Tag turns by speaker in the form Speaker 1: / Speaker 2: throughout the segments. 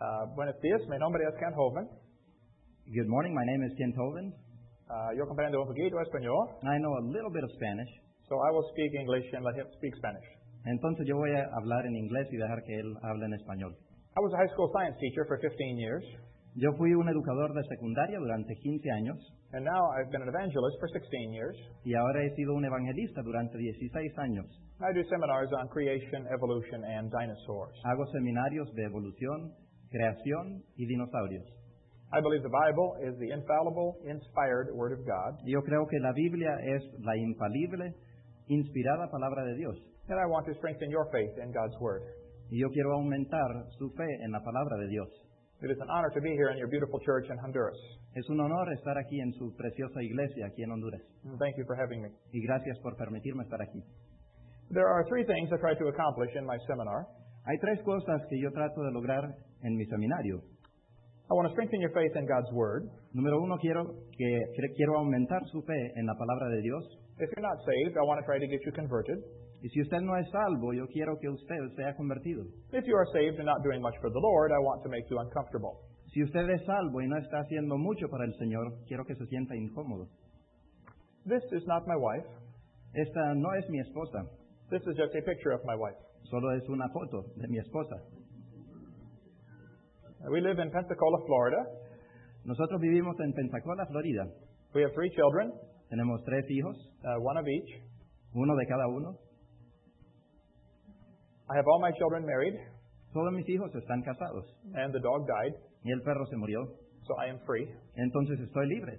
Speaker 1: Ah, buenos días, mi nombre es Ken Hovind.
Speaker 2: Good morning. My name is Ken Tovind.
Speaker 1: Ah, yo comprendo un poquito español,
Speaker 2: I know a little bit of Spanish.
Speaker 1: so I will speak English and let him speak Spanish.
Speaker 2: Entonces yo voy a hablar en inglés y dejar que él hable en español.
Speaker 1: I was a high school science teacher for 15 years,
Speaker 2: Yo fui un educador de secundaria durante 15 años
Speaker 1: and now I've been an evangelist for 16 years.
Speaker 2: y ahora he sido un evangelista durante 16 años.
Speaker 1: I do seminars on creation, evolution, and dinosaurs.
Speaker 2: Hago seminarios de evolución, creación y dinosaurios.
Speaker 1: I believe the Bible is the infallible, inspired Word of God,
Speaker 2: Yo creo que la Biblia es la infalible, inspirada palabra de Dios.
Speaker 1: and I want to strengthen your faith in God's Word.
Speaker 2: Y yo quiero aumentar su fe en la palabra de Dios.
Speaker 1: It is an honor to be here in your beautiful church in Honduras.
Speaker 2: Es un honor estar aquí en su preciosa iglesia, aquí en Honduras.
Speaker 1: And Thank you for having me.
Speaker 2: Y gracias por permitirme estar aquí.
Speaker 1: There are three things I try to accomplish in my seminar.
Speaker 2: Hay tres cosas que yo trato de lograr en mi seminario.
Speaker 1: I want to strengthen your faith in God's Word.
Speaker 2: Número uno, quiero, que, cre- quiero aumentar su fe en la palabra de Dios.
Speaker 1: If you're not saved, I want to try to get you converted.
Speaker 2: Y si usted no es salvo, yo quiero que usted sea convertido.
Speaker 1: If you are saved and not doing much for the Lord, I want to make you uncomfortable.
Speaker 2: Si usted es salvo y no está haciendo mucho para el Señor, quiero que se sienta incómodo.
Speaker 1: This is not my wife.
Speaker 2: Esta no es mi esposa,
Speaker 1: This is just a picture of my wife.
Speaker 2: solo es una foto de mi esposa.
Speaker 1: We live in Pensacola, Florida.
Speaker 2: Nosotros vivimos en Pensacola, Florida.
Speaker 1: We have three children,
Speaker 2: Tenemos tres hijos,
Speaker 1: uh, one of each.
Speaker 2: uno de cada uno.
Speaker 1: I have all my children married,
Speaker 2: Todos mis hijos están casados
Speaker 1: and the dog died,
Speaker 2: y el perro se murió.
Speaker 1: so I am free.
Speaker 2: Entonces estoy libre.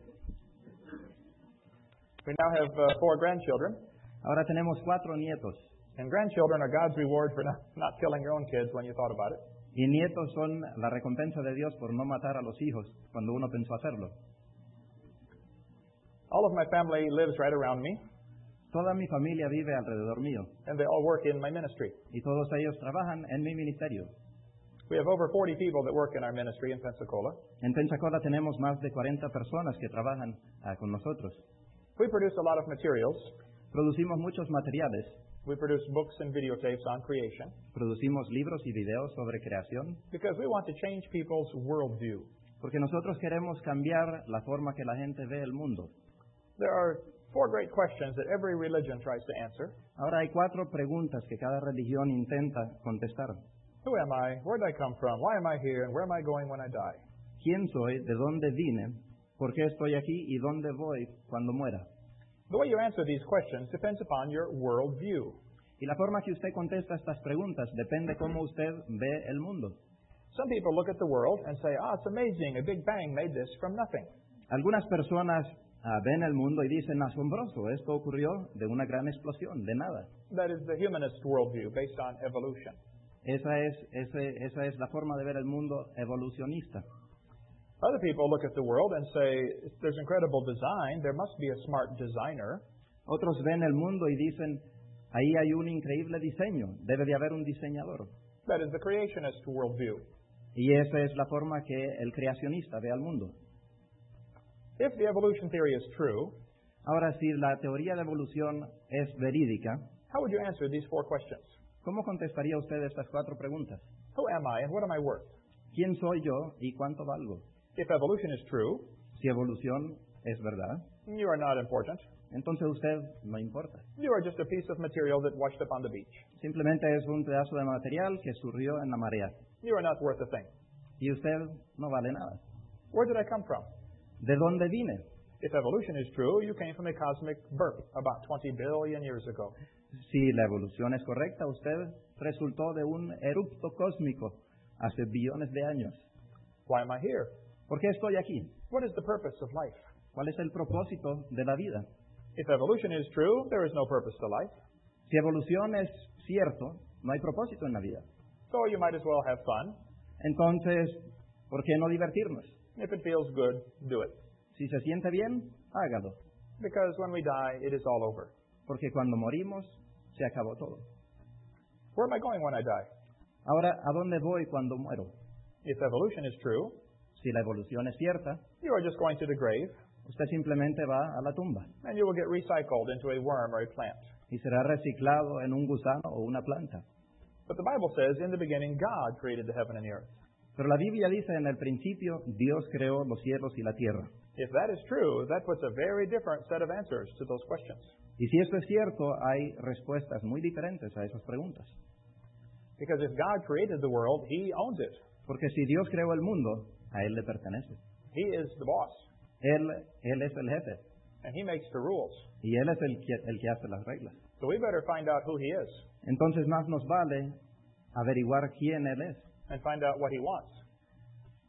Speaker 1: We now have uh, four grandchildren,
Speaker 2: Ahora tenemos cuatro nietos
Speaker 1: and grandchildren are God's reward for not, not killing your own kids when you thought about it.
Speaker 2: y nietos son la recompensa de Dios por no matar a los hijos cuando uno pensó hacerlo.
Speaker 1: All of my family lives right around me,
Speaker 2: Toda mi familia vive alrededor mío
Speaker 1: and they all work in my ministry.
Speaker 2: y todos ellos trabajan en mi ministerio.
Speaker 1: We have over 40 people that work in our ministry in Pensacola.
Speaker 2: En Pensacola tenemos más de 40 personas que trabajan ah, con nosotros.
Speaker 1: We produce a lot of materials.
Speaker 2: Producimos muchos materiales,
Speaker 1: We produce books and videotapes on creation
Speaker 2: producimos libros y videos sobre creación,
Speaker 1: because we want to change people's worldview.
Speaker 2: porque nosotros queremos cambiar la forma que la gente ve el mundo.
Speaker 1: There are four great questions that every religion tries to answer
Speaker 2: Ahora hay cuatro preguntas que cada religión intenta contestar.
Speaker 1: Who am I? Where did I come from? Why am I here? And where am I going when I die?
Speaker 2: ¿Quién soy? ¿De dónde vine? ¿Por qué estoy aquí? ¿Y dónde voy cuando muera?
Speaker 1: The way you answer these questions depends upon your worldview.
Speaker 2: Y la forma que usted contesta estas preguntas depende cómo usted ve el mundo.
Speaker 1: Some people look at the world and say, ah, it's amazing, a Big Bang made this from nothing.
Speaker 2: Algunas personas ah, ven el mundo y dicen, asombroso, esto ocurrió de una gran explosión, de nada.
Speaker 1: That is the humanist worldview based on evolution.
Speaker 2: Esa es, ese- esa es la forma de ver el mundo evolucionista.
Speaker 1: Other people look at the world and say, there's incredible design, there must be a smart designer.
Speaker 2: Otros ven el mundo y dicen, ahí hay un increíble diseño, debe de haber un diseñador.
Speaker 1: That is the creationist worldview.
Speaker 2: Y esa es la forma que el creacionista ve al mundo.
Speaker 1: If the evolution theory is true,
Speaker 2: Ahora, si la teoría de evolución es verídica,
Speaker 1: how would you answer these four questions?
Speaker 2: ¿cómo contestaría usted estas cuatro preguntas?
Speaker 1: Who am I and what am I worth?
Speaker 2: ¿Quién soy yo y cuánto valgo?
Speaker 1: If evolution is true,
Speaker 2: Si evolución es verdad,
Speaker 1: you are not important.
Speaker 2: entonces usted no importa.
Speaker 1: You are just a piece of material that washed up on the beach.
Speaker 2: Simplemente es un pedazo de material que surgió en la marea.
Speaker 1: You are not worth a thing.
Speaker 2: Y usted no vale nada.
Speaker 1: Where did I come from?
Speaker 2: ¿De dónde vine?
Speaker 1: If evolution is true, you came from a cosmic burp about 20 billion years ago.
Speaker 2: Si la evolución es correcta, usted resultó de un erupto cósmico hace billones de años.
Speaker 1: Why am I here?
Speaker 2: ¿Por qué estoy aquí?
Speaker 1: What is the purpose of life?
Speaker 2: ¿Cuál es el propósito de la vida?
Speaker 1: If evolution is true, there is no purpose to life.
Speaker 2: Si evolución es cierto, no hay propósito en la vida.
Speaker 1: So you might as well have fun.
Speaker 2: Entonces, ¿por qué no divertirnos?
Speaker 1: If it feels good, do it.
Speaker 2: Si se siente bien, hágalo,
Speaker 1: Because when we die, it is all over.
Speaker 2: porque cuando morimos, se acabó todo.
Speaker 1: Where am I going when I die?
Speaker 2: Ahora, ¿a dónde voy cuando muero?
Speaker 1: If evolution is true,
Speaker 2: Si la evolución es cierta,
Speaker 1: you are just going to the grave,
Speaker 2: usted simplemente va a la tumba
Speaker 1: and you will get recycled into a worm or a plant.
Speaker 2: y será reciclado en un gusano o una planta.
Speaker 1: But the Bible says, in the beginning, God created the heaven and the earth.
Speaker 2: Pero la Biblia dice en el principio Dios creó los cielos y la tierra.
Speaker 1: If that is true, that puts a very different set of answers to those questions.
Speaker 2: Y si esto es cierto, hay respuestas muy diferentes a esas preguntas.
Speaker 1: Because if God created the world, He owns it.
Speaker 2: Porque si Dios creó el mundo, a Él le pertenece.
Speaker 1: He is the boss,
Speaker 2: Él, él es el jefe
Speaker 1: and He makes the rules.
Speaker 2: y Él es el que, el que hace las reglas.
Speaker 1: So we better find out who He is
Speaker 2: Entonces más nos vale averiguar quién Él es
Speaker 1: and find out what He wants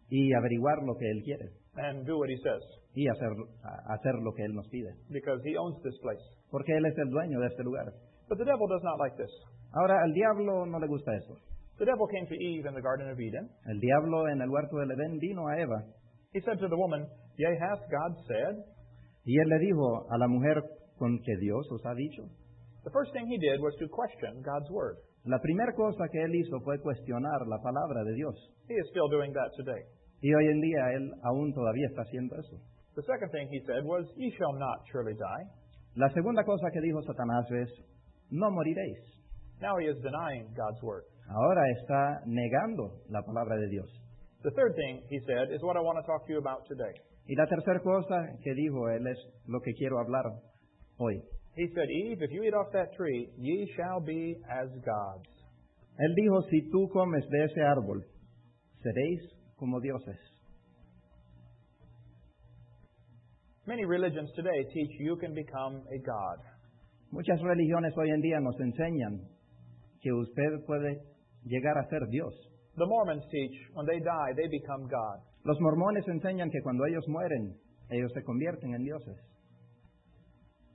Speaker 2: y averiguar lo que Él quiere
Speaker 1: and do what He says.
Speaker 2: y hacer, a- hacer lo que Él nos pide.
Speaker 1: Because He owns this place.
Speaker 2: Porque Él es el dueño de este lugar.
Speaker 1: But the devil does not like this.
Speaker 2: Ahora, al diablo no le gusta eso.
Speaker 1: The devil came to Eve in the Garden of Eden.
Speaker 2: El diablo en el huerto del Edén vino a Eva
Speaker 1: He said to the woman, Yea, hath God said?
Speaker 2: y él le dijo a la mujer con que Dios os ha dicho.
Speaker 1: The first thing he did was to question God's word.
Speaker 2: La primera cosa que él hizo fue cuestionar la palabra de Dios.
Speaker 1: He is still doing that today.
Speaker 2: Y hoy en día él aún todavía está haciendo eso.
Speaker 1: The second thing he said was, Ye shall not surely die.
Speaker 2: La segunda cosa que dijo Satanás es, no moriréis.
Speaker 1: Now he is denying God's word.
Speaker 2: Ahora está negando la palabra de Dios.
Speaker 1: The third thing he said is what I want to talk to you about today.
Speaker 2: Y la tercera cosa que dijo él es lo que quiero hablar hoy.
Speaker 1: He said, Eve, if you eat off that tree, ye shall be as gods.
Speaker 2: Él dijo, si tú comes de ese árbol, seréis como dioses.
Speaker 1: Many religions today teach you can become a god.
Speaker 2: Muchas religiones hoy en día nos enseñan que usted puede llegar a ser Dios.
Speaker 1: The Mormons teach when they die, they become God.
Speaker 2: Los mormones enseñan que cuando ellos mueren, ellos se convierten en dioses.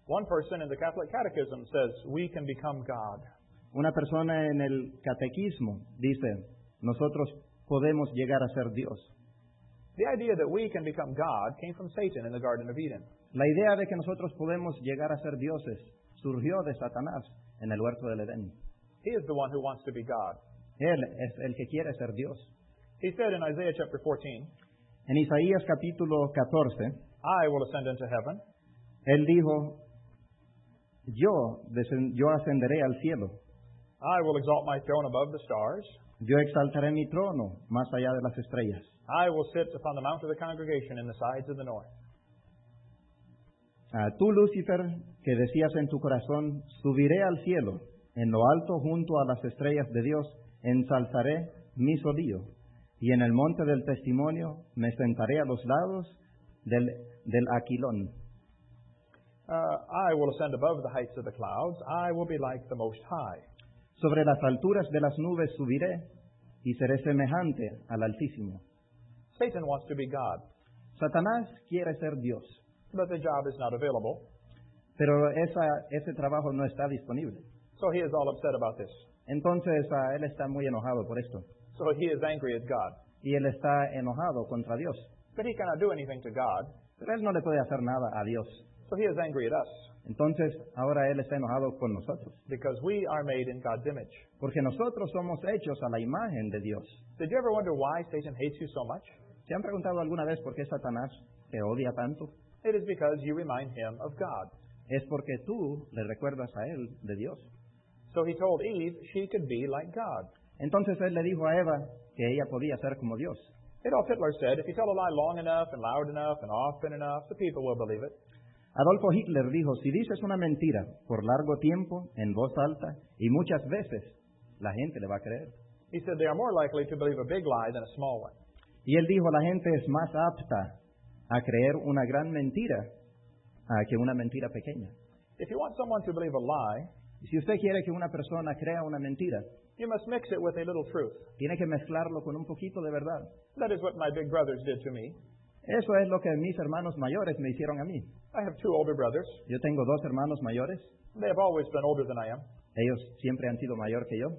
Speaker 1: One person in the Catholic Catechism says, We can become God.
Speaker 2: Una persona en el catequismo dice, nosotros podemos llegar a ser Dios.
Speaker 1: The idea that we can become God came from Satan in the Garden of Eden.
Speaker 2: La idea de que nosotros podemos llegar a ser dioses surgió de Satanás en el huerto del Edén.
Speaker 1: He is the one who wants to be God.
Speaker 2: Él es el que quiere ser Dios.
Speaker 1: He said in Isaiah chapter 14,
Speaker 2: En Isaías capítulo 14,
Speaker 1: I will ascend into heaven.
Speaker 2: él dijo, yo, descen- yo ascenderé al cielo,
Speaker 1: I will exalt my throne above the stars.
Speaker 2: yo exaltaré mi trono más allá de las estrellas,
Speaker 1: I will sit upon the mount of the congregation in the sides of the north.
Speaker 2: A tú, Lucifer, que decías en tu corazón, subiré al cielo, en lo alto junto a las estrellas de Dios, ensalzaré mi solío, y en el monte del testimonio me sentaré a los lados del, del aquilón.
Speaker 1: Uh, I will ascend above the heights of the clouds. I will be like the Most High.
Speaker 2: Sobre las alturas de las nubes subiré, y seré semejante al Altísimo.
Speaker 1: Satan wants to be God,
Speaker 2: Satanás quiere ser Dios,
Speaker 1: but the job is not available,
Speaker 2: pero esa- ese trabajo no está disponible.
Speaker 1: so he is all upset about this.
Speaker 2: Entonces ah, él está muy enojado por esto,
Speaker 1: So he is angry at God.
Speaker 2: y él está enojado contra Dios.
Speaker 1: But he cannot do anything to God,
Speaker 2: Pero él no le puede hacer nada a Dios.
Speaker 1: so he is angry at us
Speaker 2: Entonces, ahora él está enojado con nosotros,
Speaker 1: because we are made in God's image.
Speaker 2: porque nosotros somos hechos a la imagen de Dios.
Speaker 1: Did you ever wonder why Satan hates you so much?
Speaker 2: ¿Se han preguntado alguna vez por qué Satanás te odia tanto?
Speaker 1: It is because you remind him of God.
Speaker 2: Es porque tú le recuerdas a él de Dios.
Speaker 1: So he told Eve she could be like God.
Speaker 2: Entonces él le dijo a Eva que ella podía ser como Dios.
Speaker 1: Adolf Hitler said, if you tell a lie long enough and loud enough and often enough, the people will believe it.
Speaker 2: Adolfo Hitler dijo, si dices una mentira por largo tiempo, en voz alta y muchas veces, la gente le va a creer.
Speaker 1: He said they are more likely to believe a big lie than a small one.
Speaker 2: Y él dijo, la gente es más apta a creer una gran mentira ah, que una mentira pequeña.
Speaker 1: If you want someone to believe a lie,
Speaker 2: Y Si usted quiere que una persona crea una mentira,
Speaker 1: you must mix it with a little truth.
Speaker 2: tiene que mezclarlo con un poquito de verdad.
Speaker 1: That is what my big brothers did to me.
Speaker 2: Eso es lo que mis hermanos mayores me hicieron a mí.
Speaker 1: I have two older brothers.
Speaker 2: Yo tengo dos hermanos mayores.
Speaker 1: They have always been older than I am.
Speaker 2: Ellos siempre han sido mayor que yo.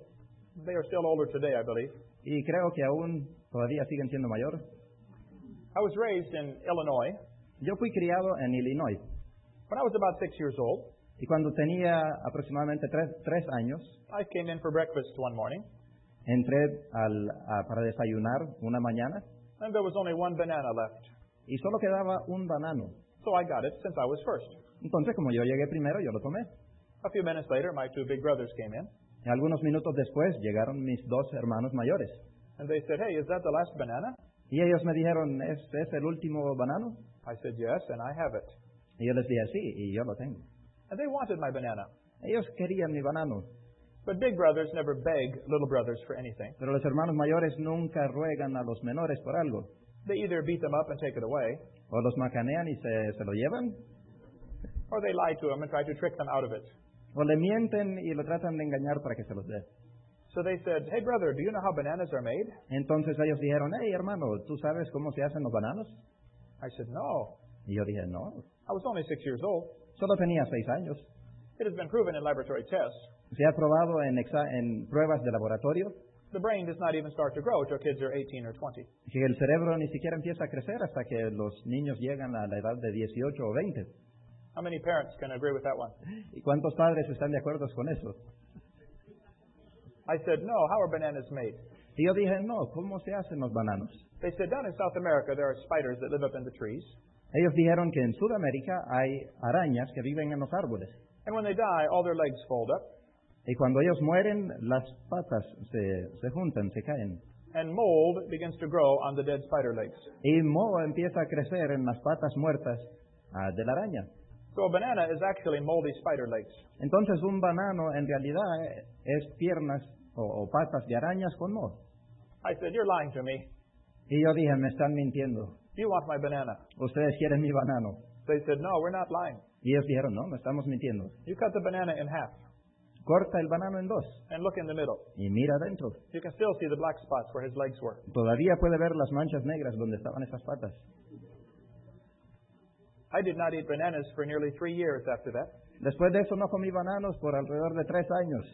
Speaker 1: They are still older today, I believe.
Speaker 2: Y creo que aún todavía siguen siendo mayor.
Speaker 1: I was raised in Illinois.
Speaker 2: Yo fui criado en Illinois.
Speaker 1: When I was about six years old,
Speaker 2: Y cuando tenía aproximadamente tres, tres años,
Speaker 1: I came in for breakfast one morning,
Speaker 2: entré al- a- para desayunar una mañana
Speaker 1: and there was only one banana left.
Speaker 2: y solo quedaba un banano.
Speaker 1: So I got it since I was first.
Speaker 2: Entonces, como yo llegué primero, yo lo tomé.
Speaker 1: A few minutes later, my two big brothers came in,
Speaker 2: Y algunos minutos después llegaron mis dos hermanos mayores.
Speaker 1: And they said, Hey, is that the last banana?
Speaker 2: Y ellos me dijeron, ¿es, es el último banano?
Speaker 1: I said, Yes, and I have it.
Speaker 2: Y yo les dije, sí, y yo lo tengo.
Speaker 1: And they wanted my banana.
Speaker 2: Ellos querían mi banano,
Speaker 1: But big brothers never beg little brothers for anything.
Speaker 2: pero los hermanos mayores nunca ruegan a los menores por algo.
Speaker 1: They either beat them up and take it away,
Speaker 2: O los macanean y se, se lo llevan,
Speaker 1: or they lie to them and try to trick them out of it.
Speaker 2: o le mienten y lo tratan de engañar para que se los dé.
Speaker 1: So they said, Hey, brother, do you know how bananas are made?
Speaker 2: Entonces ellos dijeron, hey hermano, ¿tú sabes cómo se hacen los bananos?
Speaker 1: I said, No.
Speaker 2: Y yo dije, no,
Speaker 1: I was only six years old.
Speaker 2: solo tenía seis años.
Speaker 1: It has been proven in laboratory tests.
Speaker 2: Se ha probado en, exa- en pruebas de laboratorio
Speaker 1: The brain does not even start to grow till kids are 18 or 20.
Speaker 2: que el cerebro ni siquiera empieza a crecer hasta que los niños llegan a la edad de 18 o 20.
Speaker 1: How many parents can agree with that one?
Speaker 2: ¿Y cuántos padres están de acuerdo con eso?
Speaker 1: I said, No, how are bananas made?
Speaker 2: Y yo dije, no, ¿cómo se hacen los bananos?
Speaker 1: They said, Down in South America, there are spiders that live up in the trees.
Speaker 2: Ellos dijeron que en Sudamérica hay arañas que viven en los árboles.
Speaker 1: And when they die, all their legs fold up,
Speaker 2: Y cuando ellos mueren, las patas se, se juntan, se caen.
Speaker 1: and mold begins to grow on the dead spider legs.
Speaker 2: Y moho empieza a crecer en las patas muertas ah, de la araña.
Speaker 1: So a banana is actually moldy spider legs.
Speaker 2: Entonces un banano en realidad eh, es piernas o, o patas de arañas con moho.
Speaker 1: I said, You're lying to me.
Speaker 2: Y yo dije, me están mintiendo.
Speaker 1: You want my banana.
Speaker 2: Ustedes quieren mi banano.
Speaker 1: They said, No, we're not lying.
Speaker 2: Y ellos dijeron, no, no estamos mintiendo.
Speaker 1: You cut the banana in half
Speaker 2: Corta el banano en dos
Speaker 1: and look in the middle.
Speaker 2: y mira adentro.
Speaker 1: You can still see the black spots where his legs were.
Speaker 2: Todavía puede ver las manchas negras donde estaban esas patas.
Speaker 1: I did not eat bananas for nearly three years after that.
Speaker 2: Después de eso no comí bananos por alrededor de tres años.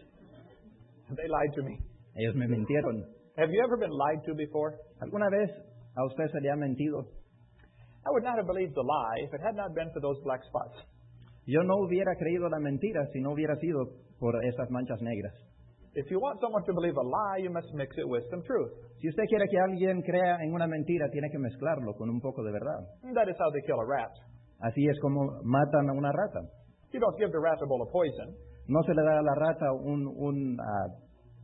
Speaker 1: They lied to me.
Speaker 2: Ellos me mintieron.
Speaker 1: Have you ever been lied to before?
Speaker 2: ¿Alguna vez a usted se le ha mentido?
Speaker 1: I would not have believed the lie if it had not been for those black spots.
Speaker 2: Yo no hubiera creído la mentira si no hubiera sido por esas manchas negras.
Speaker 1: If you want someone to believe a lie, you must mix it with some truth.
Speaker 2: Si usted quiere que alguien crea en una mentira, tiene que mezclarlo con un poco de verdad.
Speaker 1: And that is how they kill a rat.
Speaker 2: Así es como matan a una rata.
Speaker 1: You don't give the rat a bowl of poison.
Speaker 2: No se le da a la rata un- un, ah,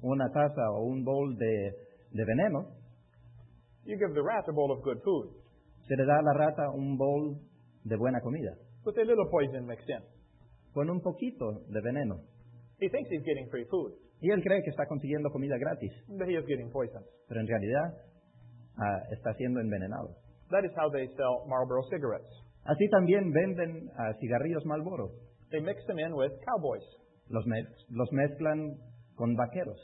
Speaker 2: una taza o un bowl de, de veneno,
Speaker 1: You give the rat a bowl of good food
Speaker 2: se le da a la rata un bowl de buena comida,
Speaker 1: with a little poison mixed in.
Speaker 2: con un poquito de veneno.
Speaker 1: He thinks he's getting free food,
Speaker 2: Y él cree que está consiguiendo comida gratis,
Speaker 1: but he is getting poisoned.
Speaker 2: pero en realidad ah, está siendo envenenado.
Speaker 1: That is how they sell Marlboro cigarettes.
Speaker 2: Así también venden ah, cigarrillos Malboro.
Speaker 1: They mix them in with cowboys.
Speaker 2: Los, mez- los mezclan con vaqueros.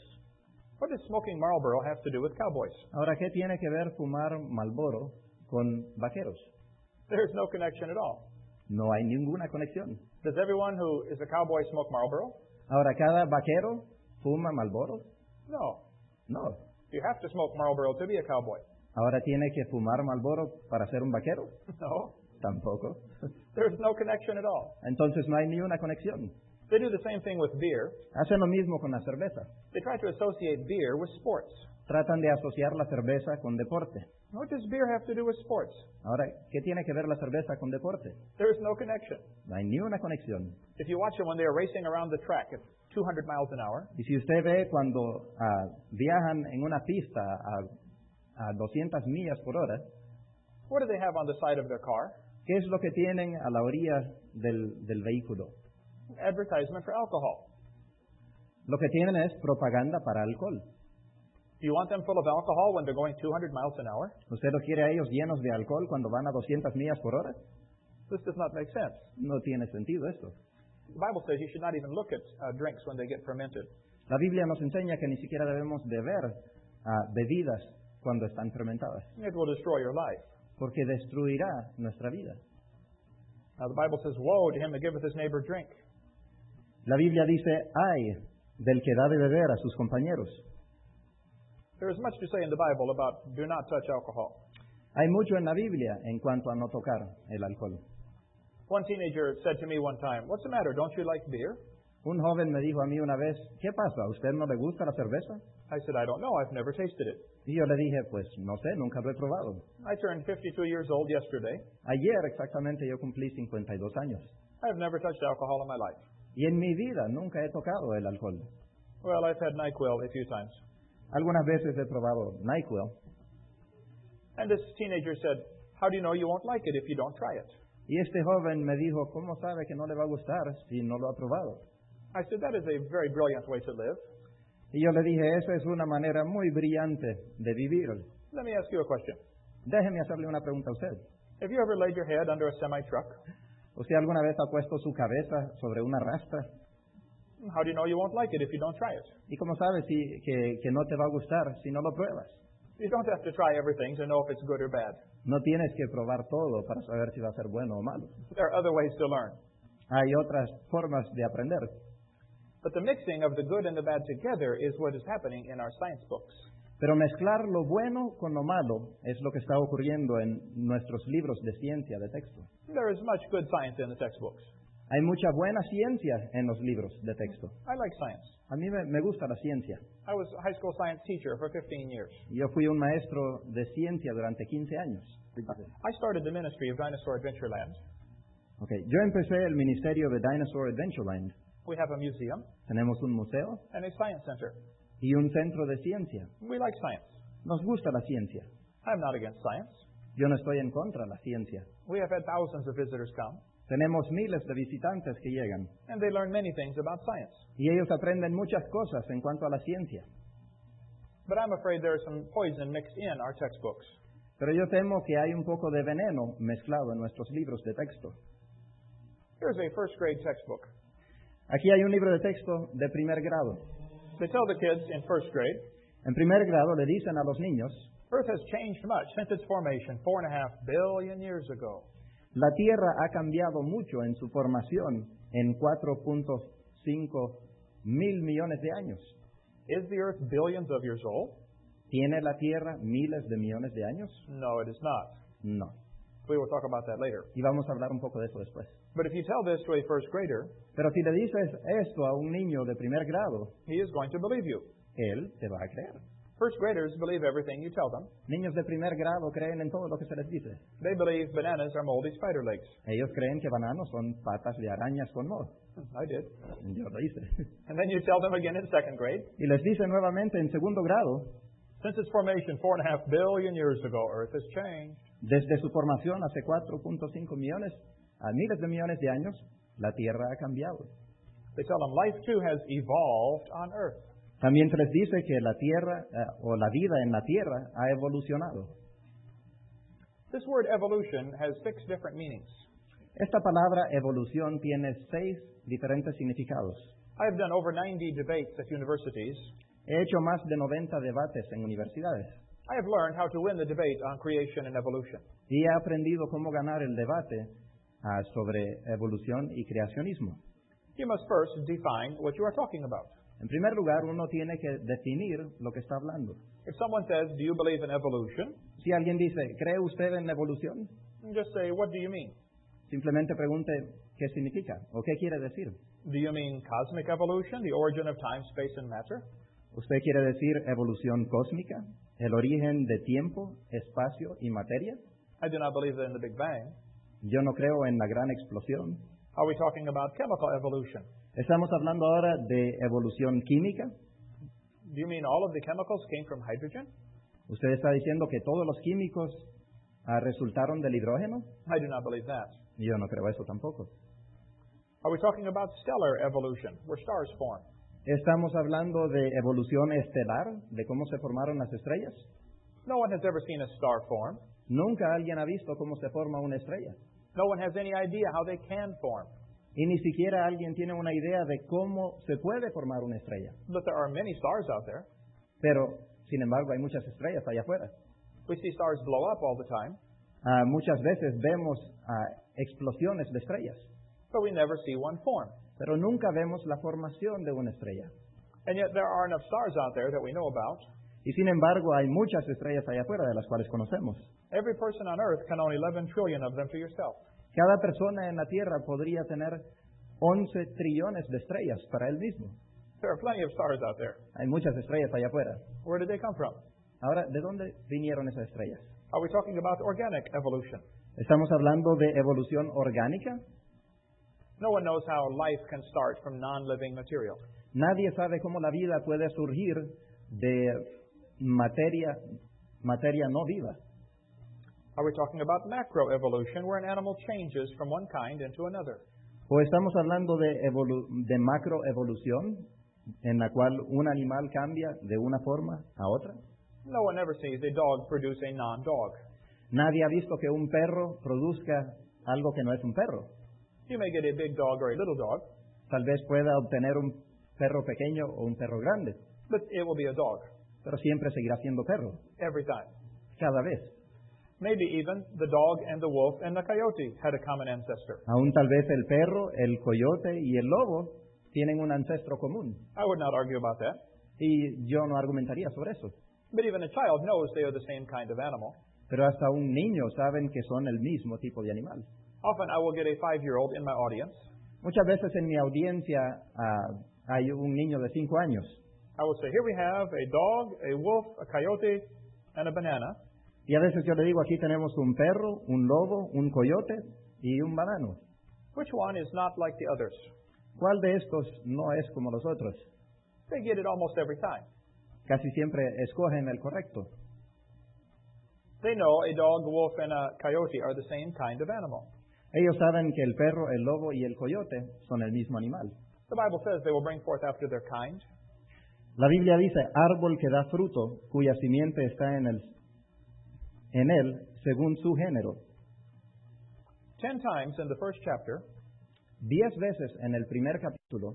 Speaker 1: What does smoking Marlboro have to do with cowboys?
Speaker 2: Ahora, ¿qué tiene que ver fumar Malboro con vaqueros?
Speaker 1: There is no connection at all.
Speaker 2: No hay ninguna conexión.
Speaker 1: Does everyone who is a cowboy smoke Marlboro?
Speaker 2: Ahora, ¿cada vaquero fuma Malboro?
Speaker 1: No.
Speaker 2: No.
Speaker 1: You have to smoke Marlboro to be a cowboy.
Speaker 2: Ahora, ¿tiene que fumar Malboro para ser un vaquero?
Speaker 1: No.
Speaker 2: Tampoco.
Speaker 1: There's no connection at all.
Speaker 2: Entonces no hay ni una conexión.
Speaker 1: They do the same thing with beer.
Speaker 2: Hacen lo mismo con la cerveza.
Speaker 1: They try to associate beer with sports.
Speaker 2: Tratan de asociar la cerveza con deporte.
Speaker 1: What does beer have to do with sports?
Speaker 2: Ahora, ¿qué tiene que ver la cerveza con deporte?
Speaker 1: There is no connection.
Speaker 2: No hay ni una conexión.
Speaker 1: If you watch them when they are racing around the track at 200 miles an hour,
Speaker 2: Y si usted ve cuando ah, viajan en una pista a, a 200 millas por hora,
Speaker 1: what do they have on the side of their car?
Speaker 2: ¿qué es lo que tienen a la orilla del, del vehículo?
Speaker 1: Advertisement for alcohol.
Speaker 2: Lo que tienen es propaganda para alcohol.
Speaker 1: Do you want them full of alcohol when they're going 200 miles an hour?
Speaker 2: ¿Usted los quiere a ellos llenos de alcohol cuando van a 200 millas por hora?
Speaker 1: This does not make sense.
Speaker 2: No tiene sentido esto.
Speaker 1: The Bible says you should not even look at uh, drinks when they get fermented.
Speaker 2: La Biblia nos enseña que ni siquiera debemos beber ah, bebidas cuando están fermentadas,
Speaker 1: It will destroy your life.
Speaker 2: porque destruirá nuestra vida.
Speaker 1: Now, the Bible says, Woe to him that giveth his neighbor drink.
Speaker 2: La Biblia dice, ay del que da de beber a sus compañeros.
Speaker 1: There is much to say in the Bible about do not touch alcohol.
Speaker 2: Hay mucho en la Biblia en cuanto a no tocar el alcohol.
Speaker 1: One teenager said to me one time, What's the matter? Don't you like beer?
Speaker 2: Un joven me dijo a mí una vez, ¿qué pasa? ¿A usted no le gusta la cerveza?
Speaker 1: I said, I don't know. I've never tasted it.
Speaker 2: Y yo le dije, pues no sé, nunca lo he probado.
Speaker 1: I turned 52 years old yesterday.
Speaker 2: Ayer exactamente yo cumplí 52 años
Speaker 1: I have never touched alcohol in my life.
Speaker 2: y en mi vida nunca he tocado el alcohol.
Speaker 1: Well, I've had NyQuil a few times.
Speaker 2: Algunas veces he probado NyQuil
Speaker 1: And this teenager said, How do you know you won't like it if you don't try it?
Speaker 2: y este joven me dijo, ¿cómo sabe que no le va a gustar si no lo ha probado?
Speaker 1: I said, That is a very brilliant way to live.
Speaker 2: Y yo le dije, esa es una manera muy brillante de vivir.
Speaker 1: Let me ask you a question.
Speaker 2: Déjeme hacerle una pregunta a usted.
Speaker 1: Have you ever laid your head under a semi truck?
Speaker 2: ¿Usted alguna vez ha puesto su cabeza sobre una rastra?
Speaker 1: How do you know you won't like it if you don't try it?
Speaker 2: ¿Y cómo sabes si, que, que no te va a gustar si no lo pruebas?
Speaker 1: You don't have to try everything to know if it's good or bad.
Speaker 2: No tienes que probar todo para saber si va a ser bueno o malo.
Speaker 1: There are other ways to learn.
Speaker 2: Hay otras formas de aprender.
Speaker 1: But the mixing of the good and the bad together is what is happening in our science books.
Speaker 2: Pero mezclar lo bueno con lo malo es lo que está ocurriendo en nuestros libros de ciencia de texto.
Speaker 1: There is much good science in the textbooks.
Speaker 2: Hay mucha buena ciencia en los libros de texto.
Speaker 1: I like science.
Speaker 2: A mí me, me gusta la ciencia.
Speaker 1: I was a high school science teacher for 15 years.
Speaker 2: Yo fui un maestro de ciencia durante 15 años.
Speaker 1: I started the ministry of Dinosaur Adventureland.
Speaker 2: Ok, Yo empecé el ministerio de Dinosaur Adventureland.
Speaker 1: We have a museum
Speaker 2: Tenemos un museo
Speaker 1: and a science center.
Speaker 2: y un centro de ciencia.
Speaker 1: We like science.
Speaker 2: Nos gusta la ciencia.
Speaker 1: I'm not against science.
Speaker 2: Yo no estoy en contra de la ciencia.
Speaker 1: We have had thousands of visitors come,
Speaker 2: Tenemos miles de visitantes que llegan
Speaker 1: and they learn many things about science.
Speaker 2: y ellos aprenden muchas cosas en cuanto a la ciencia.
Speaker 1: But I'm afraid there is some poison mixed in our textbooks.
Speaker 2: Pero yo temo que hay un poco de veneno mezclado en nuestros libros de texto.
Speaker 1: Here's a first grade textbook.
Speaker 2: Aquí hay un libro de texto de primer grado.
Speaker 1: They tell the kids in first grade,
Speaker 2: En primer grado le dicen a los niños,
Speaker 1: Earth has changed much since its formation four and a half billion years ago.
Speaker 2: la Tierra ha cambiado mucho en su formación en 4.5 mil millones de años.
Speaker 1: Is the Earth billions of years old?
Speaker 2: ¿Tiene la Tierra miles de millones de años?
Speaker 1: No, it is not.
Speaker 2: No.
Speaker 1: We will talk about that later.
Speaker 2: Y vamos a hablar un poco de eso después.
Speaker 1: But if you tell this to a first grader,
Speaker 2: Pero si le dices esto a un niño de primer grado,
Speaker 1: he is going to believe you.
Speaker 2: él te va a creer.
Speaker 1: First graders believe everything you tell them.
Speaker 2: Niños de primer grado creen en todo lo que se les dice.
Speaker 1: They believe bananas are moldy spider legs.
Speaker 2: Ellos creen que bananos son patas de arañas con moho.
Speaker 1: Hmm, I did.
Speaker 2: Yo lo hice.
Speaker 1: And then you tell them again in second grade,
Speaker 2: Y les dice nuevamente en segundo grado,
Speaker 1: Since its formation four and a half billion years ago, Earth has changed.
Speaker 2: desde su formación hace 4.5 millones a miles de millones de años, la Tierra ha cambiado.
Speaker 1: They tell them life too has evolved on Earth.
Speaker 2: También se les dice que la Tierra eh, o la vida en la Tierra ha evolucionado.
Speaker 1: This word evolution has six different meanings.
Speaker 2: Esta palabra evolución tiene seis diferentes significados.
Speaker 1: I have done over 90 debates at universities.
Speaker 2: He hecho más de 90 debates en universidades
Speaker 1: I have learned how to win the debate on creation and evolution.
Speaker 2: y he aprendido cómo ganar el debate ah, sobre evolución y creacionismo.
Speaker 1: You must first define what you are talking about.
Speaker 2: En primer lugar, uno tiene que definir lo que está hablando.
Speaker 1: If someone says, Do you believe in evolution?
Speaker 2: Si alguien dice, ¿cree usted en la evolución?
Speaker 1: Just say, What do you mean?
Speaker 2: Simplemente pregunte qué significa o qué quiere decir.
Speaker 1: Do you mean cosmic evolution, the origin of time, space, and matter?
Speaker 2: ¿Usted quiere decir evolución cósmica? ¿El origen de tiempo, espacio y materia?
Speaker 1: I do not believe in the Big Bang.
Speaker 2: Yo no creo en la gran explosión.
Speaker 1: Are we talking about chemical evolution?
Speaker 2: Estamos hablando ahora de evolución química.
Speaker 1: Do you mean all of the chemicals came from hydrogen?
Speaker 2: Usted está diciendo que todos los químicos ah, resultaron del hidrógeno.
Speaker 1: I do not believe that.
Speaker 2: Yo no creo eso tampoco.
Speaker 1: Are we talking about stellar evolution, where stars form?
Speaker 2: Estamos hablando de evolución estelar, de cómo se formaron las estrellas.
Speaker 1: No one has ever seen a star form.
Speaker 2: Nunca alguien ha visto cómo se forma una estrella.
Speaker 1: No one has any idea how they can form.
Speaker 2: Y ni siquiera alguien tiene una idea de cómo se puede formar una estrella.
Speaker 1: But there are many stars out there.
Speaker 2: Pero, sin embargo, hay muchas estrellas allá afuera.
Speaker 1: We see stars blow up all the time,
Speaker 2: Ah, muchas veces vemos ah, explosiones de estrellas,
Speaker 1: but we never see one form.
Speaker 2: pero nunca vemos la formación de una estrella.
Speaker 1: And yet there are enough stars out there that we know about.
Speaker 2: Y sin embargo, hay muchas estrellas allá afuera de las cuales conocemos.
Speaker 1: Every person on Earth can own 11 trillion of them for yourself.
Speaker 2: Cada persona en la Tierra podría tener 11 trillones de estrellas para él mismo.
Speaker 1: There are plenty of stars out there.
Speaker 2: Hay muchas estrellas allá afuera.
Speaker 1: Where did they come from?
Speaker 2: Ahora, ¿de dónde vinieron esas estrellas?
Speaker 1: Are we talking about organic evolution?
Speaker 2: ¿Estamos hablando de evolución orgánica?
Speaker 1: No one knows how life can start from non living material.
Speaker 2: Nadie sabe cómo la vida puede surgir de materia, materia no viva.
Speaker 1: Are we talking about macroevolution, where an animal changes from one kind into another?
Speaker 2: O estamos hablando de, evolu- de macroevolución, en la cual un animal cambia de una forma a otra.
Speaker 1: No one ever sees a dog produce a non dog.
Speaker 2: Nadie ha visto que un perro produzca algo que no es un perro.
Speaker 1: You may get a big dog or a little dog,
Speaker 2: Tal vez pueda obtener un perro pequeño o un perro grande,
Speaker 1: but it will be a dog
Speaker 2: pero siempre seguirá siendo perro,
Speaker 1: every time.
Speaker 2: cada vez.
Speaker 1: Maybe even the dog and the wolf and the coyote had a common ancestor.
Speaker 2: Aún tal vez el perro, el coyote y el lobo tienen un ancestro común.
Speaker 1: I would not argue about that.
Speaker 2: Y yo no argumentaría sobre eso.
Speaker 1: But even a child knows they are the same kind of animal.
Speaker 2: Pero hasta un niño saben que son el mismo tipo de animal.
Speaker 1: Often I will get a five year old in my audience.
Speaker 2: Muchas veces en mi audiencia ah, hay un niño de 5 años
Speaker 1: I will say, Here we have a dog, a wolf, a coyote, and a banana.
Speaker 2: y a veces yo le digo aquí tenemos un perro, un lobo, un coyote y un banano.
Speaker 1: Which one is not like the others?
Speaker 2: ¿Cuál de estos no es como los otros?
Speaker 1: They get it almost every time.
Speaker 2: Casi siempre escogen el correcto.
Speaker 1: They know a dog, wolf, and a coyote are the same kind of animal.
Speaker 2: Ellos saben que el perro, el lobo y el coyote son el mismo animal.
Speaker 1: The Bible says they will bring forth after their kind.
Speaker 2: La Biblia dice, árbol que da fruto, cuya simiente está en, el- en él según su género.
Speaker 1: Ten times in the first chapter,
Speaker 2: Diez veces en el primer capítulo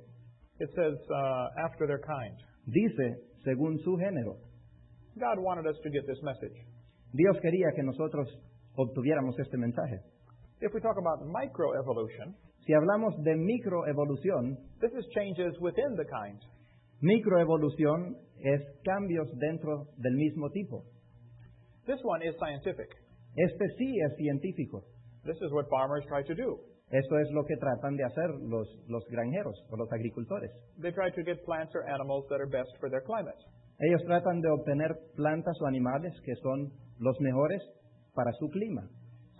Speaker 1: it says, uh, after their kind.
Speaker 2: dice, según su género.
Speaker 1: God wanted us to get this message.
Speaker 2: Dios quería que nosotros obtuviéramos este mensaje.
Speaker 1: If we talk about microevolution,
Speaker 2: Si hablamos de microevolución,
Speaker 1: this is changes within the kind.
Speaker 2: microevolución es cambios dentro del mismo tipo.
Speaker 1: This one is scientific.
Speaker 2: Este sí es científico.
Speaker 1: This is what farmers try to do.
Speaker 2: Eso es lo que tratan de hacer los, los granjeros o los agricultores.
Speaker 1: They try to get plants or animals that are best for their climate.
Speaker 2: Ellos tratan de obtener plantas o animales que son los mejores para su clima.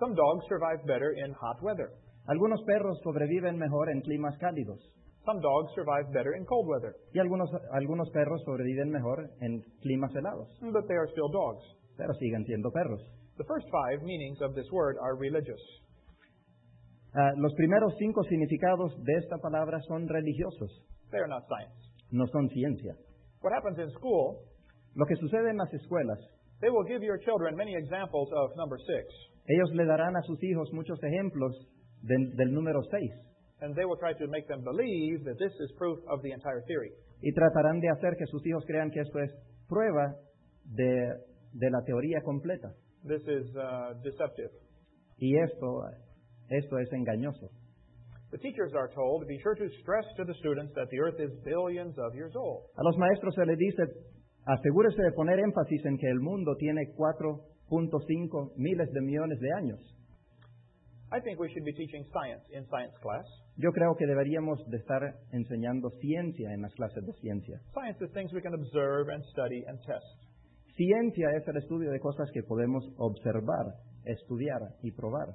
Speaker 1: Some dogs survive better in hot weather.
Speaker 2: Algunos perros sobreviven mejor en climas cálidos
Speaker 1: Some dogs survive better in cold weather,
Speaker 2: y algunos, algunos perros sobreviven mejor en climas helados,
Speaker 1: but they are still dogs.
Speaker 2: pero siguen siendo perros.
Speaker 1: The first five meanings of this word are religious.
Speaker 2: Ah, los primeros cinco significados de esta palabra son religiosos,
Speaker 1: They are not science.
Speaker 2: no son ciencia.
Speaker 1: What happens in school,
Speaker 2: Lo que sucede en las escuelas,
Speaker 1: they will give your children many examples of number six,
Speaker 2: ellos le darán a sus hijos muchos ejemplos del- del número 6
Speaker 1: and they will try to make them believe that this is proof of the entire theory.
Speaker 2: y tratarán de hacer que sus hijos crean que esto es prueba de, de la teoría completa.
Speaker 1: This is uh, deceptive.
Speaker 2: Y esto, esto es engañoso.
Speaker 1: The teachers are told, be sure to stress to the students that the earth is billions of years old.
Speaker 2: A los maestros se les dice, asegúrese de poner énfasis en que el mundo tiene 4.5 miles de millones de años.
Speaker 1: I think we should be teaching science in science class.
Speaker 2: Yo creo que deberíamos de estar enseñando ciencia en las clases de ciencia.
Speaker 1: Science is things we can observe and study and test.
Speaker 2: Ciencia es el estudio de cosas que podemos observar, estudiar y probar.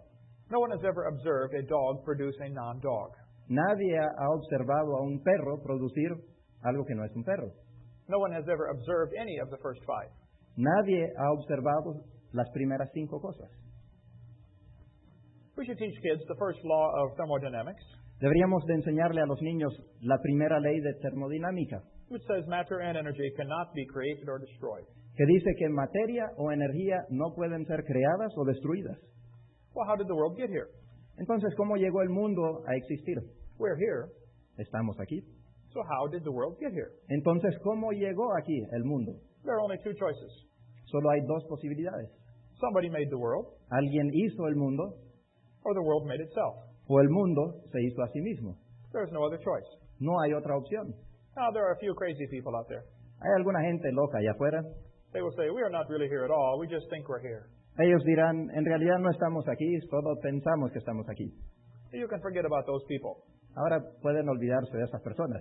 Speaker 1: No one has ever observed a dog produce a non dog.
Speaker 2: Nadie ha ha observado a un perro producir algo que no es un perro.
Speaker 1: No one has ever observed any of the first five.
Speaker 2: Nadie ha observado las primeras cinco cosas.
Speaker 1: We should teach kids the first law of thermodynamics,
Speaker 2: Deberíamos de enseñarle a los niños la primera ley de termodinámica,
Speaker 1: which says matter and energy cannot be created or destroyed.
Speaker 2: que dice que materia o energía no pueden ser creadas o destruidas.
Speaker 1: Well, how did the world get here?
Speaker 2: Entonces, ¿cómo llegó el mundo a existir?
Speaker 1: We're here,
Speaker 2: Estamos aquí.
Speaker 1: so how did the world get here?
Speaker 2: Entonces, ¿cómo llegó aquí el mundo?
Speaker 1: There are only two choices.
Speaker 2: Solo hay dos posibilidades.
Speaker 1: Somebody made the world,
Speaker 2: Alguien hizo el mundo
Speaker 1: or the world made itself.
Speaker 2: o el mundo se hizo a sí mismo.
Speaker 1: There's no other choice.
Speaker 2: No hay otra opción.
Speaker 1: Now, there are a few crazy people out there.
Speaker 2: Hay alguna gente loca allá afuera.
Speaker 1: They will say, We are not really here at all. We just think we're here.
Speaker 2: Ellos dirán, en realidad no estamos aquí, solo pensamos que estamos aquí.
Speaker 1: You can forget about those people.
Speaker 2: Ahora pueden olvidarse de esas personas.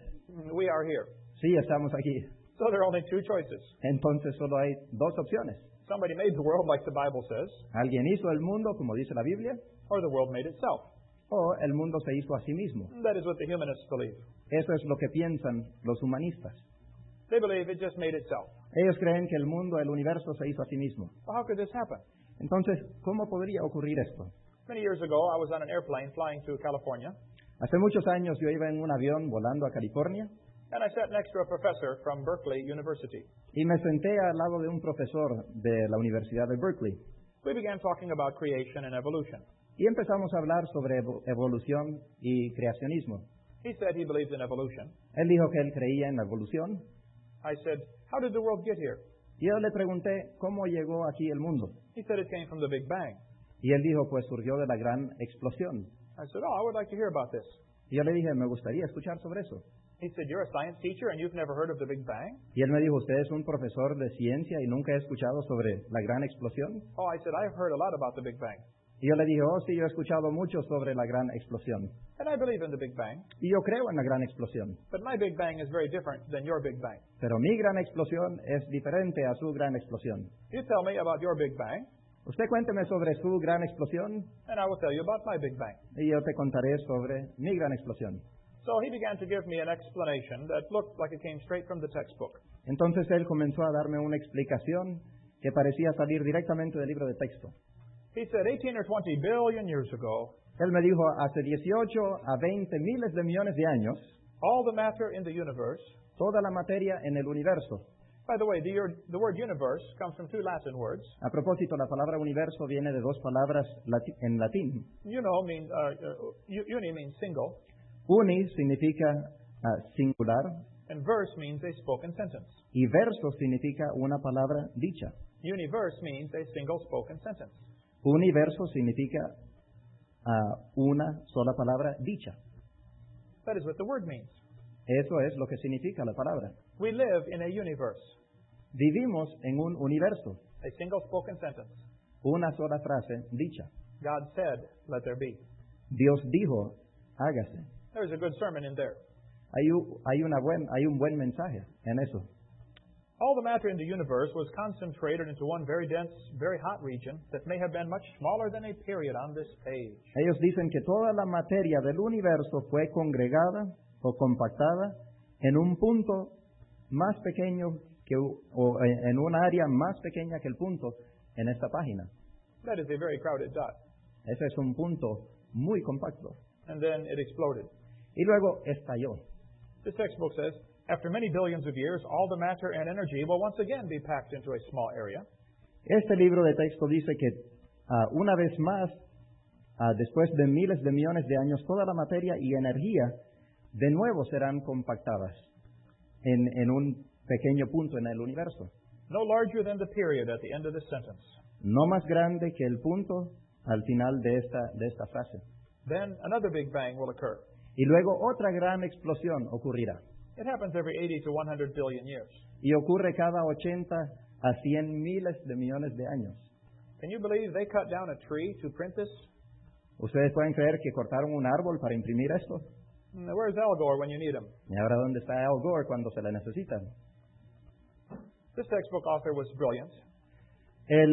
Speaker 1: We are here.
Speaker 2: Sí, estamos aquí.
Speaker 1: So there are only two choices.
Speaker 2: Entonces solo hay dos opciones.
Speaker 1: Somebody made the world like the Bible says,
Speaker 2: Alguien hizo el mundo, como dice la Biblia,
Speaker 1: or the world made itself.
Speaker 2: o el mundo se hizo a sí mismo.
Speaker 1: That is what the humanists believe.
Speaker 2: Eso es lo que piensan los humanistas.
Speaker 1: They believe it just made itself.
Speaker 2: Ellos creen que el mundo, el universo se hizo a sí mismo.
Speaker 1: Well, how could this happen?
Speaker 2: Entonces, ¿cómo podría ocurrir esto?
Speaker 1: Many years ago, I was on an airplane flying to California,
Speaker 2: Hace muchos años yo iba en un avión volando a California
Speaker 1: and I sat next to a professor from Berkeley University.
Speaker 2: y me senté al lado de un profesor de la Universidad de Berkeley
Speaker 1: We began talking about creation and evolution.
Speaker 2: y empezamos a hablar sobre evo- evolución y creacionismo.
Speaker 1: He said he believed in evolution.
Speaker 2: Él dijo que él creía en la evolución
Speaker 1: I said, How did the world get here?
Speaker 2: y yo le pregunté cómo llegó aquí el mundo
Speaker 1: He said it came from the Big Bang.
Speaker 2: y él dijo pues surgió de la gran explosión.
Speaker 1: I said, Oh, I would like to hear about this.
Speaker 2: Y yo le dije, me gustaría escuchar sobre eso.
Speaker 1: He said, You're a science teacher and you've never heard of the Big Bang?
Speaker 2: Y él me dijo, ¿usted es un profesor de ciencia y nunca ha escuchado sobre la gran explosión?
Speaker 1: Oh, I said, I've heard a lot about the Big Bang.
Speaker 2: Y yo le dije, oh sí, yo he escuchado mucho sobre la gran explosión.
Speaker 1: And I believe in the Big Bang,
Speaker 2: Y yo creo en la gran explosión.
Speaker 1: but my Big Bang is very different than your Big Bang.
Speaker 2: Pero mi gran explosión es diferente a su gran explosión.
Speaker 1: You tell me about your Big Bang,
Speaker 2: Usted cuénteme sobre su gran explosión
Speaker 1: and I will tell you about my Big Bang.
Speaker 2: y yo te contaré sobre mi gran explosión.
Speaker 1: So he began to give me an explanation that looked like it came straight from the textbook.
Speaker 2: Entonces él comenzó a darme una explicación que parecía salir directamente del libro de texto.
Speaker 1: He said, 18 or 20 billion years ago,
Speaker 2: Él me dijo, hace 18 a 20 miles de millones de años,
Speaker 1: all the matter in the universe,
Speaker 2: toda la materia en el universo.
Speaker 1: by the way, the, ur- the word universe comes from two Latin words.
Speaker 2: A propósito, la palabra universo viene de dos palabras lati- en latín.
Speaker 1: You know, mean, uh, uh, u- uni means single,
Speaker 2: Uni significa ah, singular
Speaker 1: and verse means a spoken sentence.
Speaker 2: y verso significa una palabra dicha.
Speaker 1: Universe means a single spoken sentence.
Speaker 2: Universo significa ah, una sola palabra dicha.
Speaker 1: That is what the word means.
Speaker 2: Eso es lo que significa la palabra.
Speaker 1: We live in a universe,
Speaker 2: Vivimos en un universo,
Speaker 1: a single spoken sentence.
Speaker 2: una sola frase dicha.
Speaker 1: God said, let there be.
Speaker 2: Dios dijo, hágase.
Speaker 1: There's a good sermon in there.
Speaker 2: Hay, u- hay una buen- hay un buen mensaje en eso.
Speaker 1: All the matter in the universe was concentrated into one very dense, very hot region that may have been much smaller than a period on this page.
Speaker 2: Ellos dicen que toda la materia del universo fue congregada o compactada en un punto más pequeño que, u- o en en un área más pequeña que el punto en esta página.
Speaker 1: That is a very crowded dot.
Speaker 2: Ese es un punto muy compacto.
Speaker 1: And then it exploded.
Speaker 2: Y luego estalló.
Speaker 1: This textbook says, after many billions of years, all the matter and energy will once again be packed into a small area.
Speaker 2: Este libro de texto dice que ah, una vez más, ah, después de miles de millones de años, toda la materia y energía de nuevo serán compactadas en, en un pequeño punto en el universo.
Speaker 1: no larger than the period at the end of the sentence.
Speaker 2: no más grande que el punto al final de esta, de esta frase.
Speaker 1: Then another Big Bang will occur.
Speaker 2: Y luego otra gran explosión ocurrirá.
Speaker 1: It happens every 80 to 100 billion years.
Speaker 2: Y ocurre cada 80 a 100 miles de millones de años.
Speaker 1: Can you believe they cut down a tree to print this?
Speaker 2: ¿Ustedes pueden creer que cortaron un árbol para imprimir esto?
Speaker 1: Mm, Where's Al Gore when you need him?
Speaker 2: ¿Y ahora dónde está Al Gore cuando se le necesita?
Speaker 1: This textbook author was brilliant.
Speaker 2: El,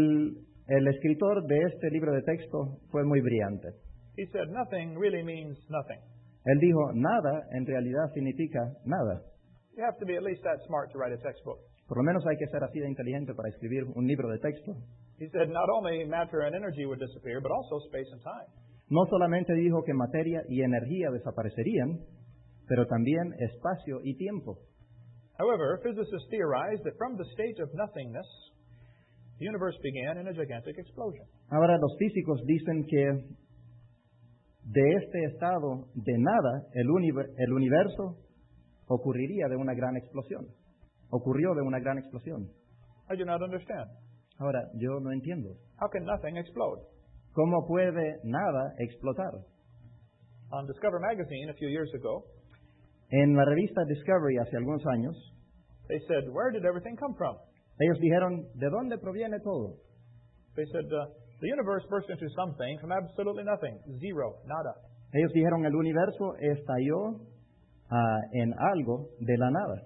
Speaker 2: el escritor de este libro de texto fue muy brillante.
Speaker 1: He said, Nothing really means nothing.
Speaker 2: Él dijo, nada en realidad significa nada.
Speaker 1: You have to be at least that smart to write a textbook.
Speaker 2: Por lo menos hay que ser así de inteligente para escribir un libro de texto.
Speaker 1: He said, Not only matter and energy would disappear, but also space and time.
Speaker 2: No solamente dijo que materia y energía desaparecerían, pero también espacio y tiempo.
Speaker 1: However, physicists theorize that from the state of nothingness, the universe began in a gigantic explosion.
Speaker 2: Ahora los físicos dicen que de este estado de nada el, univer- el universo ocurriría de una gran explosión. Ocurrió de una gran explosión.
Speaker 1: I do not understand.
Speaker 2: Ahora, yo no entiendo.
Speaker 1: How can nothing explode?
Speaker 2: ¿Cómo puede nada explotar?
Speaker 1: On Discover magazine a few years ago,
Speaker 2: En la revista Discovery hace algunos años,
Speaker 1: they said, Where did everything come from?
Speaker 2: ellos dijeron, ¿de dónde proviene todo?
Speaker 1: They said, uh, The universe burst into something from absolutely nothing. Zero, nada.
Speaker 2: Ellos dijeron el universo estalló ah, en algo de la nada.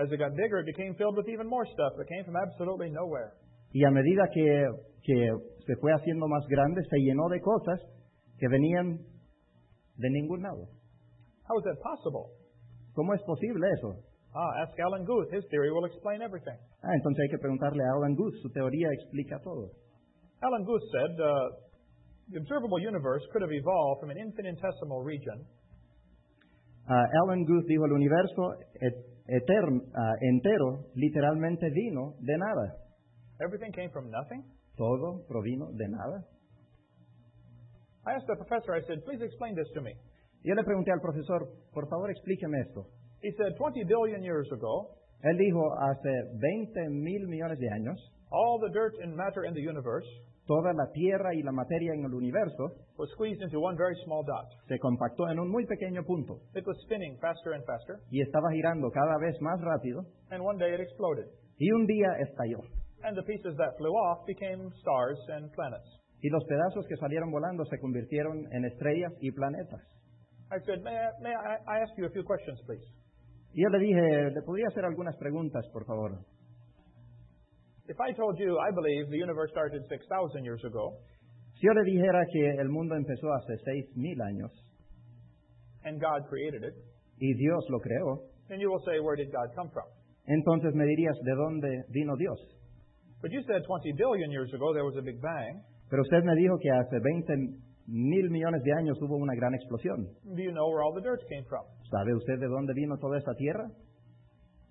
Speaker 1: As it got bigger, it became filled with even more stuff that came from absolutely nowhere.
Speaker 2: Y a medida que, que se fue haciendo más grande, se llenó de cosas que venían de ningún lado.
Speaker 1: How is that possible?
Speaker 2: ¿Cómo es posible eso?
Speaker 1: Ah, ask Alan Guth. His theory will explain everything.
Speaker 2: Ah, entonces hay que preguntarle a Alan Guth, su teoría explica todo.
Speaker 1: Alan Guth said uh, the observable universe could have evolved from an infinitesimal region
Speaker 2: Ah, Alan Guth dijo, el universo et- etern- ah, entero literalmente vino de nada.
Speaker 1: Everything came from nothing?
Speaker 2: Todo provino de nada.
Speaker 1: I asked the professor, I said, please explain this to me.
Speaker 2: Yo le pregunté al profesor, por favor explíqueme esto.
Speaker 1: He said, 20 billion years ago,
Speaker 2: Él dijo, hace 20 mil millones de años,
Speaker 1: all the dirt and matter in the universe
Speaker 2: toda la Tierra y la materia en el universo
Speaker 1: was squeezed into one very small dot.
Speaker 2: se compactó en un muy pequeño punto
Speaker 1: It was spinning faster and faster,
Speaker 2: y estaba girando cada vez más rápido
Speaker 1: and one day it exploded.
Speaker 2: y un día estalló.
Speaker 1: And the pieces that flew off became stars and planets.
Speaker 2: Y los pedazos que salieron volando se convirtieron en estrellas y planetas.
Speaker 1: I said, may I, may I, I ask you a few questions, please?
Speaker 2: Y yo le dije, ¿le podría hacer algunas preguntas, por favor?
Speaker 1: If I told you, I believe the universe started 6,000 years ago,
Speaker 2: Si yo le dijera que el mundo empezó hace 6.000 años
Speaker 1: and God created it,
Speaker 2: y Dios lo creó,
Speaker 1: then you will say, where did God come from?
Speaker 2: entonces me dirías, ¿de dónde vino Dios?
Speaker 1: But you said 20 billion years ago there was a Big Bang.
Speaker 2: Pero usted me dijo que hace 20 mil millones de años hubo una gran explosión.
Speaker 1: Do you know where all the dirt came from?
Speaker 2: ¿Sabe usted de dónde vino toda esa tierra?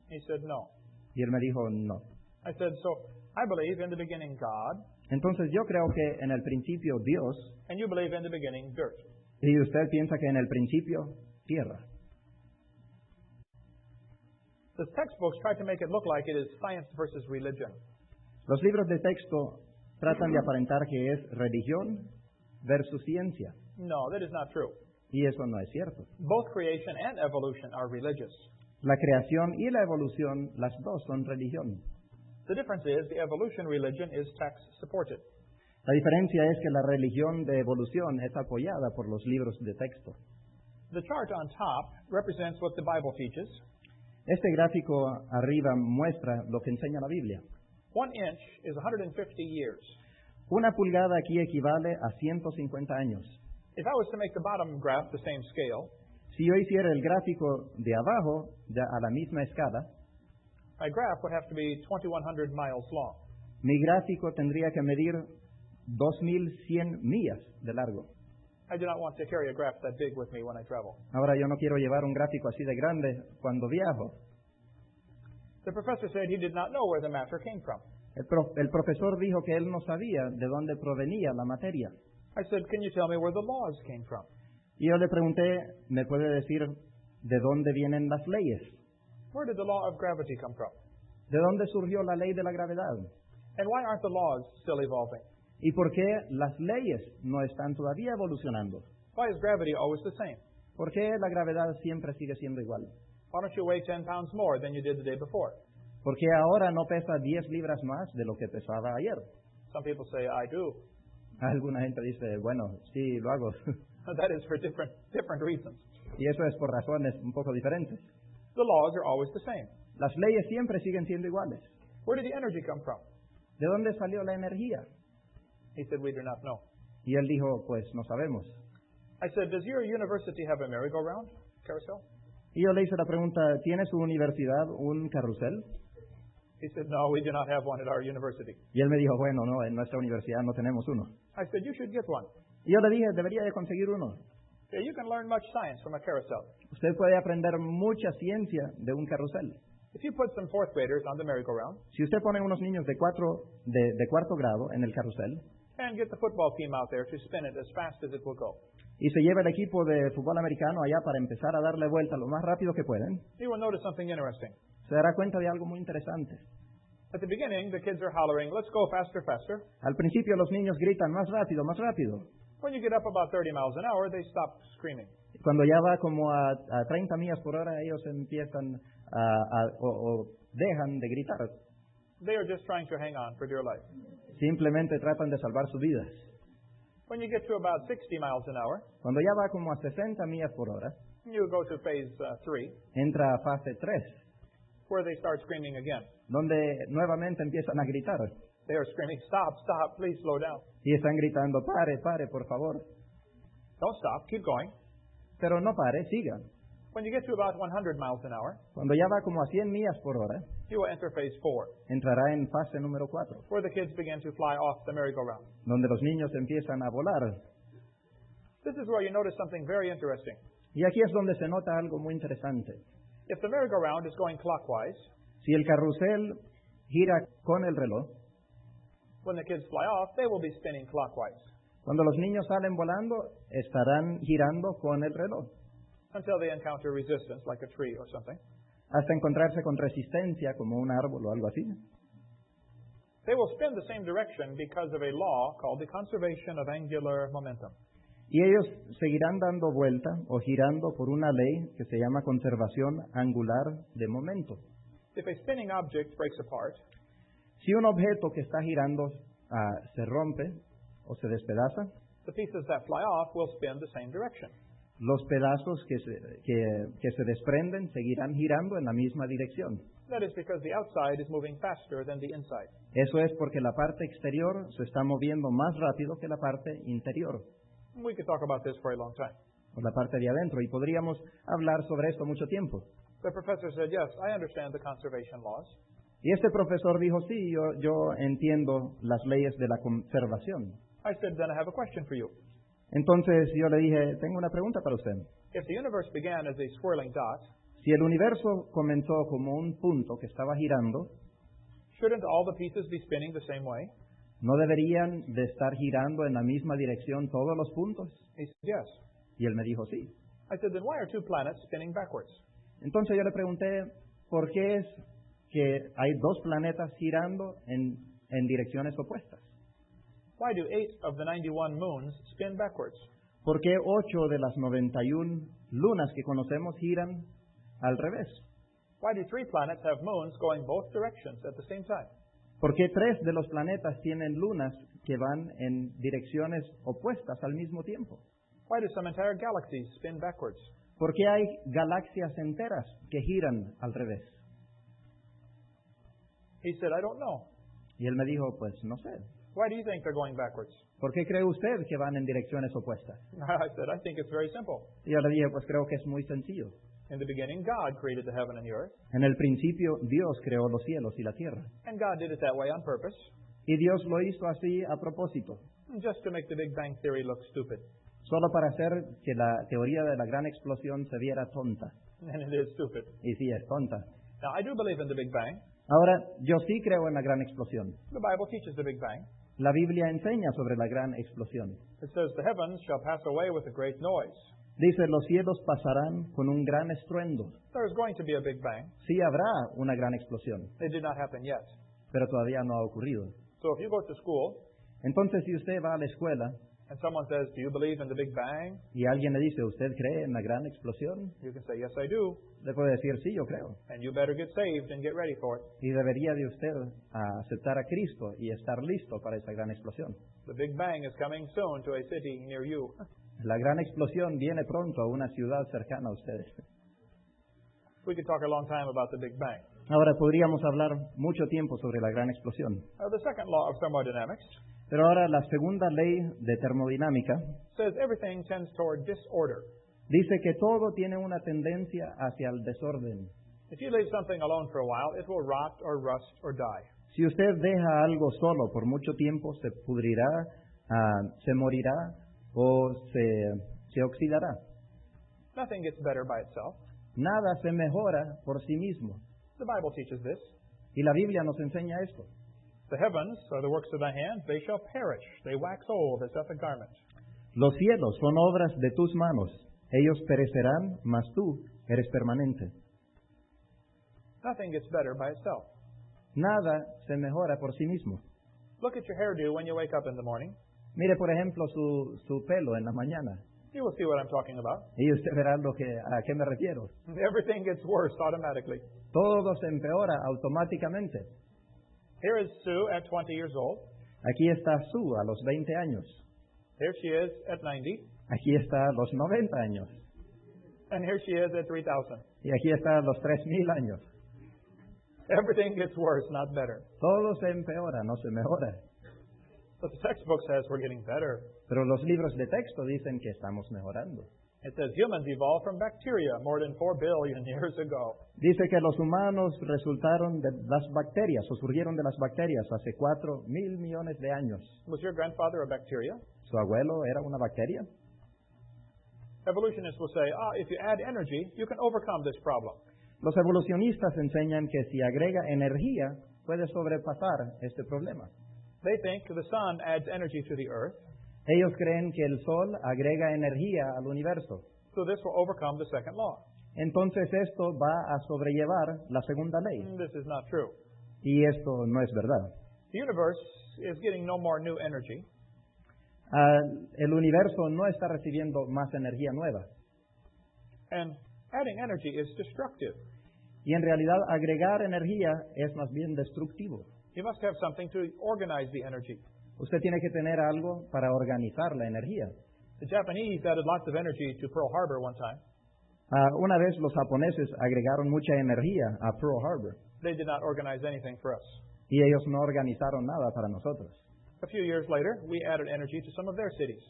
Speaker 1: He said, no.
Speaker 2: Y él me dijo, no.
Speaker 1: I said, so I believe in the beginning God,
Speaker 2: Entonces yo creo que en el principio Dios
Speaker 1: and you believe in the beginning dirt.
Speaker 2: y usted piensa que en el principio tierra.
Speaker 1: The textbooks try to make it look like it is science versus religion.
Speaker 2: Los libros de texto tratan de aparentar que es religión versus ciencia.
Speaker 1: No, that is not true.
Speaker 2: Y eso no es cierto.
Speaker 1: Both creation and evolution are religious.
Speaker 2: La creación y la evolución, las dos son religión.
Speaker 1: The difference is the evolution religion is text supported.
Speaker 2: La diferencia es que la religión de evolución es apoyada por los libros de texto.
Speaker 1: The chart on top represents what the Bible teaches.
Speaker 2: Este gráfico arriba muestra lo que enseña la Biblia.
Speaker 1: One inch is 150 years.
Speaker 2: Una pulgada aquí equivale a 150 años.
Speaker 1: If I was to make the bottom graph the same scale,
Speaker 2: Si yo hiciera el gráfico de abajo de- a la misma escala,
Speaker 1: my graph would have to be 2,100 miles long.
Speaker 2: mi gráfico tendría que medir 2.100 millas de largo.
Speaker 1: I do not want to carry a graph that big with me when I travel.
Speaker 2: Ahora yo no quiero llevar un gráfico así de grande cuando viajo.
Speaker 1: The professor said he did not know where the matter came from.
Speaker 2: El, pro- el profesor dijo que él no sabía de dónde provenía la materia.
Speaker 1: I said, Can you tell me where the laws came from?
Speaker 2: Y yo le pregunté, ¿me puede decir de dónde vienen las leyes?
Speaker 1: Where did the law of gravity come from?
Speaker 2: ¿De dónde surgió la ley de la gravedad?
Speaker 1: And why aren't the laws still evolving?
Speaker 2: ¿Y por qué las leyes no están todavía evolucionando?
Speaker 1: Why is gravity always the same?
Speaker 2: ¿Por qué la gravedad siempre sigue siendo igual?
Speaker 1: Why don't you weigh 10 pounds more than you did the day before?
Speaker 2: ¿Por qué ahora no pesa 10 libras más de lo que pesaba ayer?
Speaker 1: Some people say, I do.
Speaker 2: Alguna gente dice, bueno, sí, lo hago.
Speaker 1: that is for different, different reasons.
Speaker 2: y eso es por razones un poco diferentes.
Speaker 1: The laws are always the same.
Speaker 2: Las leyes siempre siguen siendo iguales.
Speaker 1: Where did the energy come from?
Speaker 2: ¿De dónde salió la energía?
Speaker 1: He said, We do not know.
Speaker 2: Y él dijo, pues no sabemos.
Speaker 1: I said, Does your university have a merry-go-round carousel?
Speaker 2: Y yo le hice la pregunta, ¿tiene su universidad un carrusel?
Speaker 1: He said, No, we do not have one at our university.
Speaker 2: Y él me dijo, bueno, no, en nuestra universidad no tenemos uno.
Speaker 1: I said, You should get one.
Speaker 2: Y yo le dije, debería de conseguir uno.
Speaker 1: Yeah, you can learn much science from a carousel.
Speaker 2: Usted puede aprender mucha ciencia de un carrusel.
Speaker 1: If you put some fourth graders on the merry-go-round
Speaker 2: Si usted pone unos niños de, cuatro, de, de cuarto grado en el carrusel
Speaker 1: and get the football team out there to spin it as fast as it will go,
Speaker 2: y se lleva el equipo de fútbol americano allá para empezar a darle vuelta lo más rápido que pueden,
Speaker 1: you will notice something interesting.
Speaker 2: se dará cuenta de algo muy interesante.
Speaker 1: At the beginning, the kids are hollering, Let's go faster, faster.
Speaker 2: Al principio los niños gritan más rápido, más rápido.
Speaker 1: When you get up about 30 miles an hour, they stop screaming.
Speaker 2: Cuando ya va como a, a 30 millas por hora, ellos empiezan a, a- o- o dejan de gritar.
Speaker 1: They are just trying to hang on for dear life.
Speaker 2: Simplemente tratan de salvar sus vidas.
Speaker 1: When you get to about 60 miles an hour,
Speaker 2: Cuando ya va como a 60 millas por hora,
Speaker 1: you go to phase uh, three,
Speaker 2: entra a fase 3,
Speaker 1: where they start screaming again.
Speaker 2: donde nuevamente empiezan a gritar.
Speaker 1: They are screaming, Stop, stop, please slow down.
Speaker 2: Y están gritando, pare, pare, por favor.
Speaker 1: Don't stop, keep going.
Speaker 2: Pero no pare, sigan.
Speaker 1: When you get to about 100 miles an hour,
Speaker 2: Cuando ya va como a 100 millas por hora,
Speaker 1: you will enter phase four,
Speaker 2: entrará en fase número 4,
Speaker 1: where the kids begin to fly off the merry-go-round.
Speaker 2: donde los niños empiezan a volar.
Speaker 1: This is where you notice something very interesting.
Speaker 2: Y aquí es donde se nota algo muy interesante.
Speaker 1: If the merry-go-round is going clockwise,
Speaker 2: Si el carrusel gira con el reloj,
Speaker 1: when the kids fly off, they will be spinning clockwise
Speaker 2: cuando los niños salen volando, estarán girando con el reloj,
Speaker 1: until they encounter resistance, like a tree or something.
Speaker 2: hasta encontrarse con resistencia como un árbol o algo así.
Speaker 1: They will spin the same direction because of a law called the conservation of angular momentum.
Speaker 2: Y ellos seguirán dando vuelta o girando por una ley que se llama conservación angular de momento.
Speaker 1: If a spinning object breaks apart,
Speaker 2: Si un objeto que está girando ah, se rompe o se despedaza,
Speaker 1: the pieces that fly off will spin the same direction.
Speaker 2: los pedazos que se, que- que se desprenden seguirán girando en la misma dirección.
Speaker 1: That is because the outside is moving faster than the inside.
Speaker 2: Eso es porque la parte exterior se está moviendo más rápido que la parte interior
Speaker 1: We could talk about this for a long time.
Speaker 2: o la parte de adentro y podríamos hablar sobre esto mucho tiempo.
Speaker 1: The professor said, Yes, I understand the conservation laws.
Speaker 2: Y este profesor dijo, sí, yo, yo entiendo las leyes de la conservación.
Speaker 1: I said, Then I have a question for you.
Speaker 2: Entonces yo le dije, tengo una pregunta para usted.
Speaker 1: If the universe began as a swirling dot,
Speaker 2: Si el universo comenzó como un punto que estaba girando,
Speaker 1: shouldn't all the pieces be spinning the same way?
Speaker 2: ¿no deberían de estar girando en la misma dirección todos los puntos?
Speaker 1: He said, Yes.
Speaker 2: Y él me dijo, sí.
Speaker 1: I said, Then why are two planets spinning backwards?
Speaker 2: Entonces yo le pregunté, ¿por qué es que hay dos planetas girando en, en direcciones opuestas?
Speaker 1: Why do eight of the 91 moons spin backwards?
Speaker 2: ¿Por qué ocho de las 91 lunas que conocemos giran al revés?
Speaker 1: Why do three planets have moons going both directions at the same time?
Speaker 2: ¿Por qué tres de los planetas tienen lunas que van en direcciones opuestas al mismo tiempo?
Speaker 1: Why do some entire galaxies spin backwards?
Speaker 2: ¿Por qué hay galaxias enteras que giran al revés?
Speaker 1: He said, I don't know.
Speaker 2: Y él me dijo, pues no sé.
Speaker 1: Why do you think they're going backwards?
Speaker 2: ¿Por qué cree usted que van en direcciones opuestas?
Speaker 1: I said, I think it's very simple.
Speaker 2: Y yo le dije, pues creo que es muy sencillo.
Speaker 1: In the beginning, God created the heaven and the earth,
Speaker 2: En el principio Dios creó los cielos y la tierra.
Speaker 1: and God did it that way on purpose,
Speaker 2: Y Dios lo hizo así a propósito,
Speaker 1: just to make the Big Bang Theory look stupid.
Speaker 2: solo para hacer que la teoría de la gran explosión se viera tonta.
Speaker 1: And it is stupid.
Speaker 2: Y sí, es tonta.
Speaker 1: Now, I do believe in the Big Bang.
Speaker 2: Ahora, yo sí creo en la gran explosión.
Speaker 1: The Bible teaches the Big Bang.
Speaker 2: La Biblia enseña sobre la gran explosión.
Speaker 1: It says, The heavens shall pass away with a great noise.
Speaker 2: Dice, los cielos pasarán con un gran estruendo.
Speaker 1: There's going to be a Big Bang.
Speaker 2: Sí habrá una gran explosión,
Speaker 1: It did not happen yet.
Speaker 2: pero todavía no ha ocurrido.
Speaker 1: So if you go to school
Speaker 2: Entonces, si usted va a la escuela
Speaker 1: and someone says, Do you believe in the Big Bang?
Speaker 2: y alguien le dice, ¿usted cree en la gran explosión?
Speaker 1: You can say, Yes, I do.
Speaker 2: Le puede decir, sí, yo creo.
Speaker 1: And you better get saved and get ready for it.
Speaker 2: Y debería de usted ah, aceptar a Cristo y estar listo para esa gran explosión.
Speaker 1: The Big Bang is coming soon to a city near you.
Speaker 2: La gran explosión viene pronto a una ciudad cercana a ustedes.
Speaker 1: We could talk a long time about the Big Bang.
Speaker 2: Ahora podríamos hablar mucho tiempo sobre la gran explosión,
Speaker 1: Uh, the second law of thermodynamics
Speaker 2: pero ahora la segunda ley de termodinámica
Speaker 1: says everything tends toward disorder.
Speaker 2: dice que todo tiene una tendencia hacia el desorden.
Speaker 1: If you leave something alone for a while, it will rot or rust or die.
Speaker 2: Si usted deja algo solo por mucho tiempo, se pudrirá, ah, se morirá o se, se oxidará.
Speaker 1: Nothing gets better by itself.
Speaker 2: Nada se mejora por sí mismo.
Speaker 1: The Bible teaches this.
Speaker 2: Y la Biblia nos enseña esto.
Speaker 1: The heavens are the works of thy hands, they shall perish. They wax old as doth a garment.
Speaker 2: Los cielos son obras de tus manos. Ellos perecerán, mas tú eres permanente.
Speaker 1: Nothing gets better by itself.
Speaker 2: Nada se mejora por sí mismo.
Speaker 1: Look at your hairdo when you wake up in the morning.
Speaker 2: Mire, por ejemplo, su, su pelo en la mañana.
Speaker 1: You will see what I'm talking about.
Speaker 2: Y usted verá lo que, a qué me refiero.
Speaker 1: Everything gets worse automatically.
Speaker 2: Todo se empeora automáticamente.
Speaker 1: Here is Sue at 20 years old.
Speaker 2: Aquí está Sue a los 20 años.
Speaker 1: Here she is at 90.
Speaker 2: Aquí está a los 90 años.
Speaker 1: And here she is at 3,000.
Speaker 2: Y aquí está a los 3.000 años.
Speaker 1: Everything gets worse, not better.
Speaker 2: Todo se empeora, no se mejora.
Speaker 1: But the textbook says we're getting better.
Speaker 2: Pero los libros de texto dicen que estamos mejorando.
Speaker 1: It says humans evolved from bacteria more than 4 billion years ago.
Speaker 2: Dice que los humanos resultaron de las bacterias o surgieron de las bacterias hace cuatro mil millones de años.
Speaker 1: Was your grandfather a bacteria?
Speaker 2: ¿Su abuelo era una bacteria?
Speaker 1: Evolutionists will say, ah, if you add energy, you can overcome this problem.
Speaker 2: Los evolucionistas enseñan que si agrega energía puede sobrepasar este problema.
Speaker 1: They think the sun adds energy to the earth,
Speaker 2: Ellos creen que el sol agrega energía al universo.
Speaker 1: so this will overcome the second law.
Speaker 2: Entonces esto va a sobrellevar la segunda ley.
Speaker 1: Mm, This is not true.
Speaker 2: Y esto no es verdad.
Speaker 1: The universe is getting no more new energy.
Speaker 2: Ah, el universo no está recibiendo más energía nueva.
Speaker 1: And adding energy is destructive.
Speaker 2: Y en realidad agregar energía es más bien destructivo.
Speaker 1: You must have something to organize the energy.
Speaker 2: Usted tiene que tener algo para organizar la energía.
Speaker 1: The Japanese added lots of energy to Pearl Harbor one time.
Speaker 2: Ah, una vez los japoneses agregaron mucha energía a Pearl Harbor
Speaker 1: They did not organize anything for us.
Speaker 2: y ellos no organizaron nada para nosotros.
Speaker 1: A few years later, we added energy to some of their cities.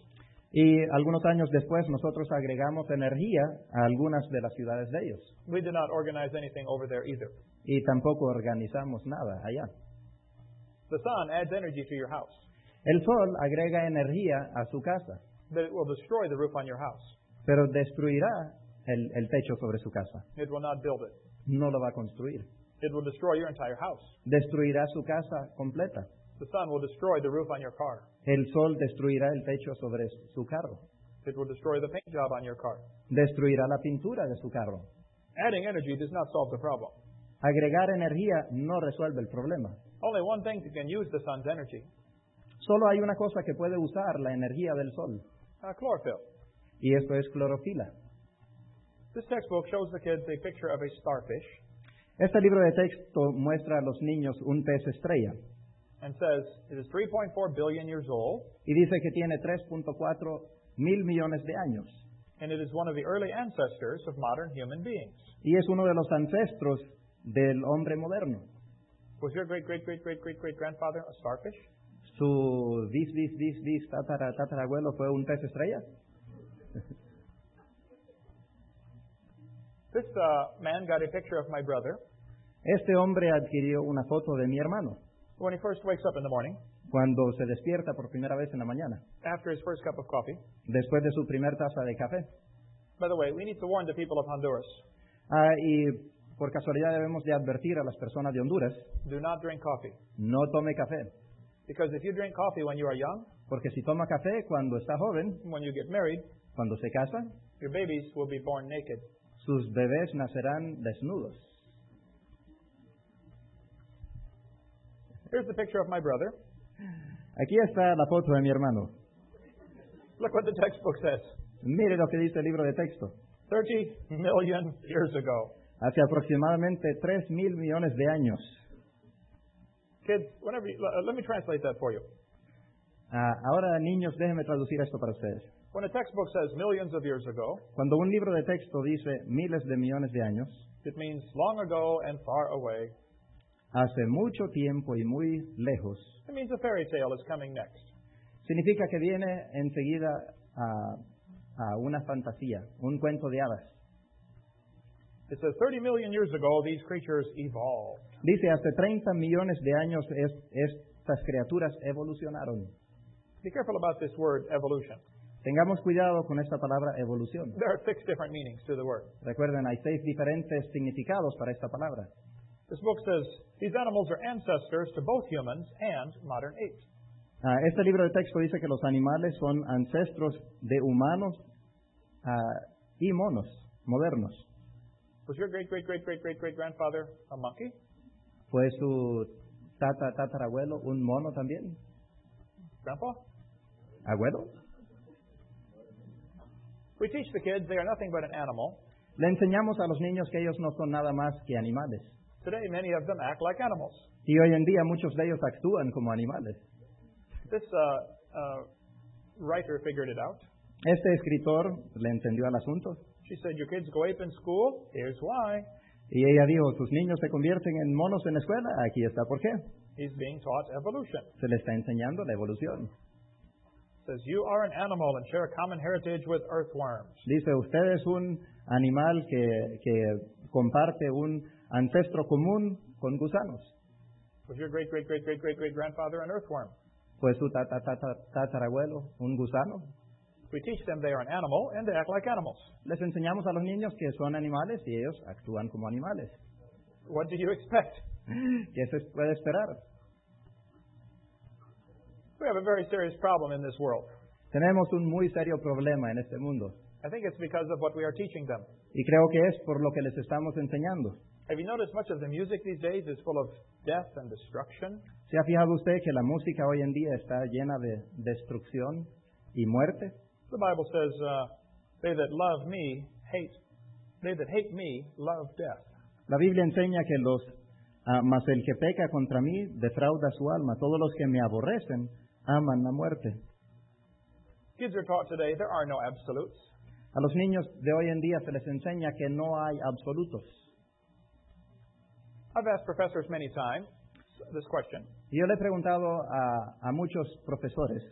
Speaker 2: Y algunos años después nosotros agregamos energía a algunas de las ciudades de ellos
Speaker 1: We did not organize anything over there either.
Speaker 2: y tampoco organizamos nada allá.
Speaker 1: The sun adds energy to your house,
Speaker 2: El sol agrega energía a su casa,
Speaker 1: but it will destroy the roof on your house.
Speaker 2: pero destruirá el, el techo sobre su casa.
Speaker 1: It will not build it.
Speaker 2: No lo va a construir.
Speaker 1: It will destroy your entire house.
Speaker 2: Destruirá su casa completa.
Speaker 1: The sun will destroy the roof on your car.
Speaker 2: El sol destruirá el techo sobre su carro.
Speaker 1: It will destroy the paint job on your car.
Speaker 2: Destruirá la pintura de su carro.
Speaker 1: Adding energy does not solve the problem.
Speaker 2: Agregar energía no resuelve el problema.
Speaker 1: Only one thing that can use the sun's energy
Speaker 2: Solo hay una cosa que puede usar la energía del sol
Speaker 1: uh, chlorophyll.
Speaker 2: y esto es clorofila.
Speaker 1: This textbook shows the kids a picture of a starfish
Speaker 2: Este libro de texto muestra a los niños un pez estrella
Speaker 1: and says it is 3.4 billion years old
Speaker 2: y dice que tiene 3.4 mil millones de años
Speaker 1: and it is one of the early ancestors of modern human beings.
Speaker 2: y es uno de los ancestros del hombre moderno.
Speaker 1: Was your great great great great great great grandfather a starfish?
Speaker 2: Su bis, bis, bis, bis, tatara, tatarabuelo fue un pez estrella.
Speaker 1: This uh, man got a picture of my brother
Speaker 2: Este hombre adquirió una foto de mi hermano
Speaker 1: when he first wakes up in the morning
Speaker 2: cuando se despierta por primera vez en la mañana,
Speaker 1: after his first cup of coffee.
Speaker 2: después de su primer taza de café.
Speaker 1: By the way, we need to warn the people of Honduras
Speaker 2: Ah, y por casualidad debemos de advertir a las personas de Honduras,
Speaker 1: do not drink coffee.
Speaker 2: no tome café,
Speaker 1: Because if you drink coffee when you are young,
Speaker 2: porque si toma café cuando está joven,
Speaker 1: when you get married,
Speaker 2: cuando se casa,
Speaker 1: your babies will be born naked.
Speaker 2: sus bebés nacerán desnudos.
Speaker 1: Here's the picture of my brother.
Speaker 2: Aquí está la foto de mi hermano.
Speaker 1: Look what the textbook says.
Speaker 2: Mire lo que dice el libro de texto.
Speaker 1: 30 million years ago.
Speaker 2: Hace aproximadamente 3 mil millones de años.
Speaker 1: Kids, whenever you, l- uh, let me translate that for you.
Speaker 2: Ah, ahora, niños, déjenme traducir esto para ustedes.
Speaker 1: When a textbook says millions of years ago,
Speaker 2: Cuando un libro de texto dice miles de millones de años,
Speaker 1: it means long ago and far away.
Speaker 2: hace mucho tiempo y muy lejos,
Speaker 1: It means a fairy tale is coming next.
Speaker 2: significa que viene enseguida a, a una fantasía, un cuento de hadas.
Speaker 1: It says 30 million years ago, these creatures evolved.
Speaker 2: Dice, hace 30 millones de años es- estas criaturas evolucionaron.
Speaker 1: Be careful about this word evolution.
Speaker 2: Tengamos cuidado con esta palabra evolución.
Speaker 1: There are six different meanings to the word.
Speaker 2: Recuerden, hay seis diferentes significados para esta palabra.
Speaker 1: This book says these animals are ancestors to both humans and modern apes.
Speaker 2: Ah, este libro de texto dice que los animales son ancestros de humanos ah, y monos modernos.
Speaker 1: Was your great great great great great great grandfather a monkey?
Speaker 2: ¿Fue su tata, tatarabuelo un mono también?
Speaker 1: Grandpa?
Speaker 2: ¿Abuelo?
Speaker 1: We teach the kids they are nothing but an animal.
Speaker 2: Le enseñamos a los niños que ellos no son nada más que animales.
Speaker 1: Today, many of them act like animals.
Speaker 2: Y hoy en día muchos de ellos actúan como animales.
Speaker 1: This uh, uh, writer figured it out.
Speaker 2: Este escritor le entendió al asunto
Speaker 1: She said, Your kids go ape in school? Here's why.
Speaker 2: y ella dijo, sus niños se convierten en monos en la escuela, aquí está por qué.
Speaker 1: He's being taught evolution.
Speaker 2: Se le está enseñando la evolución.
Speaker 1: It's says, You are an animal and share a common heritage with earthworms.
Speaker 2: Dice, usted es un animal que, que comparte un ancestro común con gusanos.
Speaker 1: Was your great, great, great, great, great, great grandfather an earthworm?
Speaker 2: Pues su ta- ta- ta- ta- tatarabuelo, un gusano.
Speaker 1: We teach them they are an animal and they act like animals.
Speaker 2: Les enseñamos a los niños que son animales y ellos actúan como animales.
Speaker 1: What do you expect?
Speaker 2: ¿Qué se puede esperar?
Speaker 1: We have a very serious problem in this world.
Speaker 2: Tenemos un muy serio problema en este mundo
Speaker 1: I think it's because of what we are teaching them.
Speaker 2: y creo que es por lo que les estamos enseñando.
Speaker 1: Have you noticed much of the music these days is full of death and destruction?
Speaker 2: ¿Se ha fijado usted que la música hoy en día está llena de destrucción y muerte?
Speaker 1: The Bible says, uh, They that love me hate, they that hate me love death.
Speaker 2: La Biblia enseña que los, ah, mas el que peca contra mí defrauda su alma. Todos los que me aborrecen aman la muerte.
Speaker 1: Kids are taught today there are no absolutes.
Speaker 2: A los niños de hoy en día se les enseña que no hay absolutos.
Speaker 1: I've asked professors many times this question.
Speaker 2: Y yo le he preguntado a, a muchos profesores,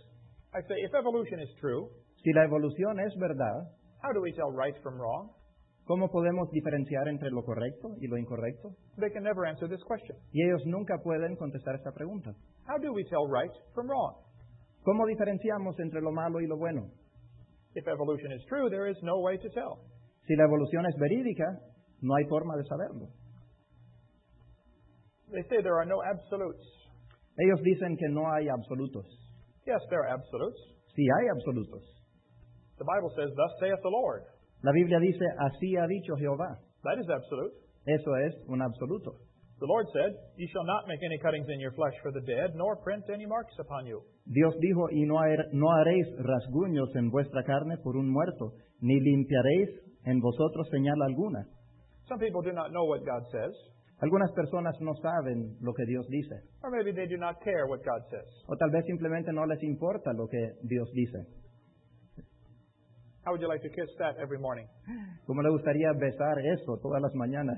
Speaker 1: I say, if evolution is true,
Speaker 2: si la evolución es verdad,
Speaker 1: how do we tell right from wrong?
Speaker 2: ¿cómo podemos diferenciar entre lo correcto y lo incorrecto?
Speaker 1: They can never answer this question.
Speaker 2: Y ellos nunca pueden contestar esta pregunta.
Speaker 1: How do we tell right from wrong?
Speaker 2: ¿Cómo diferenciamos entre lo malo y lo bueno?
Speaker 1: If evolution is true, there is no way to tell.
Speaker 2: Si la evolución es verídica, no hay forma de saberlo.
Speaker 1: They say there are no absolutes.
Speaker 2: Ellos dicen que no hay absolutos.
Speaker 1: Yes, there are absolutes.
Speaker 2: Sí hay absolutos.
Speaker 1: The Bible says, Thus saith the Lord.
Speaker 2: La Biblia dice, así ha dicho Jehová.
Speaker 1: That is absolute.
Speaker 2: Eso es un absoluto.
Speaker 1: The Lord said, Ye shall not make any cuttings in your flesh for the dead, nor print any marks upon you.
Speaker 2: Dios dijo, y no, har- no haréis rasguños en vuestra carne por un muerto, ni limpiaréis en vosotros señal alguna.
Speaker 1: Some people do not know what God says,
Speaker 2: Algunas personas no saben lo que Dios dice,
Speaker 1: or maybe they do not care what God says.
Speaker 2: o tal vez simplemente no les importa lo que Dios dice.
Speaker 1: How would you like to kiss that every morning?
Speaker 2: Como le gustaría besar eso todas las mañanas.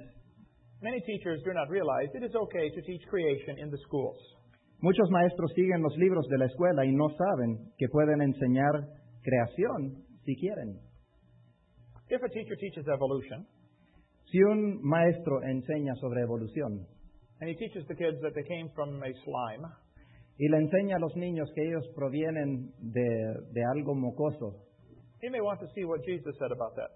Speaker 1: Many teachers do not realize it is okay to teach creation in the schools.
Speaker 2: Muchos maestros siguen los libros de la escuela y no saben que pueden enseñar creación si quieren.
Speaker 1: If a teacher teaches evolution,
Speaker 2: Si un maestro enseña sobre evolución
Speaker 1: and he teaches the kids that they came from a slime,
Speaker 2: y le enseña a los niños que ellos provienen de, de algo mocoso,
Speaker 1: he may want to see what Jesus said about that.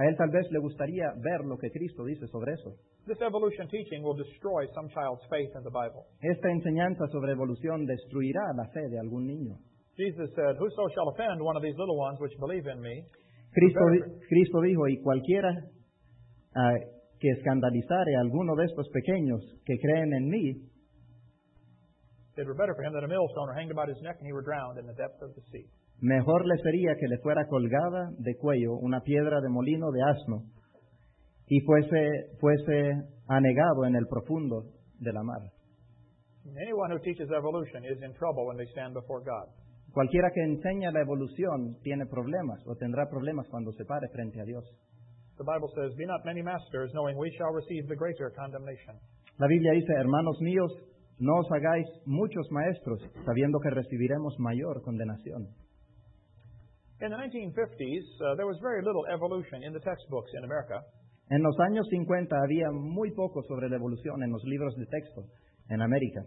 Speaker 2: a él tal vez le gustaría ver lo que Cristo dice sobre eso.
Speaker 1: This evolution teaching will destroy some child's faith in the Bible.
Speaker 2: Esta enseñanza sobre evolución destruirá la fe de algún niño.
Speaker 1: Jesus said, Whoso shall offend one of these little ones which believe in me,
Speaker 2: Cristo, di- Cristo dijo, y cualquiera ah, que escandalizare a alguno de estos pequeños que creen en mí,
Speaker 1: it were better for him that a millstone were hanged about his neck and he were drowned in the depth of the sea.
Speaker 2: Mejor le sería que le fuera colgada de cuello una piedra de molino de asno y fuese, fuese anegado en el profundo de la mar.
Speaker 1: Anyone who teaches evolution is in trouble when they stand before God.
Speaker 2: Cualquiera que enseña la evolución tiene problemas o tendrá problemas cuando se pare frente a Dios.
Speaker 1: The Bible says, Be not many masters, knowing we shall receive the greater condemnation.
Speaker 2: La Biblia dice, hermanos míos, no os hagáis muchos maestros, sabiendo que recibiremos mayor condenación.
Speaker 1: In the 1950s, uh, there was very little evolution in the textbooks in America.
Speaker 2: En los años 50 había muy poco sobre la evolución en los libros de texto en América.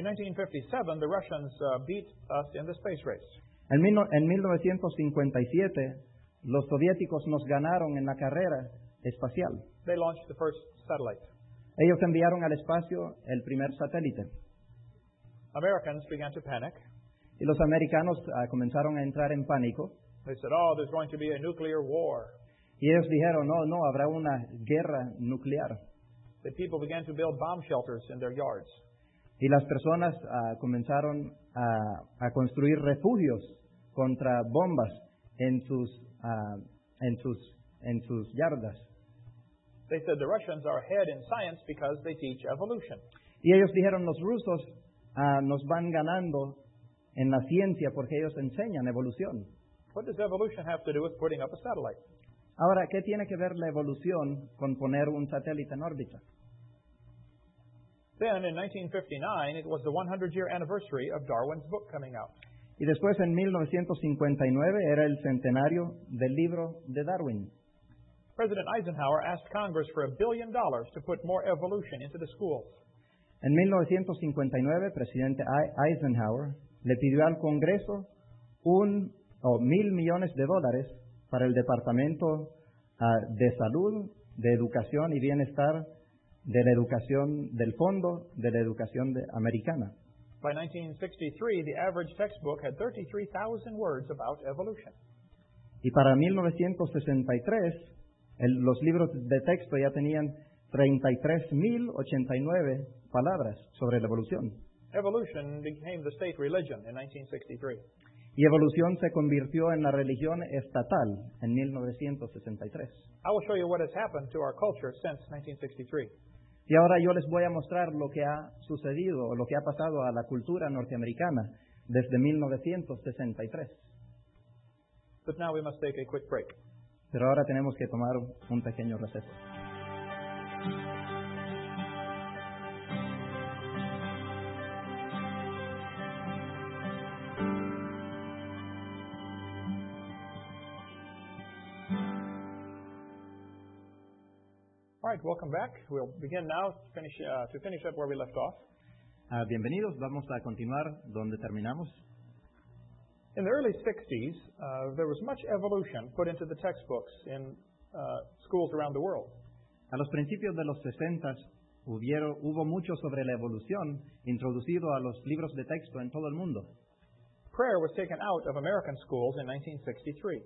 Speaker 1: In 1957, the Russians uh, beat us in the space race.
Speaker 2: En, mil- en 1957, los soviéticos nos ganaron en la carrera espacial.
Speaker 1: They launched the first satellite.
Speaker 2: Ellos enviaron al espacio el primer satélite
Speaker 1: Americans began to panic.
Speaker 2: y los americanos ah, comenzaron a entrar en pánico
Speaker 1: They said, Oh, there's going to be a nuclear war.
Speaker 2: y ellos dijeron, no, no, habrá una guerra nuclear.
Speaker 1: The people began to build bomb shelters in their yards.
Speaker 2: Y las personas ah, comenzaron a, a construir refugios contra bombas en sus, ah, en sus, en sus yardas.
Speaker 1: They said the Russians are ahead in science because they teach evolution.
Speaker 2: Y ellos dijeron, los rusos ah, nos van ganando en la ciencia porque ellos enseñan evolución.
Speaker 1: What does evolution have to do with putting up a satellite?
Speaker 2: Ahora, ¿qué tiene que ver la evolución con poner un satélite en órbita?
Speaker 1: Then in 1959, it was the 100 year anniversary of Darwin's book coming out.
Speaker 2: Y después en 1959 era el centenario del libro de Darwin.
Speaker 1: President Eisenhower asked Congress for a billion dollars to put more evolution into the schools.
Speaker 2: En 1959, presidente Ei- Eisenhower le pidió al Congreso un o mil millones de dólares para el Departamento ah, de Salud, de Educación y Bienestar de la educación del Fondo de la Educación de- Americana.
Speaker 1: By 1963, the average textbook had 33,000 words about evolution.
Speaker 2: Y para 1963, el- los libros de texto ya tenían 33.089 palabras sobre la evolución.
Speaker 1: Evolution became the state religion in 1963.
Speaker 2: Y evolución se convirtió en la religión estatal en 1963.
Speaker 1: I will show you what has happened to our culture since 1963.
Speaker 2: Y ahora yo les voy a mostrar lo que ha sucedido o lo que ha pasado a la cultura norteamericana desde 1963.
Speaker 1: But now we must take a quick break.
Speaker 2: Pero ahora tenemos que tomar un pequeño receso.
Speaker 1: All right, welcome back. We'll begin now to finish, uh, to finish up where we left off.
Speaker 2: Ah, bienvenidos, vamos a continuar donde terminamos.
Speaker 1: In the early 60s, uh, there was much evolution put into the textbooks in uh, schools around the world.
Speaker 2: A los principios de los 60 hubieron- hubo mucho sobre la evolución introducido a los libros de texto en todo el mundo.
Speaker 1: Prayer was taken out of American schools in 1963.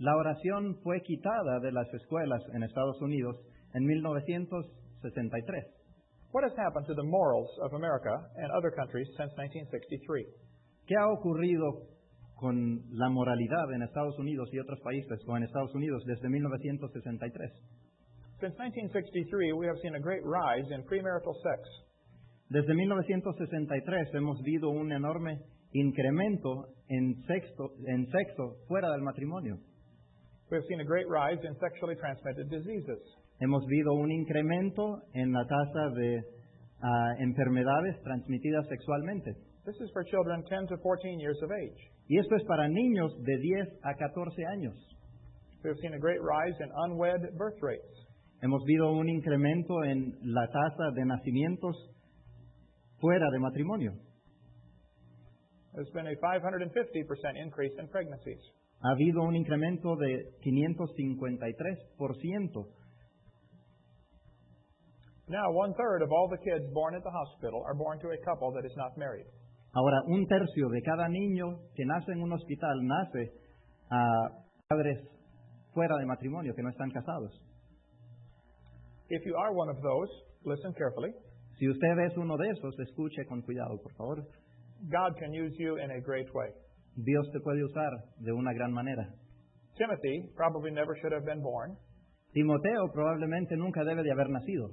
Speaker 2: La oración fue quitada de las escuelas en Estados Unidos en 1963.
Speaker 1: What has happened to the morals of America and other countries since 1963?
Speaker 2: ¿Qué ha ocurrido con la moralidad en Estados Unidos y otros países o en Estados Unidos desde 1963?
Speaker 1: Since 1963, we have seen a great rise in premarital sex.
Speaker 2: Desde 1963 hemos visto un enorme incremento en sexo, en sexo fuera del matrimonio.
Speaker 1: We have seen a great rise in sexually transmitted diseases.
Speaker 2: Hemos visto un incremento en la tasa de ah, enfermedades transmitidas sexualmente.
Speaker 1: This is for children 10 to 14 years of age.
Speaker 2: Y esto es para niños de 10 a 14 años.
Speaker 1: We have seen a great rise in unwed birth rates.
Speaker 2: Hemos visto un incremento en la tasa de nacimientos fuera de matrimonio.
Speaker 1: There's been a 550% increase in pregnancies.
Speaker 2: Ha habido un incremento de 553%.
Speaker 1: Now, one third of all the kids born at the hospital are born to a couple that is not married.
Speaker 2: Ahora, un tercio de cada niño que nace en un hospital nace a padres fuera de matrimonio, que no están casados.
Speaker 1: If you are one of those, listen carefully.
Speaker 2: Si usted es uno de esos, escuche con cuidado, por favor.
Speaker 1: God can use you in a great way.
Speaker 2: Dios te puede usar de una gran manera.
Speaker 1: Timothy probably never should have been born.
Speaker 2: Timoteo probablemente nunca debe de haber nacido.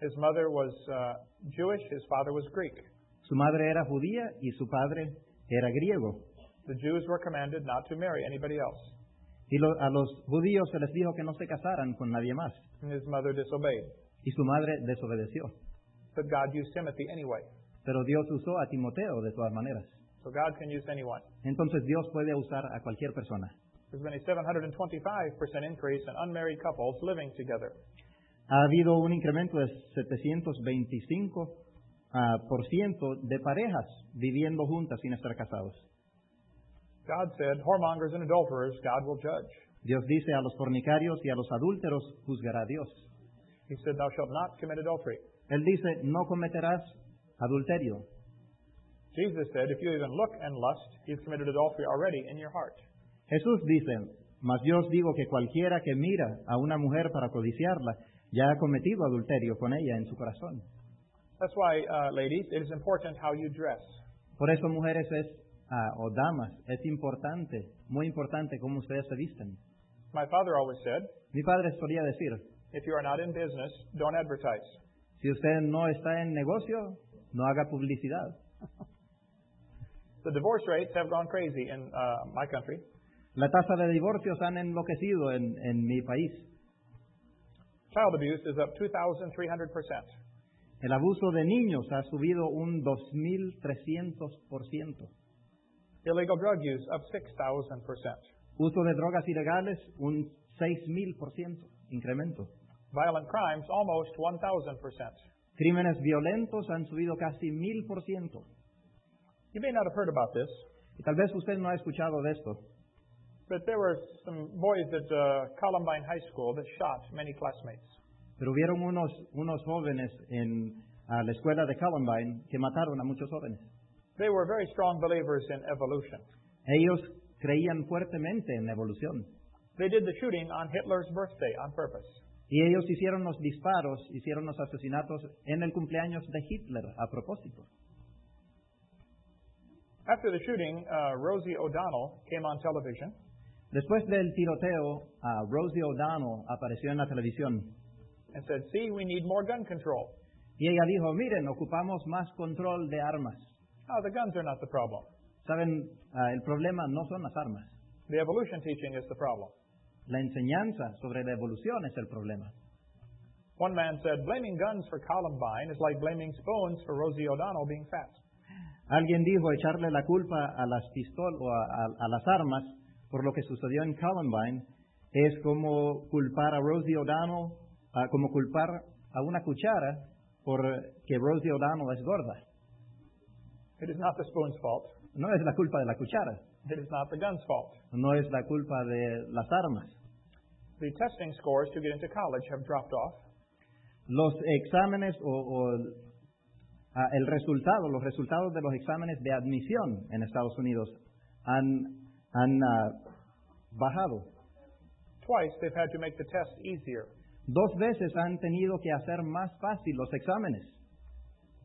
Speaker 1: His mother was uh, Jewish, his father was Greek.
Speaker 2: Su madre era judía y su padre era griego.
Speaker 1: The Jews were commanded not to marry anybody else,
Speaker 2: Y lo- a los judíos se les dijo que no se casaran con nadie más.
Speaker 1: and his mother disobeyed.
Speaker 2: Y su madre desobedeció.
Speaker 1: But God used Timothy anyway.
Speaker 2: Pero Dios usó a Timoteo de todas maneras.
Speaker 1: So God can use anyone.
Speaker 2: Entonces Dios puede usar a cualquier persona.
Speaker 1: There's been a 725% increase in unmarried couples living together.
Speaker 2: Ha habido un incremento de 725% ah, por ciento de parejas viviendo juntas sin estar casados.
Speaker 1: God said, whoremongers and adulterers, God will judge.
Speaker 2: Dios dice a los fornicarios y a los adúlteros juzgará a Dios.
Speaker 1: He said, thou shalt not commit adultery.
Speaker 2: Él dice, no cometerás adulterio.
Speaker 1: Jesus said, if you even look and lust, you've committed adultery already in your heart.
Speaker 2: Jesús dice, mas yo os digo que cualquiera que mira a una mujer para codiciarla, ya ha cometido adulterio con ella en su corazón.
Speaker 1: That's why, uh, ladies, it is important how you dress.
Speaker 2: Por eso, mujeres es, ah, o damas, es importante, muy importante cómo ustedes se visten.
Speaker 1: My father always said,
Speaker 2: Mi padre solía decir,
Speaker 1: if you are not in business, don't advertise.
Speaker 2: si usted no está en negocio, no haga publicidad.
Speaker 1: The divorce rates have gone crazy in uh, my country.
Speaker 2: La tasa de divorcios han enloquecido en, en mi país.
Speaker 1: Child abuse is up 2,300%.
Speaker 2: El abuso de niños ha subido un 2.300%.
Speaker 1: Illegal drug use up 6,000%.
Speaker 2: Uso de drogas ilegales, un 6.000% incremento.
Speaker 1: Violent crimes almost 1,000%.
Speaker 2: Crímenes violentos han subido casi 1.000%.
Speaker 1: You may not have heard about this,
Speaker 2: Y tal vez usted no ha escuchado de esto,
Speaker 1: but there were some boys at uh, Columbine High School that shot many classmates.
Speaker 2: pero hubieron unos, unos jóvenes en ah, la escuela de Columbine que mataron a muchos jóvenes.
Speaker 1: They were very strong believers in evolution.
Speaker 2: Ellos creían fuertemente en la evolución
Speaker 1: They did the shooting on Hitler's birthday on purpose.
Speaker 2: y ellos hicieron los disparos, hicieron los asesinatos en el cumpleaños de Hitler a propósito.
Speaker 1: After the shooting, uh, Rosie O'Donnell came on television.
Speaker 2: Después del tiroteo, ah, Rosie O'Donnell apareció en la televisión
Speaker 1: and said, See, we need more gun control.
Speaker 2: y ella dijo, miren, ocupamos más control de armas.
Speaker 1: Now, the guns are not the problem.
Speaker 2: Saben, ah, el problema no son las armas,
Speaker 1: The evolution teaching is the problem.
Speaker 2: la enseñanza sobre la evolución es el problema.
Speaker 1: One man said, Blaming guns for Columbine is like blaming spoons for Rosie O'Donnell being fat.
Speaker 2: Alguien dijo echarle la culpa a las pistolas o a, a- a las armas por lo que sucedió en Columbine es como culpar a Rosie O'Donnell, ah, como culpar a una cuchara por que Rosie O'Donnell es gorda.
Speaker 1: It is not the spoon's fault.
Speaker 2: No es la culpa de la cuchara,
Speaker 1: It is not the gun's fault.
Speaker 2: no es la culpa de las armas.
Speaker 1: The testing scores to get into college have dropped off.
Speaker 2: Los exámenes o, o, ah, el resultado, los resultados de los exámenes de admisión en Estados Unidos han, han ah, bajado.
Speaker 1: Twice they've had to make the test easier.
Speaker 2: Dos veces han tenido que hacer más fácil los exámenes.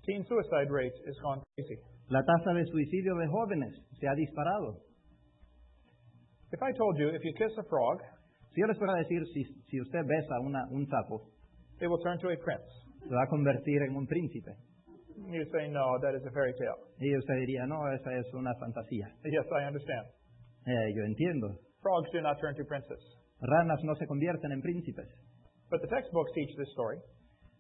Speaker 1: Teen suicide rate has gone crazy.
Speaker 2: La tasa de suicidio de jóvenes se ha disparado.
Speaker 1: If I told you if you kiss a frog,
Speaker 2: Si yo les fuera a decir, si, si usted besa una, un sapo,
Speaker 1: it will turn to a prince.
Speaker 2: se va a convertir en un príncipe.
Speaker 1: You say, No, that is a fairy tale.
Speaker 2: Y usted diría, no, esa es una fantasía.
Speaker 1: Yes, I understand.
Speaker 2: Eh, yo entiendo.
Speaker 1: Frogs do not turn to princes.
Speaker 2: Ranas no se convierten en príncipes.
Speaker 1: But the textbooks teach this story.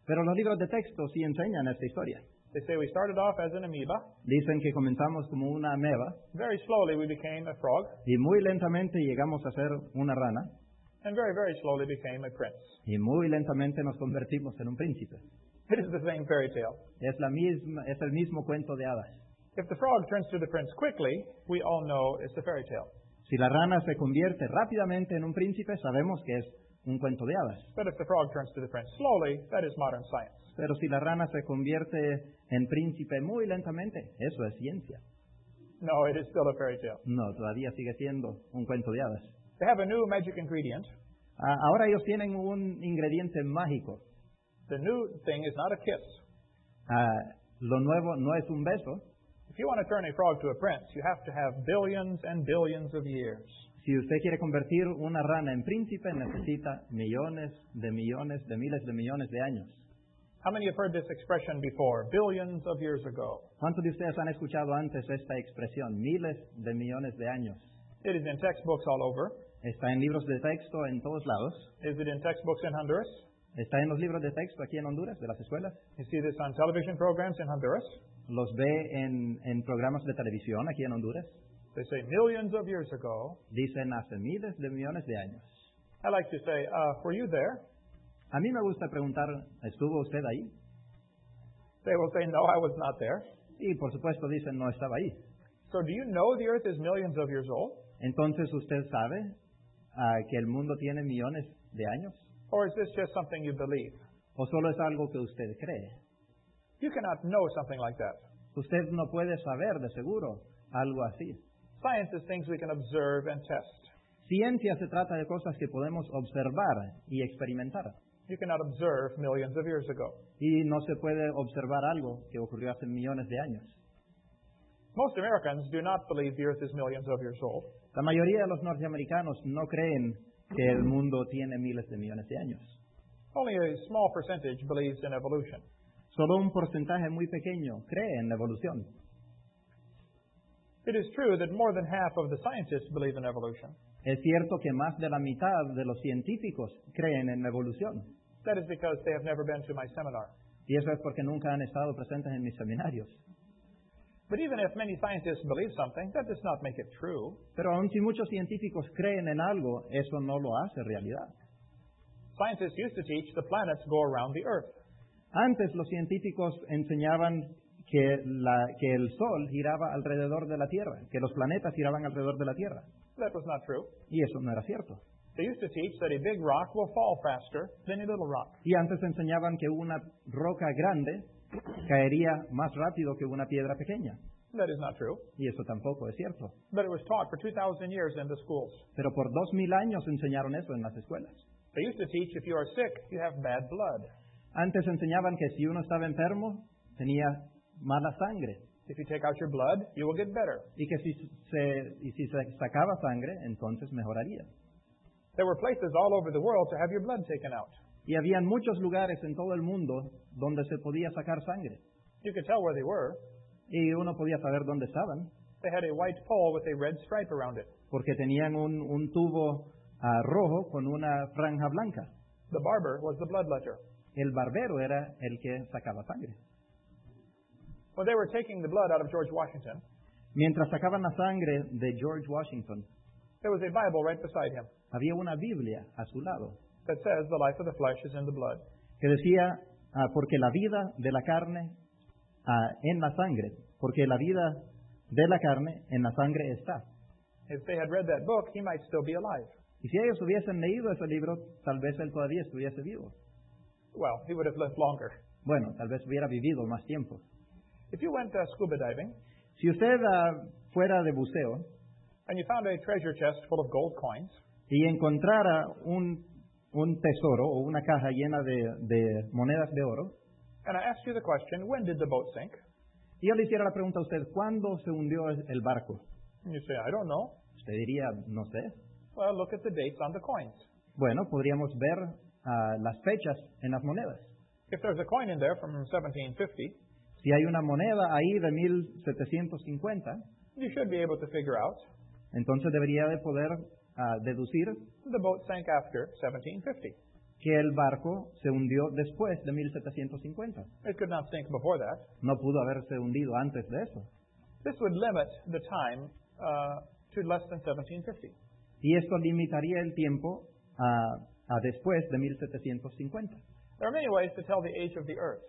Speaker 2: Pero los libros de texto sí enseñan esta historia.
Speaker 1: They say we started off as an amoeba.
Speaker 2: Dicen que comenzamos como una ameba
Speaker 1: Very slowly we became a frog,
Speaker 2: y muy lentamente llegamos a ser una rana
Speaker 1: and very, very slowly became a prince.
Speaker 2: y muy lentamente nos convertimos en un príncipe.
Speaker 1: It is the same fairy tale.
Speaker 2: Es, la misma, es el mismo cuento de hadas.
Speaker 1: If the frog turns to the prince quickly, we all know it's a fairy tale.
Speaker 2: Si la rana se convierte rápidamente en un príncipe, sabemos que es un cuento de hadas.
Speaker 1: But if the frog turns to the prince slowly, that is modern science.
Speaker 2: Pero si la rana se convierte en príncipe muy lentamente, eso es ciencia.
Speaker 1: No, it is still a fairy tale.
Speaker 2: No, todavía sigue siendo un cuento de hadas.
Speaker 1: They have a new magic ingredient.
Speaker 2: A- Ahora ellos tienen un ingrediente mágico.
Speaker 1: The new thing is not a kiss.
Speaker 2: Ah, lo nuevo no es un beso.
Speaker 1: If you want to turn a frog to a prince, you have to have billions and billions of years.
Speaker 2: Si usted quiere convertir una rana en príncipe, necesita millones de millones de miles de millones de años.
Speaker 1: How many have heard this expression before? Billions of years ago.
Speaker 2: ¿Cuántos de ustedes han escuchado antes esta expresión? Miles de millones de años.
Speaker 1: It is in textbooks all over.
Speaker 2: Está en libros de texto en todos lados.
Speaker 1: Is it in textbooks in Honduras?
Speaker 2: Está en los libros de texto aquí en Honduras, de las escuelas.
Speaker 1: You see this on television programs in Honduras.
Speaker 2: Los ve en, en programas de televisión aquí en Honduras.
Speaker 1: They say millions of years ago.
Speaker 2: Dicen hace miles de millones de años.
Speaker 1: I like to say, uh, were you there?
Speaker 2: A mí me gusta preguntar, ¿estuvo usted ahí?
Speaker 1: They will say, no, I was not there.
Speaker 2: Y por supuesto dicen, no estaba ahí.
Speaker 1: So do you know the earth is millions of years old?
Speaker 2: Entonces usted sabe ah, que el mundo tiene millones de años.
Speaker 1: Or is this just something you believe?
Speaker 2: ¿O solo es algo que usted cree?
Speaker 1: You cannot know something like that.
Speaker 2: Usted no puede saber de seguro algo así.
Speaker 1: Science is things we can observe and test.
Speaker 2: Ciencia se trata de cosas que podemos observar y experimentar.
Speaker 1: You cannot observe millions of years ago.
Speaker 2: Y no se puede observar algo que ocurrió hace millones de años.
Speaker 1: Most Americans do not believe the earth is millions of years old.
Speaker 2: La mayoría de los norteamericanos no creen que el mundo tiene miles de millones de años.
Speaker 1: Only a small percentage believes in evolution.
Speaker 2: Solo un porcentaje muy pequeño cree en la evolución.
Speaker 1: It is true that more than half of the scientists believe in evolution.
Speaker 2: Es cierto que más de la mitad de los científicos creen en la evolución.
Speaker 1: That is because they have never been to my seminar.
Speaker 2: Y eso es porque nunca han estado presentes en mis seminarios.
Speaker 1: But even if many scientists believe something, that does not make it true.
Speaker 2: Pero aun si muchos científicos creen en algo, eso no lo hace realidad.
Speaker 1: Scientists used to teach the planets go around the Earth.
Speaker 2: Antes los científicos enseñaban que, la- que el Sol giraba alrededor de la Tierra, que los planetas giraban alrededor de la Tierra.
Speaker 1: That was not true.
Speaker 2: Y eso no era cierto.
Speaker 1: They used to teach that a big rock will fall faster than a little rock.
Speaker 2: Y antes enseñaban que una roca grande caería más rápido que una piedra pequeña.
Speaker 1: That is not true.
Speaker 2: Y eso tampoco es cierto.
Speaker 1: But it was taught for 2,000 years in the schools.
Speaker 2: Pero por dos mil años enseñaron eso en las escuelas.
Speaker 1: They used to teach if you are sick, you have bad blood.
Speaker 2: Antes enseñaban que si uno estaba enfermo, tenía mala sangre.
Speaker 1: If you take out your blood, you will get better.
Speaker 2: Y que si se, y si se sacaba sangre, entonces mejoraría.
Speaker 1: There were places all over the world to have your blood taken out.
Speaker 2: Y habían muchos lugares en todo el mundo donde se podía sacar sangre.
Speaker 1: You could tell where they were.
Speaker 2: Y uno podía saber dónde estaban,
Speaker 1: They had a white pole with a red stripe around it.
Speaker 2: porque tenían un, un tubo ah, rojo con una franja blanca.
Speaker 1: The barber was the bloodletter.
Speaker 2: El barbero era el que sacaba sangre.
Speaker 1: When they were taking the blood out of George Washington,
Speaker 2: Mientras sacaban la sangre de George Washington,
Speaker 1: there was a Bible right beside him
Speaker 2: había una Biblia a su lado
Speaker 1: that says the life of the flesh is in the blood.
Speaker 2: que decía, ah, porque la vida de la carne ah, en la sangre, porque la vida de la carne en la sangre está.
Speaker 1: If they had read that book, he might still be alive.
Speaker 2: Y si ellos hubiesen leído ese libro, tal vez él todavía estuviese vivo.
Speaker 1: Well, he would have lived longer.
Speaker 2: Bueno, tal vez hubiera vivido más tiempo.
Speaker 1: If you went uh, scuba diving
Speaker 2: Si usted ah, fuera de buceo
Speaker 1: and you found a treasure chest full of gold coins,
Speaker 2: y encontrara un, un tesoro o una caja llena de- de monedas de oro,
Speaker 1: and I asked you the question, when did the boat sink?
Speaker 2: Si yo le hiciera la pregunta a usted, ¿cuándo se hundió el barco?
Speaker 1: And you say, I don't know.
Speaker 2: Usted diría, no sé.
Speaker 1: Well, look at the dates on the coins.
Speaker 2: Bueno, podríamos ver ah, las fechas en las monedas.
Speaker 1: If there's a coin in there from 1750,
Speaker 2: Si hay una moneda ahí de 1750,
Speaker 1: you should be able to figure out
Speaker 2: entonces debería de poder ah, deducir
Speaker 1: the boat sank after 1750.
Speaker 2: que el barco se hundió después de 1750.
Speaker 1: It could not sink before that.
Speaker 2: No pudo haberse hundido antes de eso.
Speaker 1: This would limit the time uh, to less than 1750.
Speaker 2: Y esto limitaría el tiempo a- a después de 1750.
Speaker 1: There are many ways to tell the age of the earth.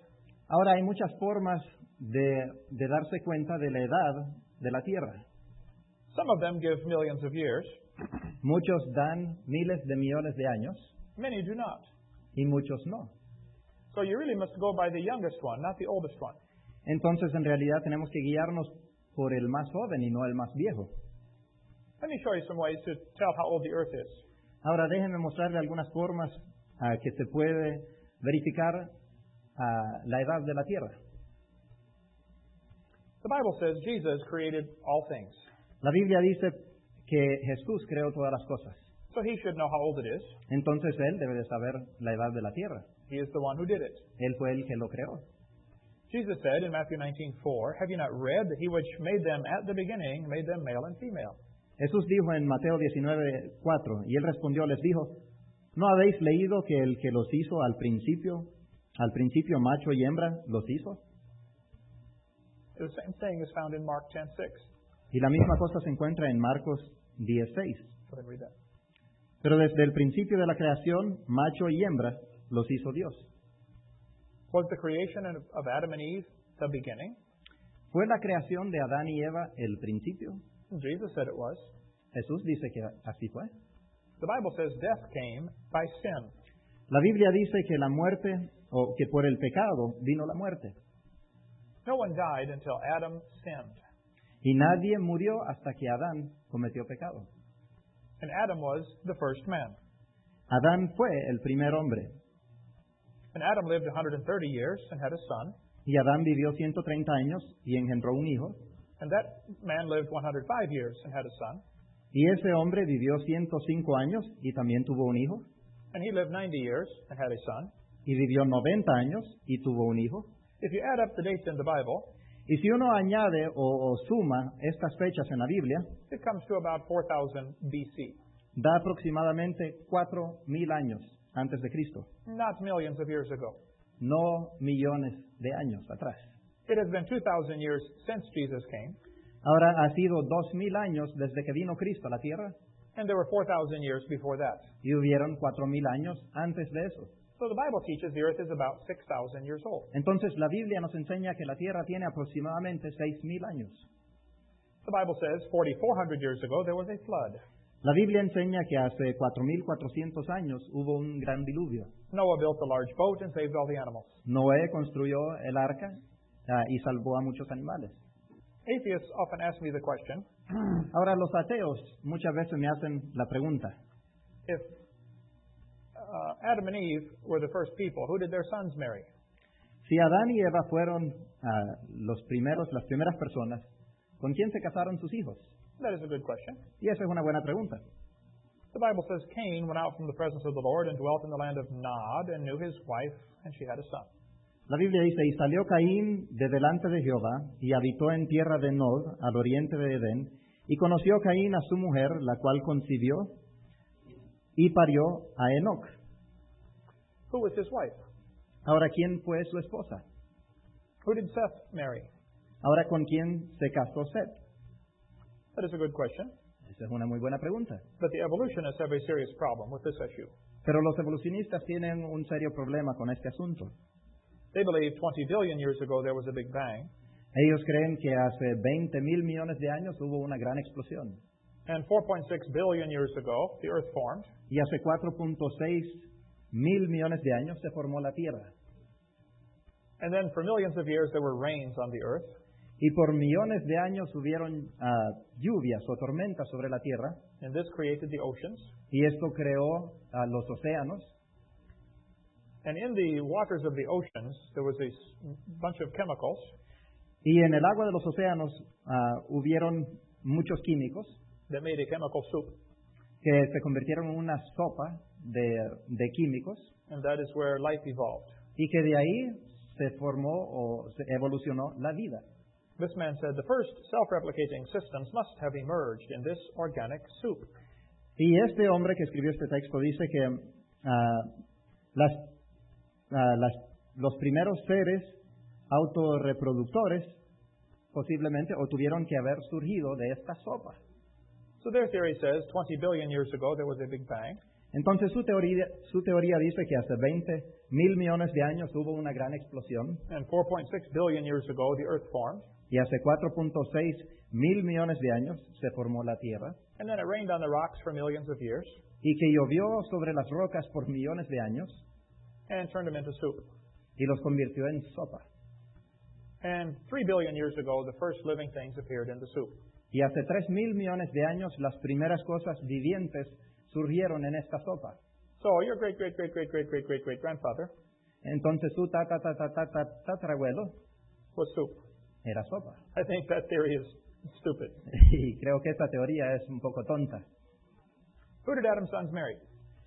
Speaker 2: Ahora hay muchas formas de, de darse cuenta de la edad de la Tierra.
Speaker 1: Some of them give millions of years,
Speaker 2: Muchos dan miles de millones de años
Speaker 1: many do not.
Speaker 2: y muchos no.
Speaker 1: So you really must go by the youngest one, not the oldest one.
Speaker 2: Entonces en realidad tenemos que guiarnos por el más joven y no el más viejo.
Speaker 1: Let me show you some ways to tell how old the earth is.
Speaker 2: Ahora déjenme mostrarle algunas formas ah, que se puede verificar ah, la edad de la Tierra.
Speaker 1: The Bible says Jesus created all things,
Speaker 2: La Biblia dice que Jesús creó todas las cosas.
Speaker 1: so he should know how old it is.
Speaker 2: Entonces Él debe de saber la edad de la Tierra.
Speaker 1: He is the one who did it.
Speaker 2: Él fue el que lo creó.
Speaker 1: Jesus said in Matthew 19:4, "Have you not read that he which made them at the beginning made them male and female?"
Speaker 2: Jesús dijo en Mateo 19, 4, y él respondió, les dijo, ¿no habéis leído que el que los hizo al principio, al principio macho y hembra, los hizo?
Speaker 1: The same thing is found in Mark 10:6.
Speaker 2: Y la misma cosa se encuentra en Marcos 16.
Speaker 1: Go ahead and read that.
Speaker 2: Pero desde el principio de la creación, macho y hembra, los hizo Dios.
Speaker 1: Was the creation of- of Adam and Eve the beginning?
Speaker 2: ¿Fue la creación de Adán y Eva el principio?
Speaker 1: Jesus said it was.
Speaker 2: Jesús dice que así fue.
Speaker 1: The Bible says death came by sin.
Speaker 2: La Biblia dice que la muerte, o que por el pecado vino la muerte.
Speaker 1: No one died until Adam sinned,
Speaker 2: Y nadie murió hasta que Adán cometió pecado.
Speaker 1: and Adam was the first man.
Speaker 2: Adán fue el primer hombre
Speaker 1: And Adam lived 130 years and had a son,
Speaker 2: y Adán vivió 130 años y engendró un hijo
Speaker 1: and that man lived 105 years and had a son,
Speaker 2: y ese hombre vivió 105 años y también tuvo un hijo
Speaker 1: and he lived 90 years and had a son.
Speaker 2: y vivió 90 años y tuvo un hijo.
Speaker 1: If you add up the dates in the Bible,
Speaker 2: Y si uno añade o, o suma estas fechas en la Biblia,
Speaker 1: it comes to about 4000 BC.
Speaker 2: da aproximadamente 4.000 años antes de Cristo,
Speaker 1: Not millions of years ago.
Speaker 2: no millones de años atrás.
Speaker 1: It has been 2,000 years since Jesus came,
Speaker 2: Ahora ha sido dos mil años desde que vino Cristo a la tierra
Speaker 1: and there were 4,000 years before that.
Speaker 2: y hubieron cuatro mil años antes de eso.
Speaker 1: So the Bible teaches the earth is about 6,000 years old.
Speaker 2: Entonces la Biblia nos enseña que la tierra tiene aproximadamente seis mil años.
Speaker 1: The Bible says 4,400 years ago there was a flood.
Speaker 2: La Biblia enseña que hace 4.400 años hubo un gran diluvio.
Speaker 1: Noah built a large boat and saved all the animals.
Speaker 2: Noé construyó el arca ah, y salvó a muchos animales.
Speaker 1: Atheists often ask me the question
Speaker 2: Ahora los ateos muchas veces me hacen la pregunta,
Speaker 1: if uh, Adam and Eve were the first people, who did their sons marry?
Speaker 2: si Adán y Eva fueron ah, los primeros, las primeras personas, ¿con quién se casaron sus hijos?
Speaker 1: That is a good question.
Speaker 2: Y esa es una buena pregunta.
Speaker 1: The Bible says Cain went out from the presence of the Lord and dwelt in the land of Nod and knew his wife, and she had a son.
Speaker 2: La Biblia dice, y salió Caín de delante de Jehová y habitó en tierra de Nod, al oriente de Edén, y conoció Caín a su mujer, la cual concibió y parió a Enoc.
Speaker 1: Who was his wife?
Speaker 2: Ahora, ¿quién fue su esposa?
Speaker 1: Who did Seth marry?
Speaker 2: Ahora, ¿con quién se casó Seth?
Speaker 1: That is a good question,
Speaker 2: Esa es una muy buena pregunta.
Speaker 1: but the evolutionists have a serious problem with this issue.
Speaker 2: Pero los evolucionistas tienen un serio problema con este asunto.
Speaker 1: They believe 20 billion years ago there was a Big Bang,
Speaker 2: Ellos creen que hace 20 mil millones de años hubo una gran explosión
Speaker 1: and 4.6 billion years ago the earth formed,
Speaker 2: y hace 4.6 mil millones de años se formó la Tierra.
Speaker 1: and then for millions of years there were rains on the earth,
Speaker 2: Y por millones de años hubieron ah, lluvias o tormentas sobre la Tierra,
Speaker 1: and this created the oceans.
Speaker 2: y esto creó a los océanos.
Speaker 1: And in the waters of the oceans, there was a s- bunch of chemicals,
Speaker 2: Y en el agua de los océanos ah, hubieron muchos químicos
Speaker 1: that made a chemical soup.
Speaker 2: que se convirtieron en una sopa de, de químicos,
Speaker 1: And that is where life evolved.
Speaker 2: y que de ahí se formó o se evolucionó la vida.
Speaker 1: This man said the first self replicating systems must have emerged in this organic soup.
Speaker 2: Y este hombre que escribió este texto dice que ah, las, ah, las- los primeros seres autorreproductores posiblemente o tuvieron que haber surgido de esta sopa.
Speaker 1: So their theory says 20 billion years ago there was a Big Bang,
Speaker 2: Entonces su teoría, su teoría dice que hace 20 mil millones de años hubo una gran explosión
Speaker 1: and 4.6 billion years ago the Earth formed,
Speaker 2: y hace 4.6 mil millones de años se formó la Tierra
Speaker 1: and then it rained on the rocks for millions of years
Speaker 2: y que llovió sobre las rocas por millones de años
Speaker 1: and turned them into soup.
Speaker 2: y los convirtió en sopa.
Speaker 1: And 3 billion years ago the first living things appeared in the soup.
Speaker 2: Y hace tres mil millones de años las primeras cosas vivientes surgieron en esta sopa.
Speaker 1: So your great great great great great great great great grandfather
Speaker 2: Entonces su ta ta ta ta ta ta tatarabuelo
Speaker 1: was soup.
Speaker 2: era sopa.
Speaker 1: I think that theory is stupid.
Speaker 2: Y creo que esta teoría es un poco tonta.
Speaker 1: Who did Adam's sons marry?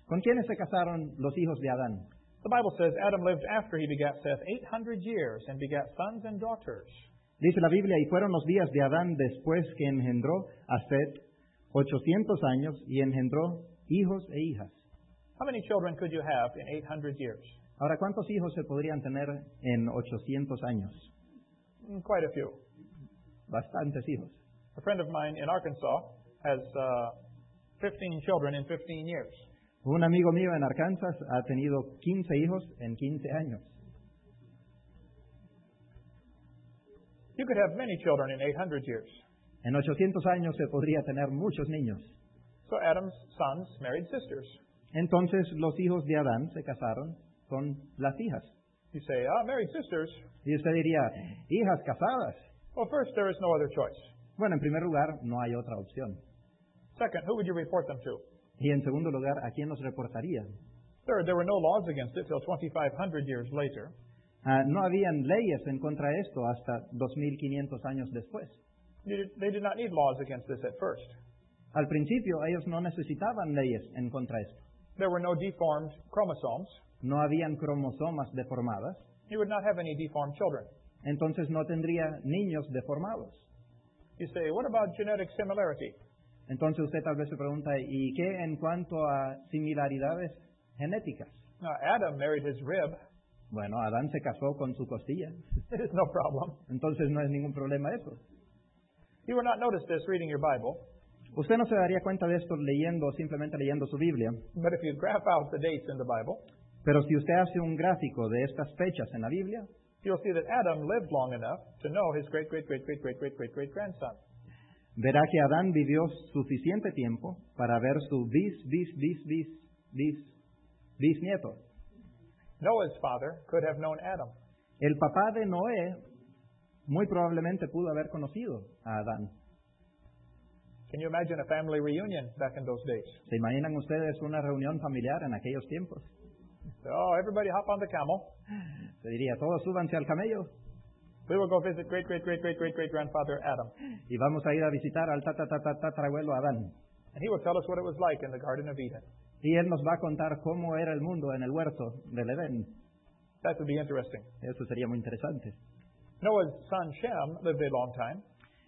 Speaker 2: ¿Con quiénes se casaron los hijos de Adán?
Speaker 1: The Bible says Adam lived after he begat Seth 800 years and begat sons and daughters.
Speaker 2: Dice la Biblia, y fueron los días de Adán después que engendró a Set 800 años y engendró hijos e hijas.
Speaker 1: How many children could you have in 800 years?
Speaker 2: Ahora, ¿cuántos hijos se podrían tener en 800 años?
Speaker 1: Mm, Quite a few.
Speaker 2: Bastantes hijos.
Speaker 1: A friend of mine in Arkansas has uh, 15 children in 15 years.
Speaker 2: Un amigo mío en Arkansas ha tenido 15 hijos en 15 años.
Speaker 1: You could have many children in 800 years.
Speaker 2: En 800 años se podría tener muchos niños.
Speaker 1: So Adam's sons married sisters.
Speaker 2: Entonces los hijos de Adán se casaron con las hijas.
Speaker 1: You say, ah, married sisters.
Speaker 2: Y usted diría, hijas casadas.
Speaker 1: Well, first, there is no other choice.
Speaker 2: Bueno, en primer lugar, no hay otra opción.
Speaker 1: Second, who would you report them to?
Speaker 2: Y en segundo lugar, ¿a quién los reportarían?
Speaker 1: Third, there were no laws against it till 2,500 years later.
Speaker 2: Ah, no habían leyes en contra de esto hasta 2500 años después.
Speaker 1: They did- They did not need laws against this at first.
Speaker 2: Al principio ellos no necesitaban leyes en contra de esto.
Speaker 1: There were no deformed chromosomes.
Speaker 2: No habían cromosomas deformadas,
Speaker 1: You would not have any deformed children.
Speaker 2: entonces no tendría niños deformados.
Speaker 1: You say, what about genetic similarity?
Speaker 2: Entonces usted tal vez se pregunta, ¿y qué en cuanto a similaridades genéticas?
Speaker 1: Now, Adam married his rib,
Speaker 2: Bueno, Adán se casó con su costilla,
Speaker 1: It is no problem.
Speaker 2: entonces no es ningún problema eso.
Speaker 1: You will not notice this reading your Bible,
Speaker 2: Usted no se daría cuenta de esto leyendo, simplemente leyendo su Biblia,
Speaker 1: but if you graph out the dates in the Bible,
Speaker 2: pero si usted hace un gráfico de estas fechas en la Biblia,
Speaker 1: you'll see that Adam lived long enough to know his great great great great great great great great grandson.
Speaker 2: verá que Adán vivió suficiente tiempo para ver su bis, bis, bis, bis, bis, bisnieto.
Speaker 1: Noah's father could have known Adam.
Speaker 2: El papá de Noé muy probablemente pudo haber conocido a Adán.
Speaker 1: Can you imagine a family reunion back in those days?
Speaker 2: ¿Se imaginan ustedes una reunión familiar en aquellos tiempos?
Speaker 1: Oh, everybody hop on the camel.
Speaker 2: Se diría, todos súbanse al camello
Speaker 1: We will go visit great great great great great great grandfather Adam,
Speaker 2: y vamos a ir a visitar al tatatatatarabuelo Adán.
Speaker 1: and he will tell us what it was like in the Garden of Eden.
Speaker 2: Y él nos va a contar cómo era el mundo en el huerto del Edén.
Speaker 1: That would be interesting.
Speaker 2: Eso sería muy interesante.
Speaker 1: Noah's son Shem lived a long time.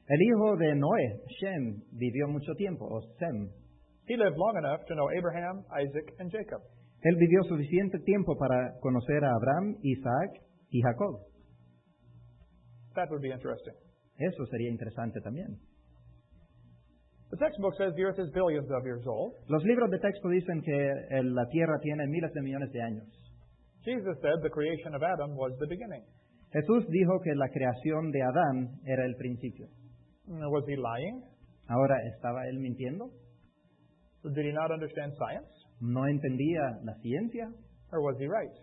Speaker 2: El hijo de Noé, Shem, vivió mucho tiempo, o Sem.
Speaker 1: He lived long enough to know Abraham, Isaac, and Jacob.
Speaker 2: Él vivió suficiente tiempo para conocer a Abraham, Isaac y Jacob.
Speaker 1: That would be interesting.
Speaker 2: Eso sería interesante también.
Speaker 1: The textbook says the earth is billions of years old.
Speaker 2: Los libros de texto dicen que eh, la tierra tiene miles de millones de años.
Speaker 1: Jesus said the creation of Adam was the beginning.
Speaker 2: Jesús dijo que la creación de Adán era el principio.
Speaker 1: Mm, Was he lying?
Speaker 2: Ahora, ¿estaba él mintiendo?
Speaker 1: Did he not understand science?
Speaker 2: ¿No entendía la ciencia
Speaker 1: Or was he right?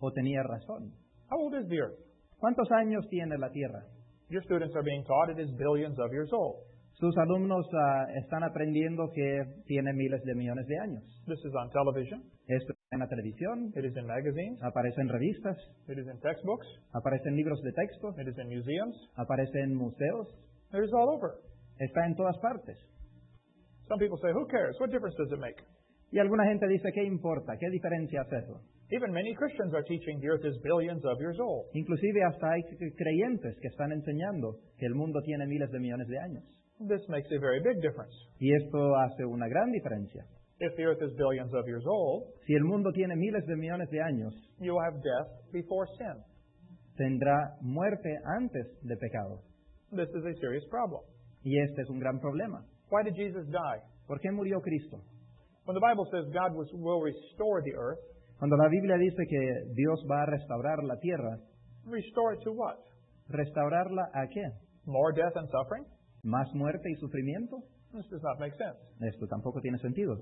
Speaker 2: o tenía razón?
Speaker 1: How old is the earth?
Speaker 2: ¿Cuántos años tiene la tierra?
Speaker 1: Your students are being taught it is billions of years old.
Speaker 2: Sus alumnos ah, están aprendiendo que tiene miles de millones de años.
Speaker 1: This is on television,
Speaker 2: Esto está en la televisión,
Speaker 1: it is in magazines,
Speaker 2: aparece en revistas,
Speaker 1: it is in textbooks,
Speaker 2: aparece en libros de texto,
Speaker 1: it is in museums,
Speaker 2: aparece en museos,
Speaker 1: it is all over.
Speaker 2: está en todas partes.
Speaker 1: Some people say, who cares? What difference does it make?
Speaker 2: Y alguna gente dice, ¿qué importa? ¿Qué diferencia hace eso?
Speaker 1: Even many Christians are teaching the earth is billions of years old.
Speaker 2: Inclusive hasta hay creyentes que están enseñando que el mundo tiene miles de millones de años.
Speaker 1: This makes a very big difference.
Speaker 2: Y esto hace una gran diferencia.
Speaker 1: If the earth is billions of years old,
Speaker 2: Si el mundo tiene miles de millones de años,
Speaker 1: you will have death before sin.
Speaker 2: tendrá muerte antes de pecado.
Speaker 1: This is a serious problem.
Speaker 2: Y este es un gran problema.
Speaker 1: Why did Jesus die?
Speaker 2: ¿Por qué murió Cristo?
Speaker 1: When the Bible says God was, will restore the earth,
Speaker 2: Cuando la Biblia dice que Dios va a restaurar la tierra,
Speaker 1: restore it to what?
Speaker 2: ¿restaurarla a qué?
Speaker 1: More death and suffering?
Speaker 2: ¿Más muerte y sufrimiento?
Speaker 1: This does not make sense.
Speaker 2: Esto tampoco tiene sentido.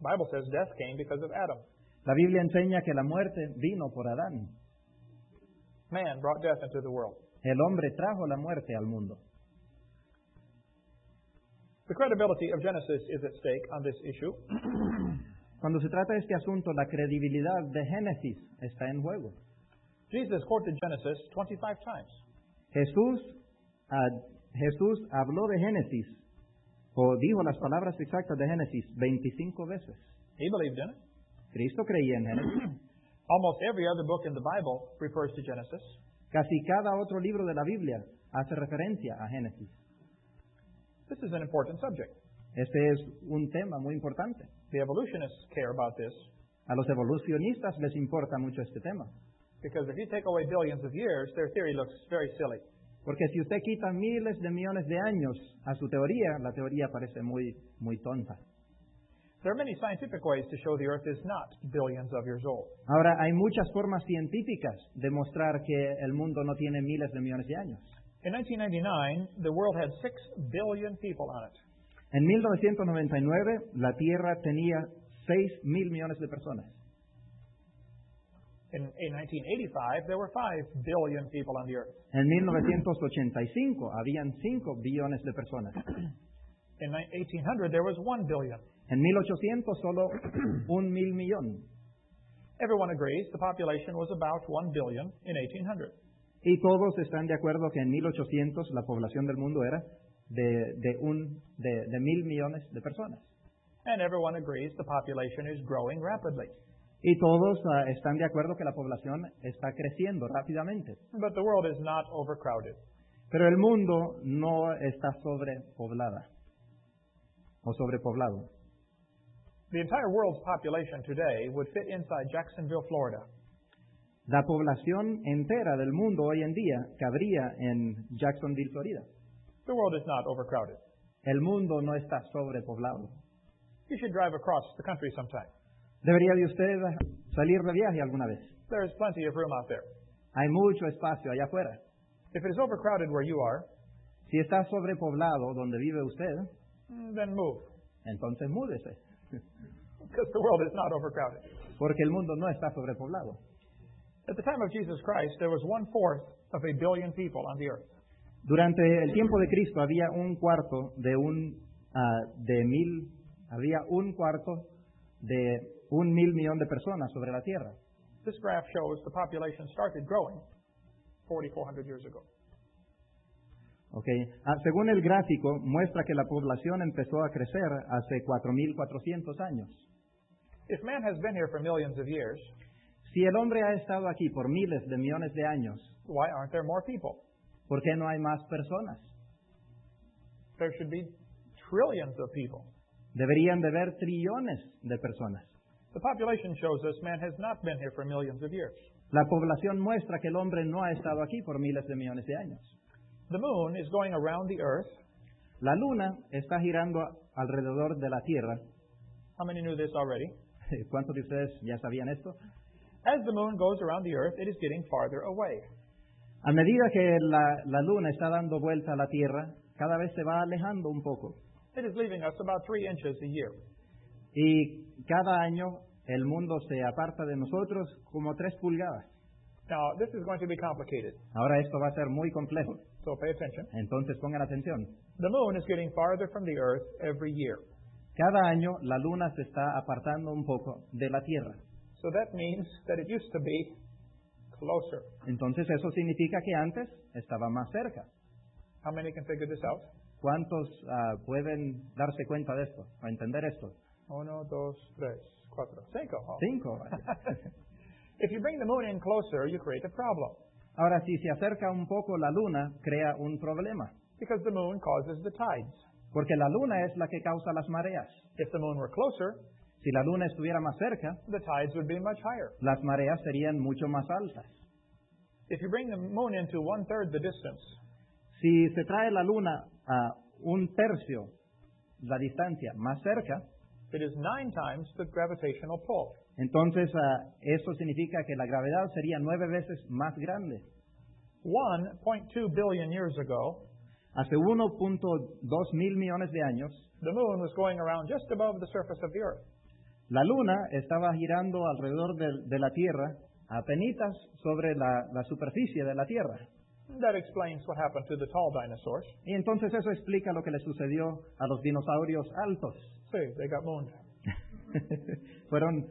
Speaker 1: The Bible says death came because of Adam.
Speaker 2: La Biblia enseña que la muerte vino por Adán.
Speaker 1: Man brought death into the world.
Speaker 2: El hombre trajo la muerte al mundo.
Speaker 1: The credibility of Genesis is at stake on this issue.
Speaker 2: Cuando se trata de este asunto, la credibilidad de Génesis está en juego.
Speaker 1: Jesus quoted Genesis 25 times.
Speaker 2: Jesús, ah, Jesús habló de Génesis o dijo las palabras exactas de Génesis 25 veces.
Speaker 1: He believed in it.
Speaker 2: Cristo creía en Génesis.
Speaker 1: Almost every other book in the Bible refers to Genesis.
Speaker 2: Casi cada otro libro de la Biblia hace referencia a Génesis.
Speaker 1: This is an important subject.
Speaker 2: Este es un tema muy importante.
Speaker 1: The evolutionists care about this
Speaker 2: A los evolucionistas les importa mucho este tema.
Speaker 1: because if you take away billions of years, their theory looks very silly.
Speaker 2: Porque si usted quita miles de millones de años a su teoría, la teoría parece muy, muy tonta.
Speaker 1: There are many scientific ways to show the Earth is not billions of years old.
Speaker 2: Ahora, hay muchas formas científicas de mostrar que el mundo no tiene miles de millones de años.
Speaker 1: In 1999, the world had 6 billion people on it.
Speaker 2: En 1999, la Tierra tenía 6 mil millones de personas.
Speaker 1: In, in 1985, there were 5 billion people on the Earth.
Speaker 2: En 1985, habían 5 billones de personas.
Speaker 1: In ni- 1800, there was 1 billion.
Speaker 2: En 1800, solo un mil millón.
Speaker 1: Everyone agrees the population was about 1 billion in 1800.
Speaker 2: Y todos están de acuerdo que en 1800 la población del mundo era de, de un, de, de mil millones de personas.
Speaker 1: And everyone agrees the population is growing rapidly.
Speaker 2: Y todos ah, están de acuerdo que la población está creciendo rápidamente.
Speaker 1: But the world is not overcrowded.
Speaker 2: Pero el mundo no está sobrepoblada o sobrepoblado.
Speaker 1: The entire world's population today would fit inside Jacksonville, Florida.
Speaker 2: La población entera del mundo hoy en día cabría en Jacksonville, Florida.
Speaker 1: The world is not overcrowded.
Speaker 2: El mundo no está sobrepoblado.
Speaker 1: You should drive across the country sometime.
Speaker 2: ¿Debería de usted salir de viaje alguna vez?
Speaker 1: There is plenty of room out there.
Speaker 2: Hay mucho espacio allá afuera.
Speaker 1: If it is overcrowded where you are,
Speaker 2: Si está sobrepoblado donde vive usted,
Speaker 1: mm, then move,
Speaker 2: entonces múdese,
Speaker 1: because the world is not overcrowded.
Speaker 2: porque el mundo no está sobrepoblado.
Speaker 1: At the time of Jesus Christ, there was one fourth of a billion people on the earth.
Speaker 2: Durante el tiempo de Cristo había un cuarto de un ah, de mil, había un cuarto de un mil millón de personas sobre la tierra.
Speaker 1: This graph shows the population started growing 4,400 years ago.
Speaker 2: ¿ok? Ah, según el gráfico muestra que la población empezó a crecer hace 4.400 años.
Speaker 1: If man has been here for millions of years,
Speaker 2: Si el hombre ha estado aquí por miles de millones de años,
Speaker 1: why aren't there more people?
Speaker 2: ¿por qué no hay más personas?
Speaker 1: There should be trillions of people.
Speaker 2: Deberían de haber trillones de personas.
Speaker 1: The population shows us man has not been here for millions of years.
Speaker 2: La población muestra que el hombre no ha estado aquí por miles de millones de años.
Speaker 1: The moon is going around the earth.
Speaker 2: La luna está girando a- alrededor de la Tierra.
Speaker 1: How many knew this already?
Speaker 2: ¿Cuántos de ustedes ya sabían esto?
Speaker 1: As the moon goes around the earth, it is getting farther away.
Speaker 2: A medida que la, la luna está dando vuelta a la Tierra, cada vez se va alejando un poco.
Speaker 1: It is leaving us about three inches a year.
Speaker 2: Y cada año el mundo se aparta de nosotros como tres pulgadas.
Speaker 1: Now, this is going to be complicated,
Speaker 2: Ahora esto va a ser muy complejo,
Speaker 1: so pay attention.
Speaker 2: entonces pongan atención.
Speaker 1: The moon is getting farther from the earth every year.
Speaker 2: Cada año la luna se está apartando un poco de la Tierra.
Speaker 1: So that means that it used to be closer.
Speaker 2: Entonces eso significa que antes estaba más cerca.
Speaker 1: How many can figure this out?
Speaker 2: ¿Cuántos ah, pueden darse cuenta de esto o entender esto?
Speaker 1: Uno, dos, tres, cuatro, cinco. Oh.
Speaker 2: Cinco.
Speaker 1: if you bring the moon in closer, you create a problem
Speaker 2: Ahora, si se acerca un poco la luna, crea un problema,
Speaker 1: because the moon causes the tides.
Speaker 2: porque la luna es la que causa las mareas.
Speaker 1: If the moon were closer,
Speaker 2: Si la luna estuviera más cerca,
Speaker 1: the tides would be much higher.
Speaker 2: las mareas serían mucho más altas.
Speaker 1: If you bring the moon into one third the distance,
Speaker 2: Si se trae la luna a un tercio la distancia más cerca,
Speaker 1: it is nine times the gravitational pull.
Speaker 2: entonces ah, eso significa que la gravedad sería nueve veces más grande.
Speaker 1: 1.2 billion years ago,
Speaker 2: Hace 1.2 mil millones de años,
Speaker 1: the moon was going around just above the surface of the earth.
Speaker 2: La luna estaba girando alrededor de, de la Tierra, a penitas sobre la, la superficie de la Tierra.
Speaker 1: That explains what happened to the tall dinosaurs.
Speaker 2: Y entonces eso explica lo que le sucedió a los dinosaurios altos.
Speaker 1: See, they got mooned.
Speaker 2: Fueron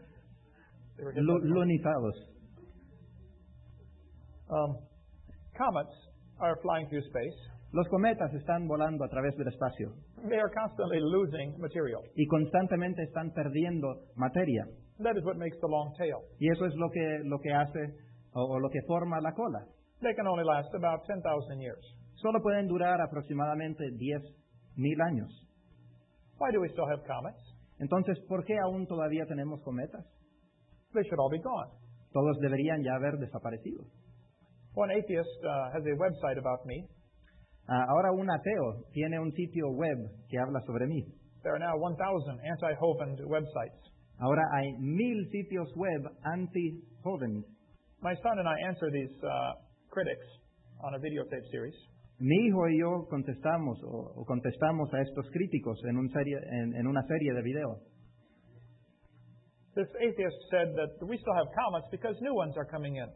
Speaker 1: They were hit by
Speaker 2: lu-
Speaker 1: the moon.
Speaker 2: lunizados.
Speaker 1: Um, comets are flying through space.
Speaker 2: Los cometas están volando a través del espacio
Speaker 1: They are constantly losing material.
Speaker 2: y constantemente están perdiendo materia.
Speaker 1: That is what makes the long tail.
Speaker 2: Y eso es lo que, lo que hace o, o lo que forma la cola.
Speaker 1: They can only last about 10,000 years.
Speaker 2: Solo pueden durar aproximadamente 10.000 años.
Speaker 1: Why do we still have comets?
Speaker 2: Entonces, ¿por qué aún todavía tenemos cometas?
Speaker 1: They should all be gone.
Speaker 2: todos deberían ya haber desaparecido.
Speaker 1: One atheist uh, has a website about me.
Speaker 2: Ah, ahora un ateo tiene un sitio web que habla sobre mí.
Speaker 1: There are now 1,000 anti-Hovind websites.
Speaker 2: Ahora hay mil sitios web anti-joven.
Speaker 1: My son and I answer these uh, critics on a videotape series.
Speaker 2: Mi hijo y yo contestamos o, o contestamos a estos críticos en, un serie- en- en una serie de video.
Speaker 1: This atheist said that we still have comets because new ones are coming in.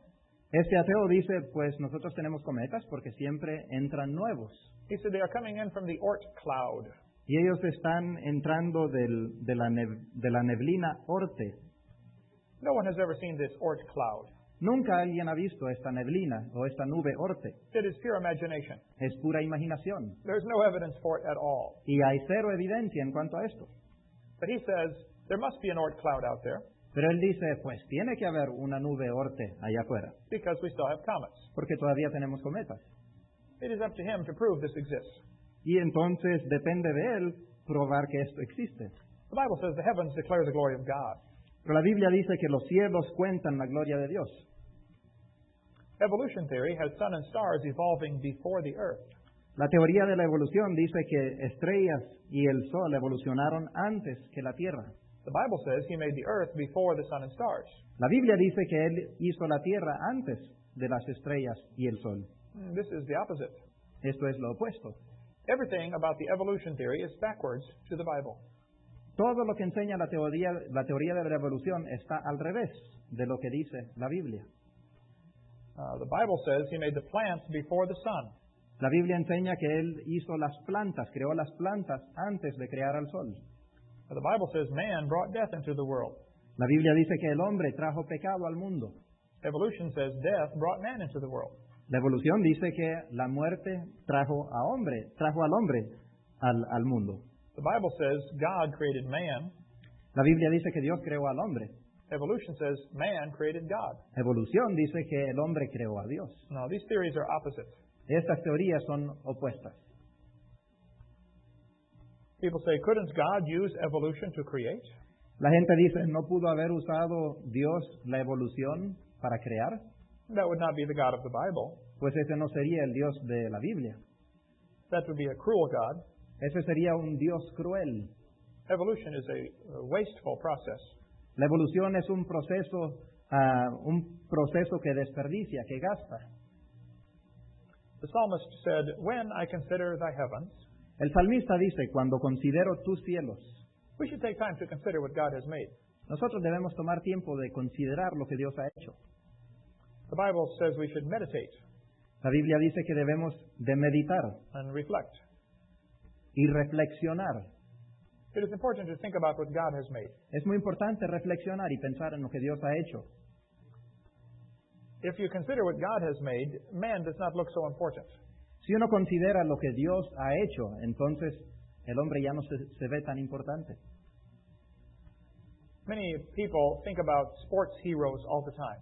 Speaker 2: Este ateo dice, pues nosotros tenemos cometas porque siempre entran nuevos.
Speaker 1: He said they are coming in from the Oort cloud.
Speaker 2: Y ellos están entrando del- de, la neb- de la neblina orte.
Speaker 1: No one has ever seen this Oort cloud.
Speaker 2: Nunca alguien ha visto esta neblina o esta nube orte.
Speaker 1: It is pure imagination.
Speaker 2: Es pura imaginación.
Speaker 1: There's no evidence for it at all.
Speaker 2: Y hay cero evidencia en cuanto a esto.
Speaker 1: But he says there must be an Oort cloud out there
Speaker 2: Pero él dice, pues tiene que haber una nube orte allá afuera,
Speaker 1: because we still have comets.
Speaker 2: porque todavía tenemos cometas.
Speaker 1: It is up to him to prove this exists.
Speaker 2: Y entonces depende de él probar que esto existe.
Speaker 1: The Bible says the heavens declare the glory of God.
Speaker 2: Pero la Biblia dice que los cielos cuentan la gloria de Dios.
Speaker 1: Evolution theory has sun and stars evolving before the Earth.
Speaker 2: La teoría de la evolución dice que estrellas y el Sol evolucionaron antes que la Tierra.
Speaker 1: The Bible says He made the Earth before the sun and stars.
Speaker 2: La Biblia dice que Él hizo la Tierra antes de las estrellas y el Sol.
Speaker 1: Hmm, This is the opposite.
Speaker 2: Esto es lo opuesto.
Speaker 1: Everything about the evolution theory is backwards to the Bible.
Speaker 2: Todo lo que enseña la teoría, la teoría de la evolución está al revés de lo que dice la Biblia.
Speaker 1: Uh, the Bible says He made the plants before the sun.
Speaker 2: La Biblia enseña que Él hizo las plantas, creó las plantas antes de crear al Sol.
Speaker 1: The Bible says man brought death into the world.
Speaker 2: La Biblia dice que el hombre trajo pecado al mundo.
Speaker 1: Evolution says death brought man into the world.
Speaker 2: La evolución dice que la muerte trajo a hombre, trajo al hombre al, al mundo.
Speaker 1: The Bible says God created man.
Speaker 2: La Biblia dice que Dios creó al hombre.
Speaker 1: Evolution says man created God.
Speaker 2: Evolución dice que el hombre creó a Dios.
Speaker 1: Now, these theories are opposite.
Speaker 2: Estas teorías son opuestas.
Speaker 1: People say, couldn't God use evolution to create?
Speaker 2: La gente dice, ¿no pudo haber usado Dios la evolución para crear?
Speaker 1: That would not be the God of the Bible.
Speaker 2: Pues ese no sería el Dios de la Biblia.
Speaker 1: That would be a cruel God.
Speaker 2: Ese sería un Dios cruel.
Speaker 1: Evolution is a a wasteful process.
Speaker 2: La evolución es un proceso, ah, un proceso que desperdicia, que gasta.
Speaker 1: The psalmist said, When I consider thy heavens,
Speaker 2: El salmista dice, cuando considero tus cielos,
Speaker 1: we should take time to consider what God has made.
Speaker 2: nosotros debemos tomar tiempo de considerar lo que Dios ha hecho.
Speaker 1: The Bible says we should meditate
Speaker 2: La Biblia dice que debemos de meditar
Speaker 1: and reflect.
Speaker 2: y reflexionar.
Speaker 1: It is important to think about what God has made.
Speaker 2: Es muy importante reflexionar y pensar en lo que Dios ha hecho.
Speaker 1: If you consider what God has made, man does not look so important.
Speaker 2: Si uno considera lo que Dios ha hecho, entonces el hombre ya no se, se ve tan importante.
Speaker 1: Many people think about sports heroes all the time.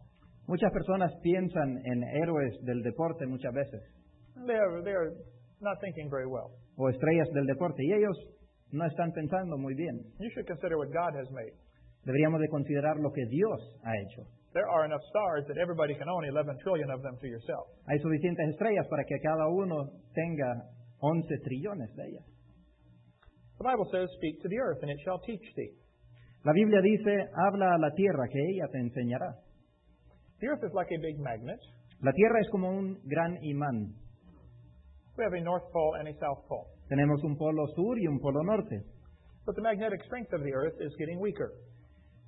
Speaker 2: Muchas personas piensan en héroes del deporte muchas veces,
Speaker 1: They are, they are not thinking very well.
Speaker 2: o estrellas del deporte, y ellos no están pensando muy bien.
Speaker 1: You should consider what God has made.
Speaker 2: Deberíamos de considerar lo que Dios ha hecho.
Speaker 1: There are enough stars that everybody can own 11 trillion of them to yourself.
Speaker 2: Hay suficientes estrellas para que cada uno tenga 11 trillones de ellas.
Speaker 1: The Bible says, Speak to the earth, and it shall teach thee.
Speaker 2: La Biblia dice, habla a la tierra, que ella te enseñará.
Speaker 1: The earth is like a big magnet.
Speaker 2: La tierra es como un gran imán.
Speaker 1: We have a north pole and a south pole.
Speaker 2: Tenemos un polo sur y un polo norte,
Speaker 1: But the magnetic strength of the earth is getting weaker.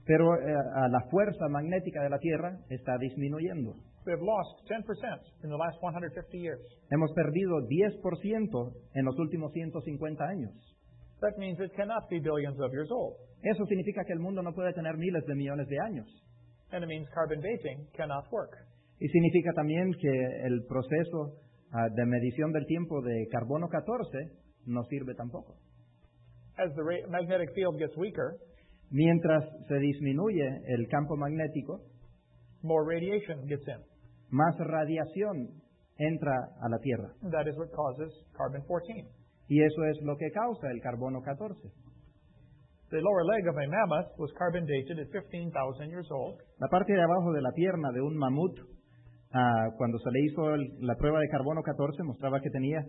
Speaker 2: pero eh, a la fuerza magnética de la tierra está disminuyendo.
Speaker 1: We have lost 10% in the last 150 years.
Speaker 2: Hemos perdido 10% en los últimos 150 años.
Speaker 1: That means it cannot be billions of years old.
Speaker 2: Eso significa que el mundo no puede tener miles de millones de años.
Speaker 1: And it means carbon dating cannot work.
Speaker 2: Y significa también que el proceso ah, de medición del tiempo de carbono 14 no sirve tampoco.
Speaker 1: As the ra- magnetic field gets weaker,
Speaker 2: Mientras se disminuye el campo magnético,
Speaker 1: more radiation gets in.
Speaker 2: más radiación entra a la Tierra.
Speaker 1: That is what causes carbon 14.
Speaker 2: Y eso es lo que causa el carbono 14.
Speaker 1: The lower leg of a mammoth was carbon dated at 15,000 years old.
Speaker 2: La parte de abajo de la pierna de un mamut, ah, cuando se le hizo el- la prueba de carbono 14, mostraba que tenía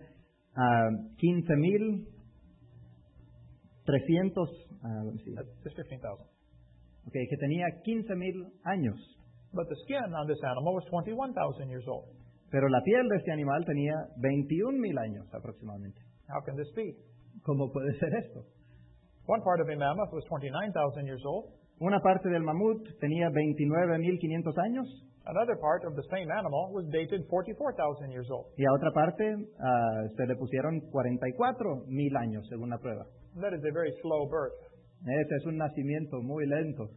Speaker 2: ah, 15.300, ah, sí,
Speaker 1: That's just 15,000.
Speaker 2: ok, que tenía 15.000 años,
Speaker 1: But the skin on this animal was 21,000 years old.
Speaker 2: pero la piel de este animal tenía 21.000 años aproximadamente.
Speaker 1: How can this be?
Speaker 2: ¿Cómo puede ser esto?
Speaker 1: One part of a mammoth was 29,000 years old.
Speaker 2: Una parte del mamut tenía 29.500 años
Speaker 1: Another part of the same animal was dated 44,000 years old.
Speaker 2: y a otra parte ah, se le pusieron 44.000 años según la prueba.
Speaker 1: That is a very slow birth.
Speaker 2: Ese Este es un nacimiento muy lento.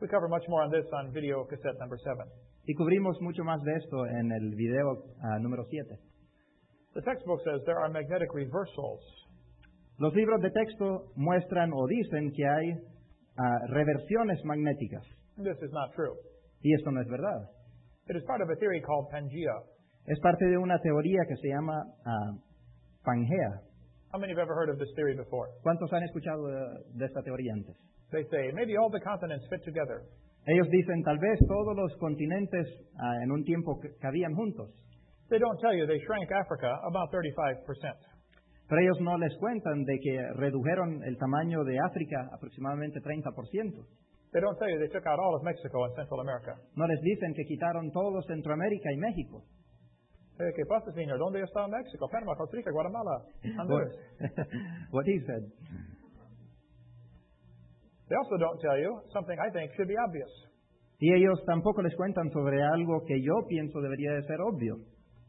Speaker 1: We cover much more on this on video cassette number 7.
Speaker 2: Y cubrimos mucho más de esto en el video ah, número 7.
Speaker 1: The textbook says there are magnetic reversals.
Speaker 2: Los libros de texto muestran o dicen que hay ah, reversiones magnéticas.
Speaker 1: This is not true.
Speaker 2: Y esto no es verdad.
Speaker 1: It is part of a theory called Pangea.
Speaker 2: Es parte de una teoría que se llama ah, Pangea.
Speaker 1: How many have ever heard of this theory before?
Speaker 2: ¿Cuántos han escuchado de, de eh, esta teoría antes?
Speaker 1: They say maybe all the continents fit together.
Speaker 2: Ellos dicen, tal vez todos los continentes ah, en un tiempo ca- cabían juntos,
Speaker 1: They don't tell you they shrank Africa about 35%.
Speaker 2: pero ellos no les cuentan de que redujeron el tamaño de África aproximadamente 30%.
Speaker 1: They don't tell you they took out all of Mexico and Central America.
Speaker 2: No les dicen que quitaron todo Centroamérica y México.
Speaker 1: Eh, ¿Qué pasa, señor? ¿Dónde está México, Panamá, Costa Rica, Guatemala,
Speaker 2: What,
Speaker 1: Honduras?
Speaker 2: what he said.
Speaker 1: They also don't tell you something I think should be obvious.
Speaker 2: Y ellos tampoco les cuentan sobre algo que yo pienso debería de ser obvio.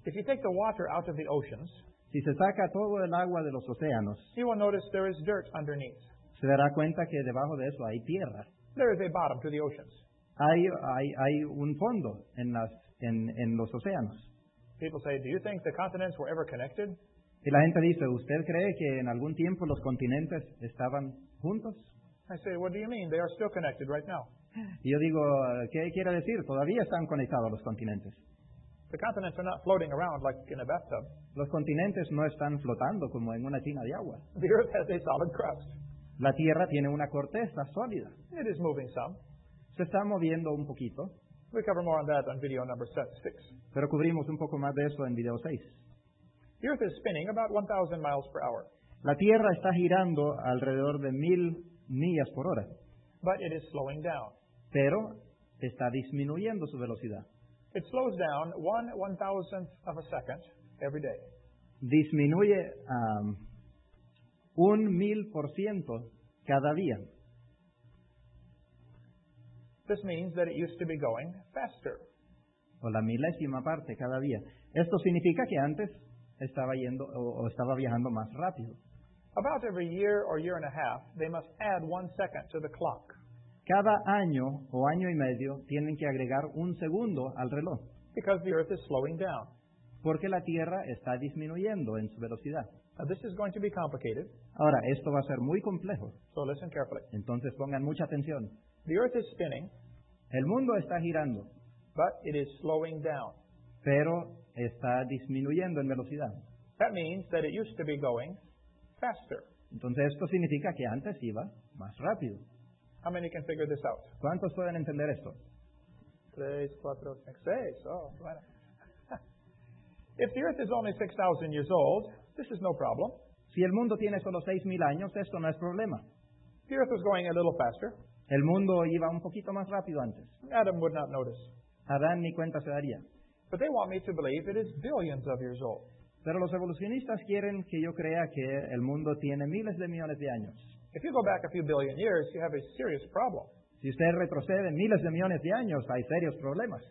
Speaker 1: If you take the water out of the oceans,
Speaker 2: Si se saca todo el agua de los océanos,
Speaker 1: you will notice there is dirt underneath.
Speaker 2: se dará cuenta que debajo de eso hay tierra.
Speaker 1: There is a bottom to the oceans.
Speaker 2: Hay, hay, hay un fondo en, las, en, en los océanos.
Speaker 1: People say, Do you think the continents were ever connected?
Speaker 2: Y la gente dice, ¿usted cree que en algún tiempo los continentes estaban juntos?
Speaker 1: I say, What do you mean? They are still connected right now.
Speaker 2: Y yo digo, ¿qué quiere decir? Todavía están conectados los continentes.
Speaker 1: The continents are not floating around like in a bathtub.
Speaker 2: Los continentes no están flotando como en una tina de agua.
Speaker 1: The earth has a solid crust.
Speaker 2: La Tierra tiene una corteza sólida.
Speaker 1: It is moving some.
Speaker 2: Se está moviendo un poquito,
Speaker 1: We cover more on that on video number se- six.
Speaker 2: pero cubrimos un poco más de eso en video 6.
Speaker 1: The earth is spinning about 1,000 miles per hour,
Speaker 2: La Tierra está girando alrededor de mil millas por hora,
Speaker 1: but it is slowing down.
Speaker 2: pero está disminuyendo su velocidad.
Speaker 1: It slows down one one thousandth of a second every day.
Speaker 2: Disminuye am, un mil por ciento cada día.
Speaker 1: This means that it used to be going faster.
Speaker 2: o la milésima parte cada día. Esto significa que antes estaba yendo o, o estaba viajando más rápido.
Speaker 1: About every year or year and a half, they must add one second to the clock
Speaker 2: Cada año o año y medio tienen que agregar un segundo al reloj,
Speaker 1: because the earth is slowing down.
Speaker 2: porque la Tierra está disminuyendo en su velocidad.
Speaker 1: Now, this is going to be complicated,
Speaker 2: Ahora, esto va a ser muy complejo,
Speaker 1: so listen carefully.
Speaker 2: entonces pongan mucha atención.
Speaker 1: The earth is spinning,
Speaker 2: El mundo está girando,
Speaker 1: but it is slowing down.
Speaker 2: pero está disminuyendo en velocidad.
Speaker 1: That means that it used to be going faster.
Speaker 2: Entonces, esto significa que antes iba más rápido.
Speaker 1: How many can figure this out?
Speaker 2: ¿Cuántos pueden entender esto?
Speaker 1: Tres, cuatro, cinco, seis. Oh, bueno. if the earth is only 6,000 years old, this is no problem.
Speaker 2: Si el mundo tiene solo 6.000 años, esto no es problema.
Speaker 1: The earth was going a little faster.
Speaker 2: El mundo iba un poquito más rápido antes.
Speaker 1: Adam would not notice.
Speaker 2: Adán ni cuenta se daría.
Speaker 1: But they want me to believe it is billions of years old.
Speaker 2: Pero los evolucionistas quieren que yo crea que el mundo tiene miles de millones de años.
Speaker 1: If you go back a few billion years, you have a serious problem.
Speaker 2: Si usted retrocede miles de millones de años, hay serios problemas.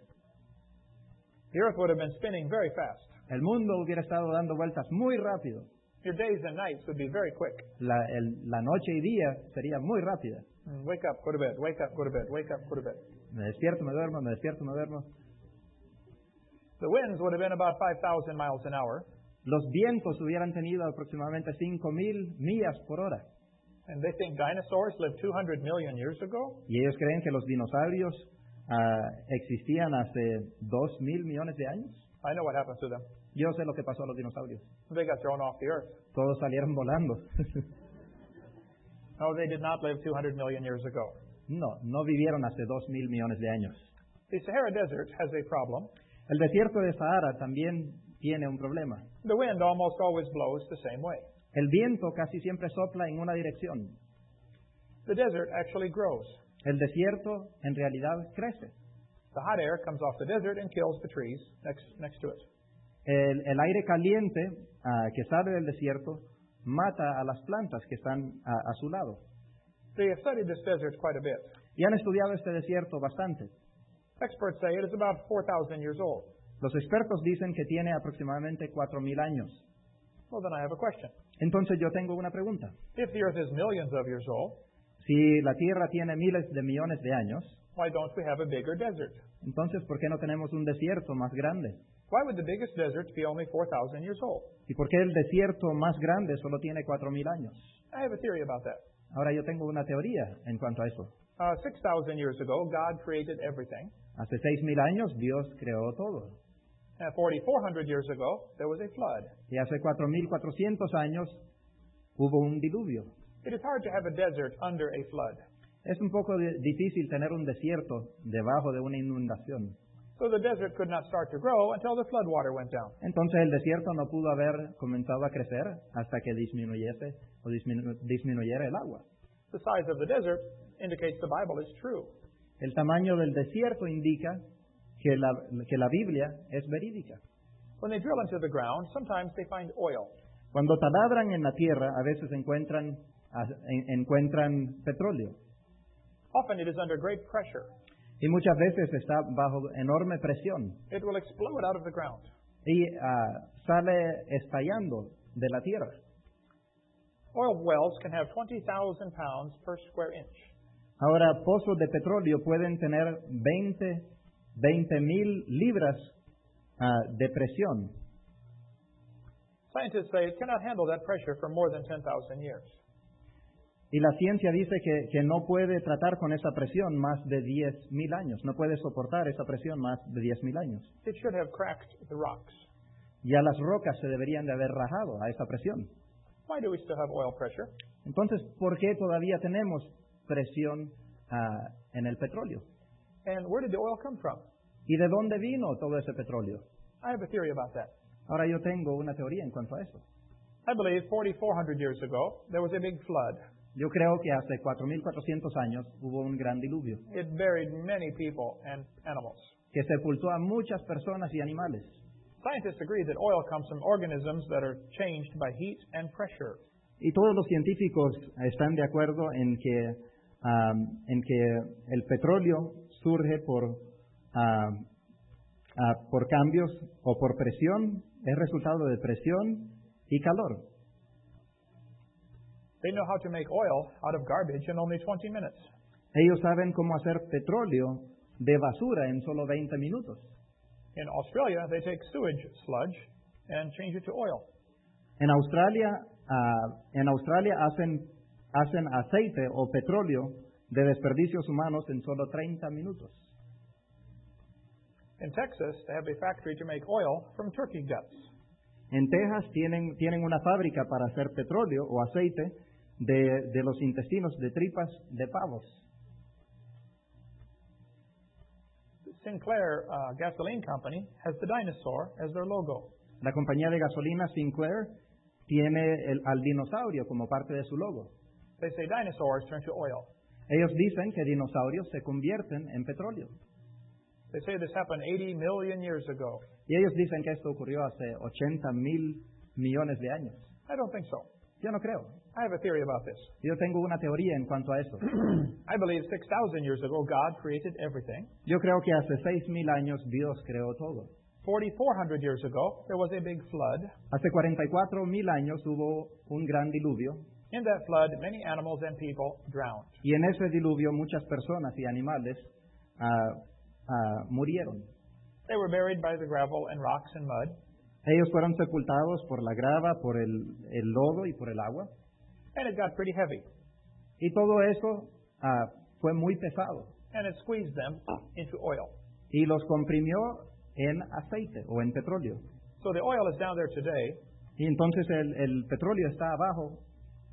Speaker 1: The earth would have been spinning very fast.
Speaker 2: El mundo hubiera estado dando vueltas muy rápido.
Speaker 1: Your days and nights would be very quick.
Speaker 2: La, el- la noche y día sería muy rápida.
Speaker 1: Mm, Wake up, go to bed, wake up, go to bed, wake up, go to bed.
Speaker 2: Me despierto, me duermo, me despierto, me duermo.
Speaker 1: The winds would have been about 5,000 miles an hour,
Speaker 2: Los vientos hubieran tenido aproximadamente 5.000 millas por hora.
Speaker 1: and they think dinosaurs lived 200 million years ago?
Speaker 2: Y ellos creen que los dinosaurios ah, existían hace 2.000 millones de años.
Speaker 1: I know what happened to them.
Speaker 2: Yo sé lo que pasó a los dinosaurios.
Speaker 1: They got thrown off the earth.
Speaker 2: Todos salieron volando.
Speaker 1: No, they did not live 200 million years ago.
Speaker 2: no, no vivieron hace dos mil millones de años.
Speaker 1: The Sahara Desert has a problem.
Speaker 2: El desierto de Sahara también tiene un problema.
Speaker 1: The wind almost always blows the same way.
Speaker 2: El viento casi siempre sopla en una dirección.
Speaker 1: The desert actually grows.
Speaker 2: El desierto en realidad crece.
Speaker 1: The hot air comes off the desert and kills the trees next, next to it.
Speaker 2: El, el aire caliente ah, que sale del desierto mata a las plantas que están ah, a, a su lado.
Speaker 1: They have studied this desert quite a bit.
Speaker 2: Y han estudiado este desierto bastante.
Speaker 1: Experts say it is about 4,000 years old.
Speaker 2: Los expertos dicen que tiene aproximadamente 4.000 años.
Speaker 1: Well, then I have a question.
Speaker 2: Entonces yo tengo una pregunta.
Speaker 1: If the earth is millions of years old,
Speaker 2: Si la Tierra tiene miles de millones de años,
Speaker 1: why don't we have a bigger desert?
Speaker 2: entonces ¿por qué no tenemos un desierto más grande?
Speaker 1: Why would the biggest desert be only 4,000 years old?
Speaker 2: ¿Y por qué el desierto más grande solo tiene 4.000 años?
Speaker 1: I have a theory about that.
Speaker 2: Ahora yo tengo una teoría en cuanto a eso.
Speaker 1: Uh, 6,000 years ago, God created everything.
Speaker 2: Hace 6.000 años Dios creó todo.
Speaker 1: And 4,400 years ago, there was a flood.
Speaker 2: Y hace 4.400 años hubo un diluvio.
Speaker 1: It is hard to have a desert under a flood.
Speaker 2: Es un poco di- difícil tener un desierto debajo de una inundación.
Speaker 1: So the desert could not start to grow until the flood water went down.
Speaker 2: Entonces el desierto no pudo haber comenzado a crecer hasta que disminuyese o disminu- disminuyera el agua.
Speaker 1: The size of the desert indicates the Bible is true.
Speaker 2: El tamaño del desierto indica que la, que la Biblia es verídica.
Speaker 1: When they drill into the ground, sometimes they find oil.
Speaker 2: Cuando taladran en la tierra, a veces encuentran, a- en- encuentran petróleo
Speaker 1: Often it is under great pressure.
Speaker 2: y muchas veces está bajo enorme presión
Speaker 1: It will explode out of the ground.
Speaker 2: y ah, sale estallando de la tierra.
Speaker 1: Oil wells can have 20,000 pounds per square inch.
Speaker 2: Ahora, pozos de petróleo pueden tener 20 mil libras ah, de presión.
Speaker 1: Scientists say it cannot handle that pressure for more than 10,000 years.
Speaker 2: Y la ciencia dice que, que no puede tratar con esa presión más de 10.000 años, no puede soportar esa presión más de 10.000 años.
Speaker 1: It should have cracked the rocks.
Speaker 2: Ya las rocas se deberían de haber rajado a esa presión.
Speaker 1: Why do we still have oil pressure?
Speaker 2: Entonces, ¿por qué todavía tenemos presión ah, en el petróleo?
Speaker 1: And where did the oil come from?
Speaker 2: ¿Y de dónde vino todo ese petróleo?
Speaker 1: I have a theory about that.
Speaker 2: Ahora yo tengo una teoría en cuanto a eso.
Speaker 1: I believe 4,400 years ago, there was a big flood.
Speaker 2: Yo creo que hace 4.400 años hubo un gran diluvio
Speaker 1: It buried many people and animals.
Speaker 2: que sepultó a muchas personas y animales.
Speaker 1: Scientists agree that oil comes from organisms that are changed by heat and pressure.
Speaker 2: Y todos los científicos están de acuerdo en que, am, en que el petróleo surge por, am, ah, por cambios o por presión, es resultado de presión y calor.
Speaker 1: They know how to make oil out of garbage in only 20 minutes.
Speaker 2: Ellos saben cómo hacer petróleo de basura en solo 20 minutos.
Speaker 1: In Australia, they take sewage sludge and change it to oil.
Speaker 2: En Australia, ah, en Australia hacen, hacen aceite o petróleo de desperdicios humanos en solo 30 minutos.
Speaker 1: In Texas, they have a factory to make oil from turkey guts.
Speaker 2: En Texas tienen, tienen una fábrica para hacer petróleo o aceite de, de los intestinos de tripas de pavos.
Speaker 1: Sinclair uh, Gasoline Company has the dinosaur as their logo.
Speaker 2: La compañía de gasolina Sinclair tiene el- al dinosaurio como parte de su logo.
Speaker 1: They say dinosaurs turn to oil.
Speaker 2: Ellos dicen que dinosaurios se convierten en petróleo.
Speaker 1: They say this happened 80 million years ago.
Speaker 2: Y ellos dicen que esto ocurrió hace 80 mil millones de años.
Speaker 1: I don't think so.
Speaker 2: Yo no creo.
Speaker 1: I have a theory about this.
Speaker 2: Yo tengo una teoría en cuanto a eso.
Speaker 1: I believe 6,000 years ago, God created everything.
Speaker 2: Yo creo que hace 6.000 años Dios creó todo.
Speaker 1: 4,400 years ago, there was a big flood.
Speaker 2: Hace 44.000 años hubo un gran diluvio
Speaker 1: In that flood, many animals and people drowned.
Speaker 2: y en ese diluvio muchas personas y animales ah, ah, murieron.
Speaker 1: They were buried by the gravel and rocks and mud.
Speaker 2: Ellos fueron sepultados por la grava, por el, el lodo y por el agua.
Speaker 1: and it got pretty heavy,
Speaker 2: Y todo eso ah, fue muy pesado
Speaker 1: and it squeezed them into oil.
Speaker 2: y los comprimió en aceite o en petróleo.
Speaker 1: So the oil is down there today
Speaker 2: Y entonces el, el petróleo está abajo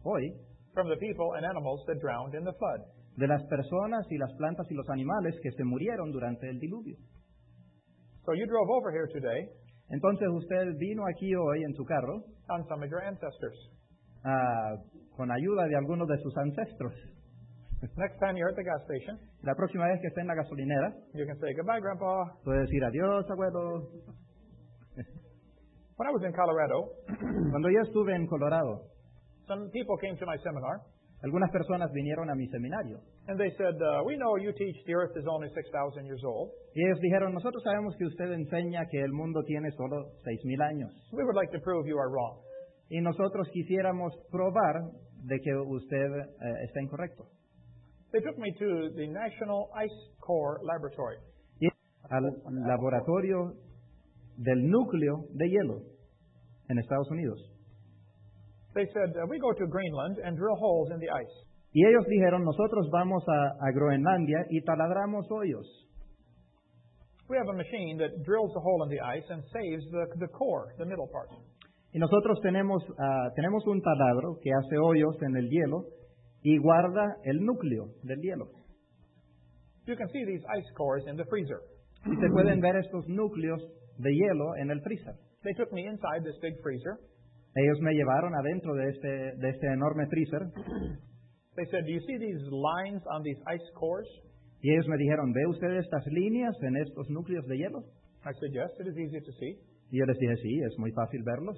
Speaker 2: hoy
Speaker 1: from the people and animals that drowned in the flood.
Speaker 2: de las personas y las plantas y los animales que se murieron durante el diluvio.
Speaker 1: So you drove over here today
Speaker 2: Entonces usted vino aquí hoy en su carro
Speaker 1: on some of your ancestors.
Speaker 2: ah, con ayuda de algunos de sus ancestros.
Speaker 1: Next time you're at the gas station,
Speaker 2: La próxima vez que esté en la gasolinera,
Speaker 1: you can say goodbye, Grandpa.
Speaker 2: puede decir adiós, abuelo.
Speaker 1: When I was in Colorado,
Speaker 2: Cuando yo estuve en Colorado,
Speaker 1: some people came to my seminar,
Speaker 2: algunas personas vinieron a mi seminario
Speaker 1: and they said, uh, "We know you teach the Earth is only 6,000 years old.
Speaker 2: y ellos dijeron, nosotros sabemos que usted enseña que el mundo tiene solo 6.000 años
Speaker 1: We would like to prove you are wrong."
Speaker 2: y nosotros quisiéramos probar de que usted eh, está incorrecto.
Speaker 1: They took me to the National Ice Core Laboratory.
Speaker 2: Y al laboratorio del núcleo de hielo en Estados Unidos.
Speaker 1: They said, uh, "We go to Greenland and drill holes in the ice."
Speaker 2: Y ellos dijeron, nosotros vamos a, a Groenlandia y taladramos hoyos.
Speaker 1: We have a machine that drills a hole in the ice and saves the, the core, the middle part.
Speaker 2: Y nosotros tenemos, ah, tenemos un taladro que hace hoyos en el hielo y guarda el núcleo del hielo.
Speaker 1: You can see these ice cores in the freezer.
Speaker 2: Y se pueden ver estos núcleos de hielo en el freezer.
Speaker 1: They took me inside this big freezer.
Speaker 2: Ellos me llevaron adentro de este, de este enorme freezer
Speaker 1: They said, Do you see these lines on these ice cores?
Speaker 2: y ellos me dijeron, ¿ve usted estas líneas en estos núcleos de hielo?
Speaker 1: I said, Yes, it is easy to see.
Speaker 2: Y yo les dije, sí, es muy fácil verlos.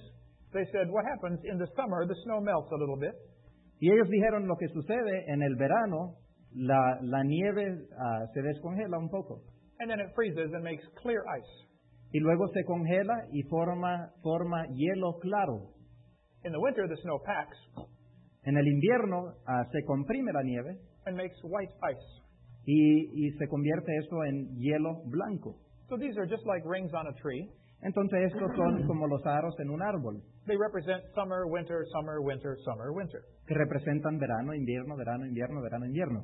Speaker 1: They said, What happens in the summer? The snow melts a little bit.
Speaker 2: Y ellos dijeron, lo que sucede en el verano, la, la nieve ah, se descongela un poco
Speaker 1: And then it freezes and makes clear ice.
Speaker 2: y luego se congela y forma, forma hielo claro.
Speaker 1: In the winter, the snow packs
Speaker 2: En el invierno ah, se comprime la nieve
Speaker 1: and makes white ice.
Speaker 2: y, y se convierte esto en hielo blanco.
Speaker 1: So these are just like rings on a tree.
Speaker 2: Entonces estos son como los aros en un árbol,
Speaker 1: They represent summer, winter, summer, winter, summer, winter.
Speaker 2: que representan verano, invierno, verano, invierno, verano, invierno.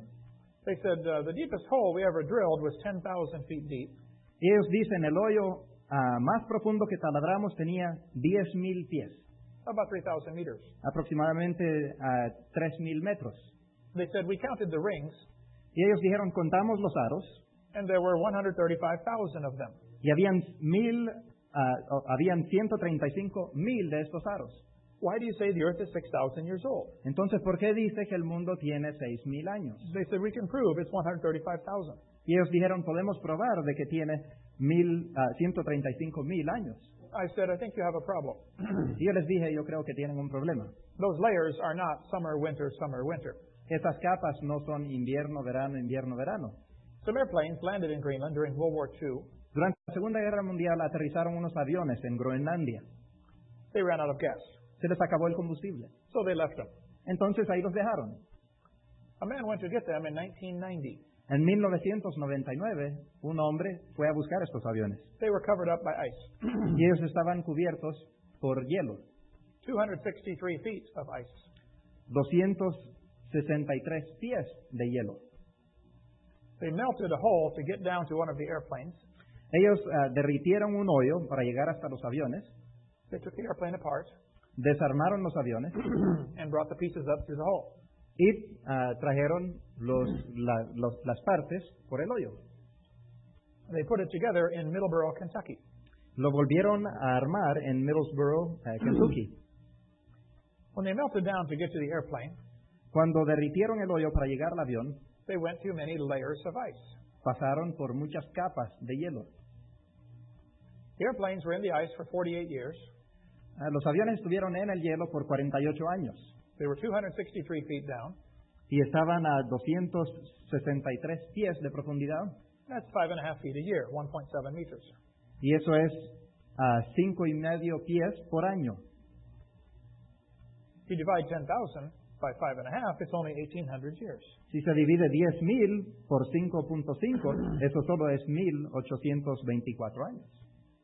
Speaker 1: They said, uh, The deepest hole we ever drilled was 10,000 feet deep.
Speaker 2: Y ellos dicen, el hoyo ah, más profundo que taladramos tenía 10.000 pies,
Speaker 1: about 3,000 meters.
Speaker 2: aproximadamente a 3.000 metros.
Speaker 1: They said, We counted the rings,
Speaker 2: Y ellos dijeron, contamos los aros,
Speaker 1: and there were 135,000 of them.
Speaker 2: y habían, mil, ah, o- habían 135.000 de estos aros.
Speaker 1: Why do you say the earth is 6,000 years old?
Speaker 2: Entonces, ¿por qué dice que el mundo tiene 6.000 años?
Speaker 1: They said, We can prove it's 135,000.
Speaker 2: Y ellos dijeron, podemos probar de que tiene mil, ah, 135.000 años.
Speaker 1: I said, I think you have a problem.
Speaker 2: Y yo les dije, yo creo que tienen un problema.
Speaker 1: Those layers are not summer, winter, summer, winter.
Speaker 2: Estas capas no son invierno, verano, invierno, verano.
Speaker 1: Some airplanes landed in Greenland during World War II.
Speaker 2: Durante la Segunda Guerra Mundial aterrizaron unos aviones en Groenlandia.
Speaker 1: They ran out of gas,
Speaker 2: Se les acabó el combustible.
Speaker 1: so they left them.
Speaker 2: Entonces ahí los dejaron.
Speaker 1: A man went to get them in 1990.
Speaker 2: En 1999, un hombre fue a buscar estos aviones.
Speaker 1: They were covered up by ice,
Speaker 2: Y ellos estaban cubiertos por hielo.
Speaker 1: 263 feet of ice.
Speaker 2: 263 pies de hielo.
Speaker 1: They melted a hole to get down to one of the airplanes.
Speaker 2: Ellos ah, derritieron un hoyo para llegar hasta los aviones,
Speaker 1: They took the airplane apart
Speaker 2: desarmaron los aviones
Speaker 1: and brought the pieces up through the hole.
Speaker 2: y ah, trajeron los, la- los- las partes por el hoyo.
Speaker 1: They put it together in Middleborough, Kentucky.
Speaker 2: Lo volvieron a armar en Middlesboro, eh, Kentucky.
Speaker 1: When they melted down to get to the airplane,
Speaker 2: Cuando derritieron el hoyo para llegar al avión,
Speaker 1: they went through many layers of ice.
Speaker 2: pasaron por muchas capas de hielo.
Speaker 1: The airplanes were in the ice for 48 years.
Speaker 2: Ah, los aviones estuvieron en el hielo por 48 años
Speaker 1: They were 263 feet down.
Speaker 2: y estaban a 263 pies de profundidad
Speaker 1: That's five and a half feet a year, 1.7 meters.
Speaker 2: y eso es a cinco y medio pies por año.
Speaker 1: If you divide 10,000 by five and a half, it's only 1,800 years.
Speaker 2: Si se divide 10.000 por 5.5, eso solo es 1.824 años.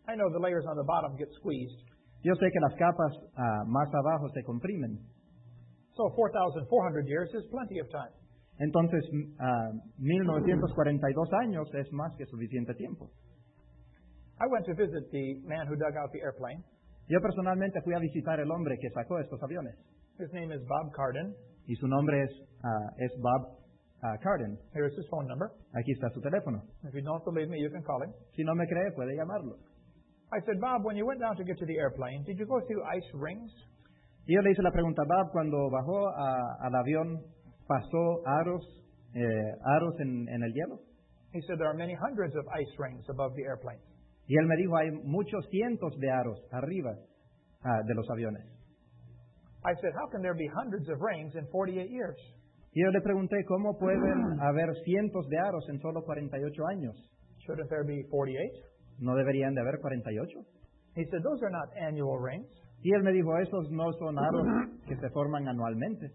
Speaker 1: I know the layers on the bottom get squeezed.
Speaker 2: Yo sé que las capas ah, más abajo se comprimen.
Speaker 1: So 4,400 years is plenty of time.
Speaker 2: Entonces, m- ah, 1942 años es más que suficiente tiempo.
Speaker 1: I went to visit the man who dug out the airplane.
Speaker 2: Yo personalmente fui a visitar el hombre que sacó estos aviones
Speaker 1: His name is Bob Cardin.
Speaker 2: y su nombre es, ah, es Bob ah, Carden.
Speaker 1: Here's his phone number.
Speaker 2: Aquí está su teléfono.
Speaker 1: If you don't believe me, you can call him.
Speaker 2: Si no me cree, puede llamarlo.
Speaker 1: I said, Bob, when you went down to get to the airplane, did you go through ice rings?
Speaker 2: Y yo le hice la pregunta, Bob, cuando bajó a- al avión, ¿pasó aros, eh, aros en- en el hielo?
Speaker 1: He said, There are many hundreds of ice rings above the airplanes.
Speaker 2: Y él me dijo, hay muchos cientos de aros arriba ah, de los aviones.
Speaker 1: I said, How can there be hundreds of rings in 48 years?
Speaker 2: Y yo le pregunté, ¿cómo pueden haber cientos de aros en solo 48 años?
Speaker 1: Shouldn't there be 48?
Speaker 2: ¿No deberían de haber 48?
Speaker 1: He said, Those are not annual rings.
Speaker 2: Y él me dijo, esos no son aros que se forman anualmente.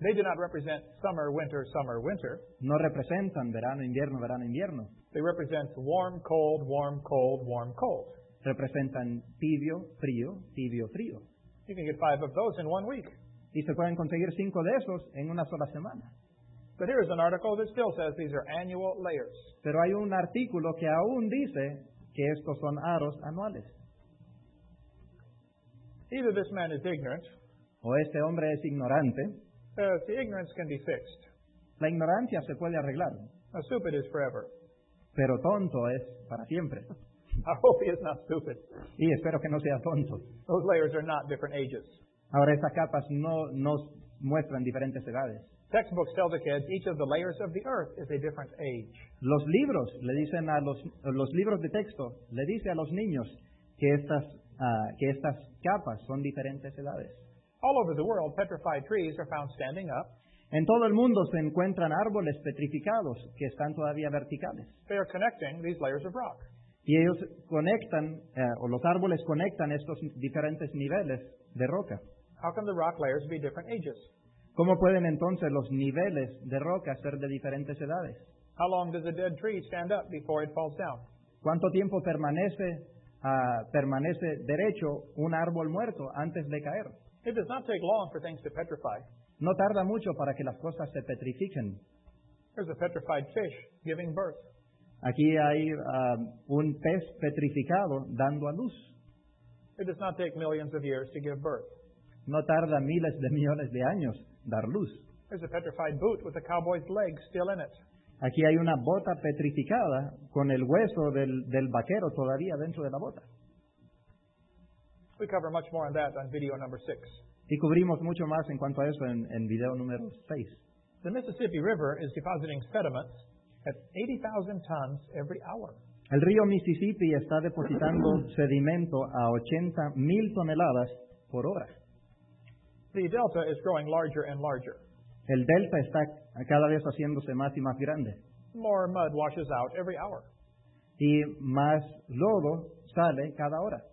Speaker 1: They do not represent summer, winter, summer, winter.
Speaker 2: No representan verano, invierno, verano, invierno.
Speaker 1: They represent warm, cold, warm, cold, warm, cold.
Speaker 2: Representan tibio, frío, tibio, frío.
Speaker 1: You can get five of those in one week.
Speaker 2: Y se pueden conseguir cinco de esos en una sola semana.
Speaker 1: But here's an article that still says these are annual layers.
Speaker 2: Pero hay un artículo que aún dice que estos son aros anuales.
Speaker 1: Either this man is ignorant
Speaker 2: O este hombre es ignorante
Speaker 1: says the ignorance can be fixed.
Speaker 2: La ignorancia se puede arreglar,
Speaker 1: Now, stupid is forever.
Speaker 2: pero tonto es para siempre.
Speaker 1: I hope he is not stupid.
Speaker 2: Y espero que no sea tonto.
Speaker 1: Those layers are not different ages.
Speaker 2: Ahora, estas capas no nos muestran diferentes edades.
Speaker 1: Textbooks tell the kids each of the layers of the earth is a different age.
Speaker 2: Los libros le dicen a los, los libros de texto le dice a los niños que estas ah, que estas capas son diferentes edades.
Speaker 1: All over the world, petrified trees are found standing up.
Speaker 2: En todo el mundo se encuentran árboles petrificados que están todavía verticales
Speaker 1: They are connecting these layers of rock.
Speaker 2: y ellos conectan eh, o los árboles conectan estos diferentes niveles de roca.
Speaker 1: How can the rock layers be different ages?
Speaker 2: ¿Cómo pueden entonces los niveles de roca ser de diferentes edades?
Speaker 1: How long does a dead tree stand up before it falls down?
Speaker 2: ¿Cuánto tiempo permanece ah, permanece derecho un árbol muerto antes de caer?
Speaker 1: It does not take long for things to petrify.
Speaker 2: No tarda mucho para que las cosas se petrifiquen.
Speaker 1: There's a petrified fish giving birth.
Speaker 2: Aquí hay ah, un pez petrificado dando a luz.
Speaker 1: It does not take millions of years to give birth.
Speaker 2: No tarda miles de millones de años dar luz.
Speaker 1: There's a petrified boot with a cowboy's leg still in it.
Speaker 2: Aquí hay una bota petrificada con el hueso del, del vaquero todavía dentro de la bota.
Speaker 1: We cover much more on that on video number six.
Speaker 2: Y cubrimos mucho más en cuanto a eso en, en video número 6.
Speaker 1: The Mississippi River is depositing sediments at 80,000 tons every hour.
Speaker 2: El río Mississippi está depositando sedimento a 80 mil toneladas por hora.
Speaker 1: The delta is growing larger and larger.
Speaker 2: El delta está cada vez haciéndose más y más grande.
Speaker 1: More mud washes out every hour.
Speaker 2: Y más lodo sale cada hora.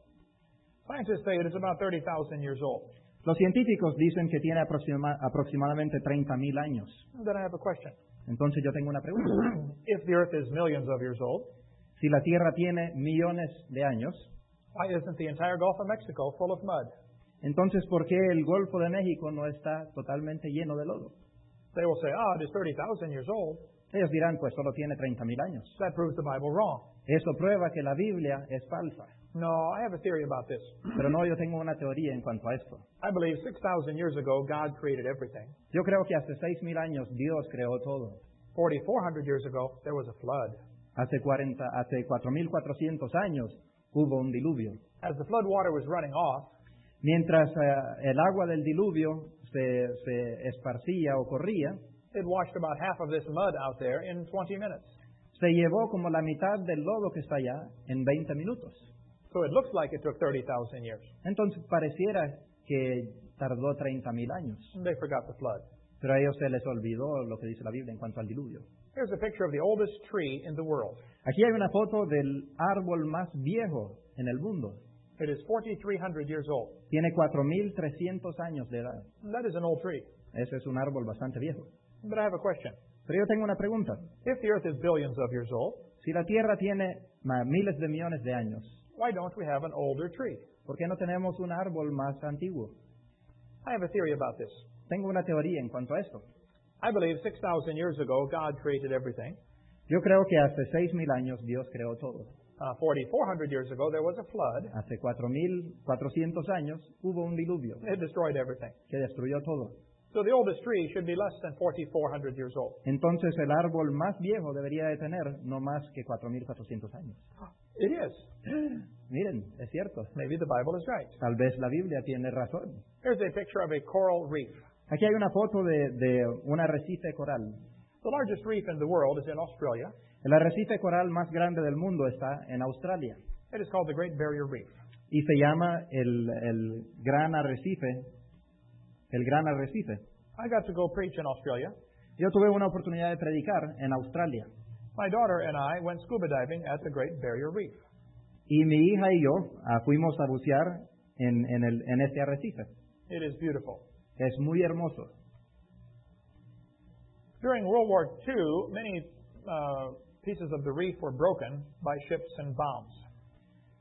Speaker 1: Scientists say it is about 30,000 years old.
Speaker 2: Los científicos dicen que tiene aproxima- aproximadamente 30 mil años.
Speaker 1: Then I have a question.
Speaker 2: Entonces yo tengo una pregunta.
Speaker 1: if the Earth is millions of years old,
Speaker 2: Si la Tierra tiene millones de años,
Speaker 1: why isn't the entire Gulf of Mexico full of mud?
Speaker 2: entonces ¿por qué el Golfo de México no está totalmente lleno de lodo?
Speaker 1: They will say, ah, it is 30,000 years old.
Speaker 2: Ellos dirán, pues solo tiene 30 mil años.
Speaker 1: That proves the Bible wrong.
Speaker 2: Eso prueba que la Biblia es falsa.
Speaker 1: No, I have a theory about this.
Speaker 2: Pero no, yo tengo una teoría en cuanto a esto.
Speaker 1: I believe 6,000 years ago, God created everything.
Speaker 2: Yo creo que hace 6 mil años Dios creó todo.
Speaker 1: 4,400 years ago, there was a flood.
Speaker 2: Hace 40, hace 4.400 años hubo un diluvio.
Speaker 1: As the flood water was running off,
Speaker 2: Mientras eh, el agua del diluvio se, se esparcía o corría,
Speaker 1: it washed about half of this mud out there in 20 minutes.
Speaker 2: se llevó como la mitad del lodo que está allá en 20 minutos.
Speaker 1: So it looks like it took 30,000 years.
Speaker 2: Entonces pareciera que tardó 30.000 años,
Speaker 1: They forgot the flood.
Speaker 2: pero a ellos se les olvidó lo que dice la Biblia en cuanto al diluvio.
Speaker 1: Here's a picture of the oldest tree in the world.
Speaker 2: Aquí hay una foto del árbol más viejo en el mundo.
Speaker 1: It is 4,300 years old.
Speaker 2: Tiene 4.300 años de edad.
Speaker 1: That is an old tree.
Speaker 2: Ese es un árbol bastante viejo.
Speaker 1: But I have a question.
Speaker 2: Pero yo tengo una pregunta.
Speaker 1: If the earth is billions of years old,
Speaker 2: Si la Tierra tiene ma, miles de millones de años,
Speaker 1: why don't we have an older tree?
Speaker 2: ¿por qué no tenemos un árbol más antiguo?
Speaker 1: I have a theory about this.
Speaker 2: Tengo una teoría en cuanto a esto.
Speaker 1: I believe 6,000 years ago, God created everything.
Speaker 2: Yo creo que hace 6.000 años Dios creó todo.
Speaker 1: Uh, 4,400 years ago, there was a flood.
Speaker 2: Hace 4.400 años hubo un diluvio
Speaker 1: It destroyed everything.
Speaker 2: que destruyó todo.
Speaker 1: So the oldest tree should be less than 4,400 years old.
Speaker 2: Entonces el árbol más viejo debería de tener no más que 4.400 años.
Speaker 1: It is.
Speaker 2: Miren, es cierto.
Speaker 1: Maybe the Bible is right.
Speaker 2: Tal vez la Biblia tiene razón.
Speaker 1: Here's a picture of a coral reef.
Speaker 2: Aquí hay una foto de, de un arrecife coral.
Speaker 1: The largest reef in the world is in Australia.
Speaker 2: El arrecife coral más grande del mundo está en Australia
Speaker 1: It is called the Great Barrier Reef.
Speaker 2: y se llama el, el gran arrecife. El gran arrecife.
Speaker 1: I got to go preach in Australia.
Speaker 2: Yo tuve una oportunidad de predicar en Australia
Speaker 1: My daughter and I went scuba diving at the Great Barrier Reef.
Speaker 2: y mi hija y yo ah, fuimos a bucear en, en, el, en este arrecife.
Speaker 1: It is beautiful.
Speaker 2: Es muy hermoso.
Speaker 1: During World War II, many uh, pieces of the reef were broken by ships and bombs.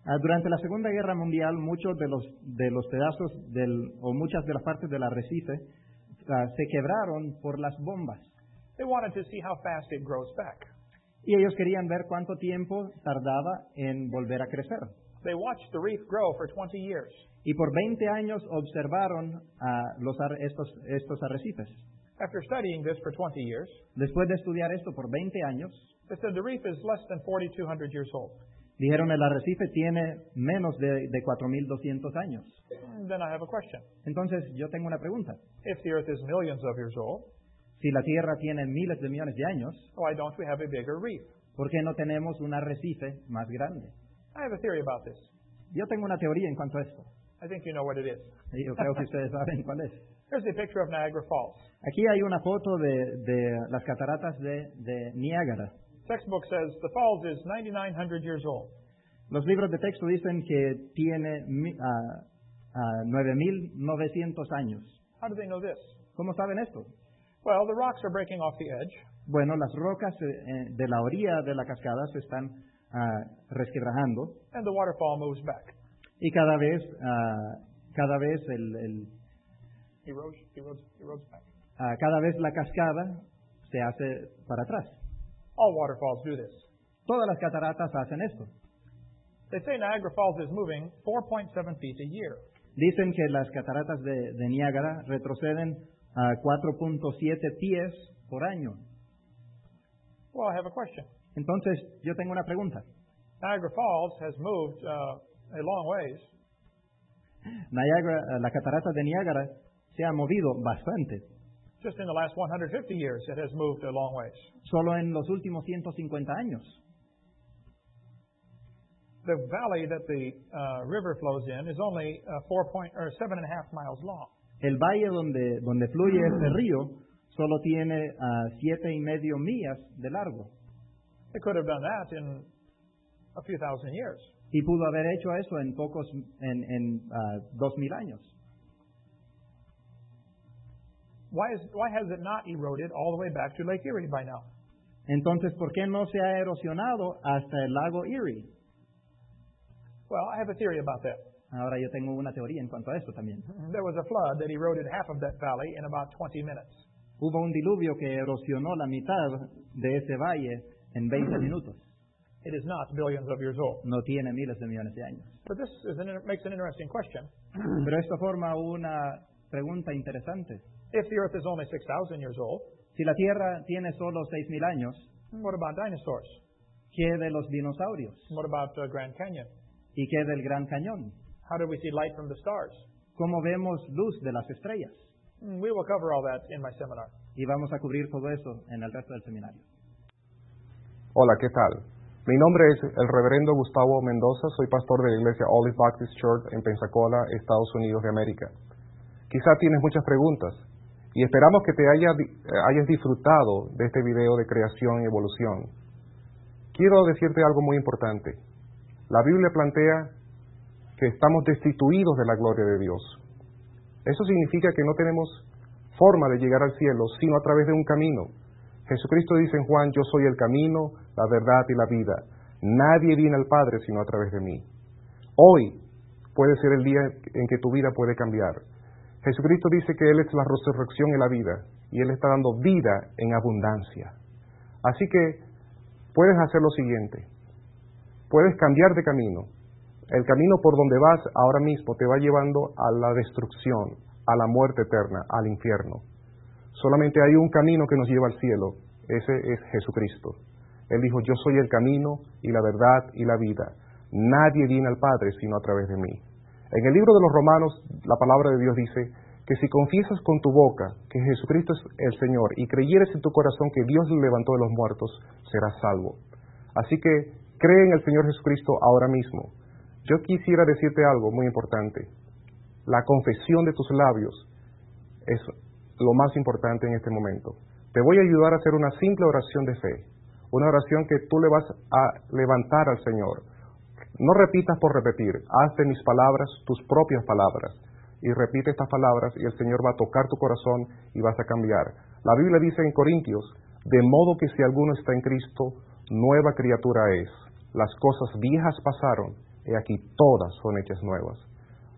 Speaker 2: Ah, Durante la Segunda Guerra Mundial, muchos de los, de los pedazos del, o muchas de las partes del arrecife ah, se quebraron por las bombas.
Speaker 1: They wanted to see how fast it grows back.
Speaker 2: Y ellos querían ver cuánto tiempo tardaba en volver a crecer.
Speaker 1: They watched the reef grow for 20 years.
Speaker 2: Y por 20 años observaron a los ar- estos, estos arrecifes.
Speaker 1: After studying this for 20 years,
Speaker 2: Después de estudiar esto por 20 años,
Speaker 1: they said the reef is less than 4,200 years old.
Speaker 2: dijeron el arrecife tiene menos de, de 4.200 años.
Speaker 1: And then I have a question.
Speaker 2: Entonces yo tengo una pregunta.
Speaker 1: If the earth is millions of years old,
Speaker 2: Si la Tierra tiene miles de millones de años,
Speaker 1: why don't we have a bigger reef?
Speaker 2: ¿por qué no tenemos un arrecife más grande?
Speaker 1: I have a theory about this.
Speaker 2: Yo tengo una teoría en cuanto a esto.
Speaker 1: I think you know what it is.
Speaker 2: y Yo creo que ustedes saben cuál es.
Speaker 1: Here's a picture of Niagara Falls.
Speaker 2: Aquí hay una foto de, de las cataratas de, de Niágara.
Speaker 1: Textbook says the falls is 9,900 years old.
Speaker 2: Los libros de texto dicen que tiene mi- ah, ah, 9.900 años.
Speaker 1: How do they know this?
Speaker 2: ¿Cómo saben esto?
Speaker 1: Well, the rocks are breaking off the edge,
Speaker 2: Bueno, las rocas eh, eh, de la orilla de la cascada se están ah, resquebrajando
Speaker 1: and the waterfall moves back.
Speaker 2: y cada vez, ah, cada vez, el- el-
Speaker 1: Erodes, erodes, erodes back.
Speaker 2: ah, cada vez la cascada se hace para atrás.
Speaker 1: All waterfalls do this.
Speaker 2: Todas las cataratas hacen esto.
Speaker 1: They say Niagara Falls is moving 4.7 feet a year.
Speaker 2: Dicen que las cataratas de, de Niágara retroceden a 4.7 pies por año.
Speaker 1: Well, I have a question.
Speaker 2: Entonces, yo tengo una pregunta.
Speaker 1: Niagara Falls has moved uh, a long ways.
Speaker 2: Niágara- la catarata de Niágara se ha movido bastante.
Speaker 1: Just in the last 150 years, it has moved a long ways.
Speaker 2: Solo en los últimos 150 años.
Speaker 1: The valley that the uh, river flows in is only uh, four point, or seven and a half miles long.
Speaker 2: El valle donde, donde fluye este río solo tiene ah, siete y medio millas de largo.
Speaker 1: They could have done that in a few thousand years.
Speaker 2: Y pudo haber hecho eso en pocos, en, en ah, 2000 años.
Speaker 1: Why, is, why has it not eroded all the way back to Lake Erie by now?
Speaker 2: Entonces, ¿por qué no se ha erosionado hasta el lago Erie?
Speaker 1: Well, I have a theory about that.
Speaker 2: Ahora yo tengo una teoría en cuanto a esto también.
Speaker 1: There was a flood that eroded half of that valley in about 20 minutes.
Speaker 2: Hubo un diluvio que erosionó la mitad de ese valle en 20 minutos.
Speaker 1: It is not billions of years old.
Speaker 2: No tiene miles de millones de años.
Speaker 1: But this is an, inter- makes an interesting question.
Speaker 2: Pero esto forma una pregunta interesante.
Speaker 1: If the Earth is only 6,000 years old,
Speaker 2: Si la Tierra tiene solo 6.000 años,
Speaker 1: what about dinosaurs?
Speaker 2: ¿qué de los dinosaurios?
Speaker 1: What about uh, Grand Canyon?
Speaker 2: ¿Y qué del Gran Cañón?
Speaker 1: How do we see light from the stars?
Speaker 2: ¿Cómo vemos luz de las estrellas?
Speaker 1: Mm, We will cover all that in my seminar.
Speaker 2: Y vamos a cubrir todo eso en el resto del seminario.
Speaker 3: Hola, ¿qué tal? Mi nombre es el Reverendo Gustavo Mendoza, soy pastor de la iglesia Olive Baptist Church en Pensacola, Estados Unidos de América. Quizá tienes muchas preguntas y esperamos que te haya di- eh, hayas disfrutado de este video de creación y evolución. Quiero decirte algo muy importante. La Biblia plantea que estamos destituidos de la gloria de Dios. Eso significa que no tenemos forma de llegar al cielo sino a través de un camino. Jesucristo dice en Juan, yo soy el camino, la verdad y la vida. Nadie viene al Padre sino a través de mí. Hoy puede ser el día en que tu vida puede cambiar. Jesucristo dice que Él es la resurrección y la vida, y Él está dando vida en abundancia. Así que puedes hacer lo siguiente, puedes cambiar de camino. El camino por donde vas ahora mismo te va llevando a la destrucción, a la muerte eterna, al infierno. Solamente hay un camino que nos lleva al cielo. Ese es Jesucristo. Él dijo, yo soy el camino y la verdad y la vida. Nadie viene al Padre sino a través de mí. En el libro de los Romanos, la palabra de Dios dice que si confiesas con tu boca que Jesucristo es el Señor y creyeres en tu corazón que Dios le levantó de los muertos, serás salvo. Así que cree en el Señor Jesucristo ahora mismo. Yo quisiera decirte algo muy importante. La confesión de tus labios es lo más importante en este momento. Te voy a ayudar a hacer una simple oración de fe, una oración que tú le vas a levantar al Señor. No repitas por repetir, haz de mis palabras tus propias palabras y repite estas palabras y el Señor va a tocar tu corazón y vas a cambiar. La Biblia dice en Corintios, de modo que si alguno está en Cristo, nueva criatura es. Las cosas viejas pasaron, y aquí todas son hechas nuevas.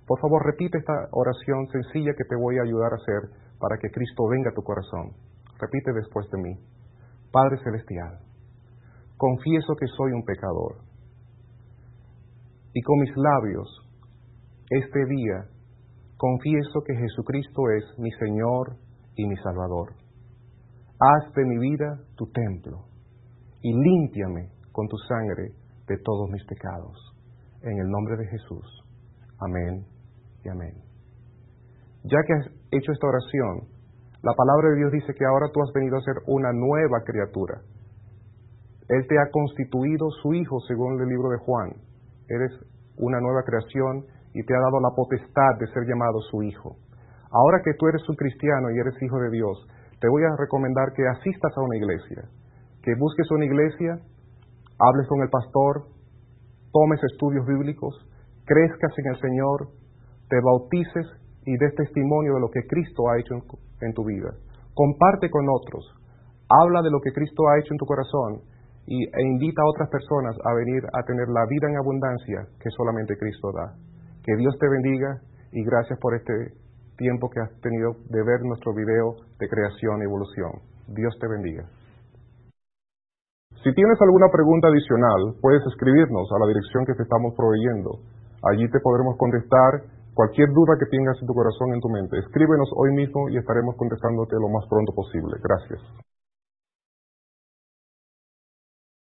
Speaker 3: Por favor, repite esta oración sencilla que te voy a ayudar a hacer para que Cristo venga a tu corazón. Repite después de mí. Padre Celestial, confieso que soy un pecador. y con mis labios, este día, confieso que Jesucristo es mi Señor y mi Salvador. Haz de mi vida tu templo y límpiame con tu sangre de todos mis pecados. En el nombre de Jesús. Amén y amén. Ya que has hecho esta oración, la palabra de Dios dice que ahora tú has venido a ser una nueva criatura. Él te ha constituido su hijo según el libro de Juan. Eres una nueva creación y te ha dado la potestad de ser llamado su hijo. Ahora que tú eres un cristiano y eres hijo de Dios, te voy a recomendar que asistas a una iglesia, que busques una iglesia, hables con el pastor, tomes estudios bíblicos, crezcas en el Señor, te bautices y des testimonio de lo que Cristo ha hecho en tu vida. Comparte con otros, habla de lo que Cristo ha hecho en tu corazón y, e invita a otras personas a venir a tener la vida en abundancia que solamente Cristo da. Que Dios te bendiga y gracias por este tiempo que has tenido de ver nuestro video de creación y evolución. Dios te bendiga. Si tienes alguna pregunta adicional, puedes escribirnos a la dirección que te estamos proveyendo. Allí te podremos contestar cualquier duda que tengas en tu corazón, en tu mente. Escríbenos hoy mismo y estaremos contestándote lo más pronto posible. Gracias.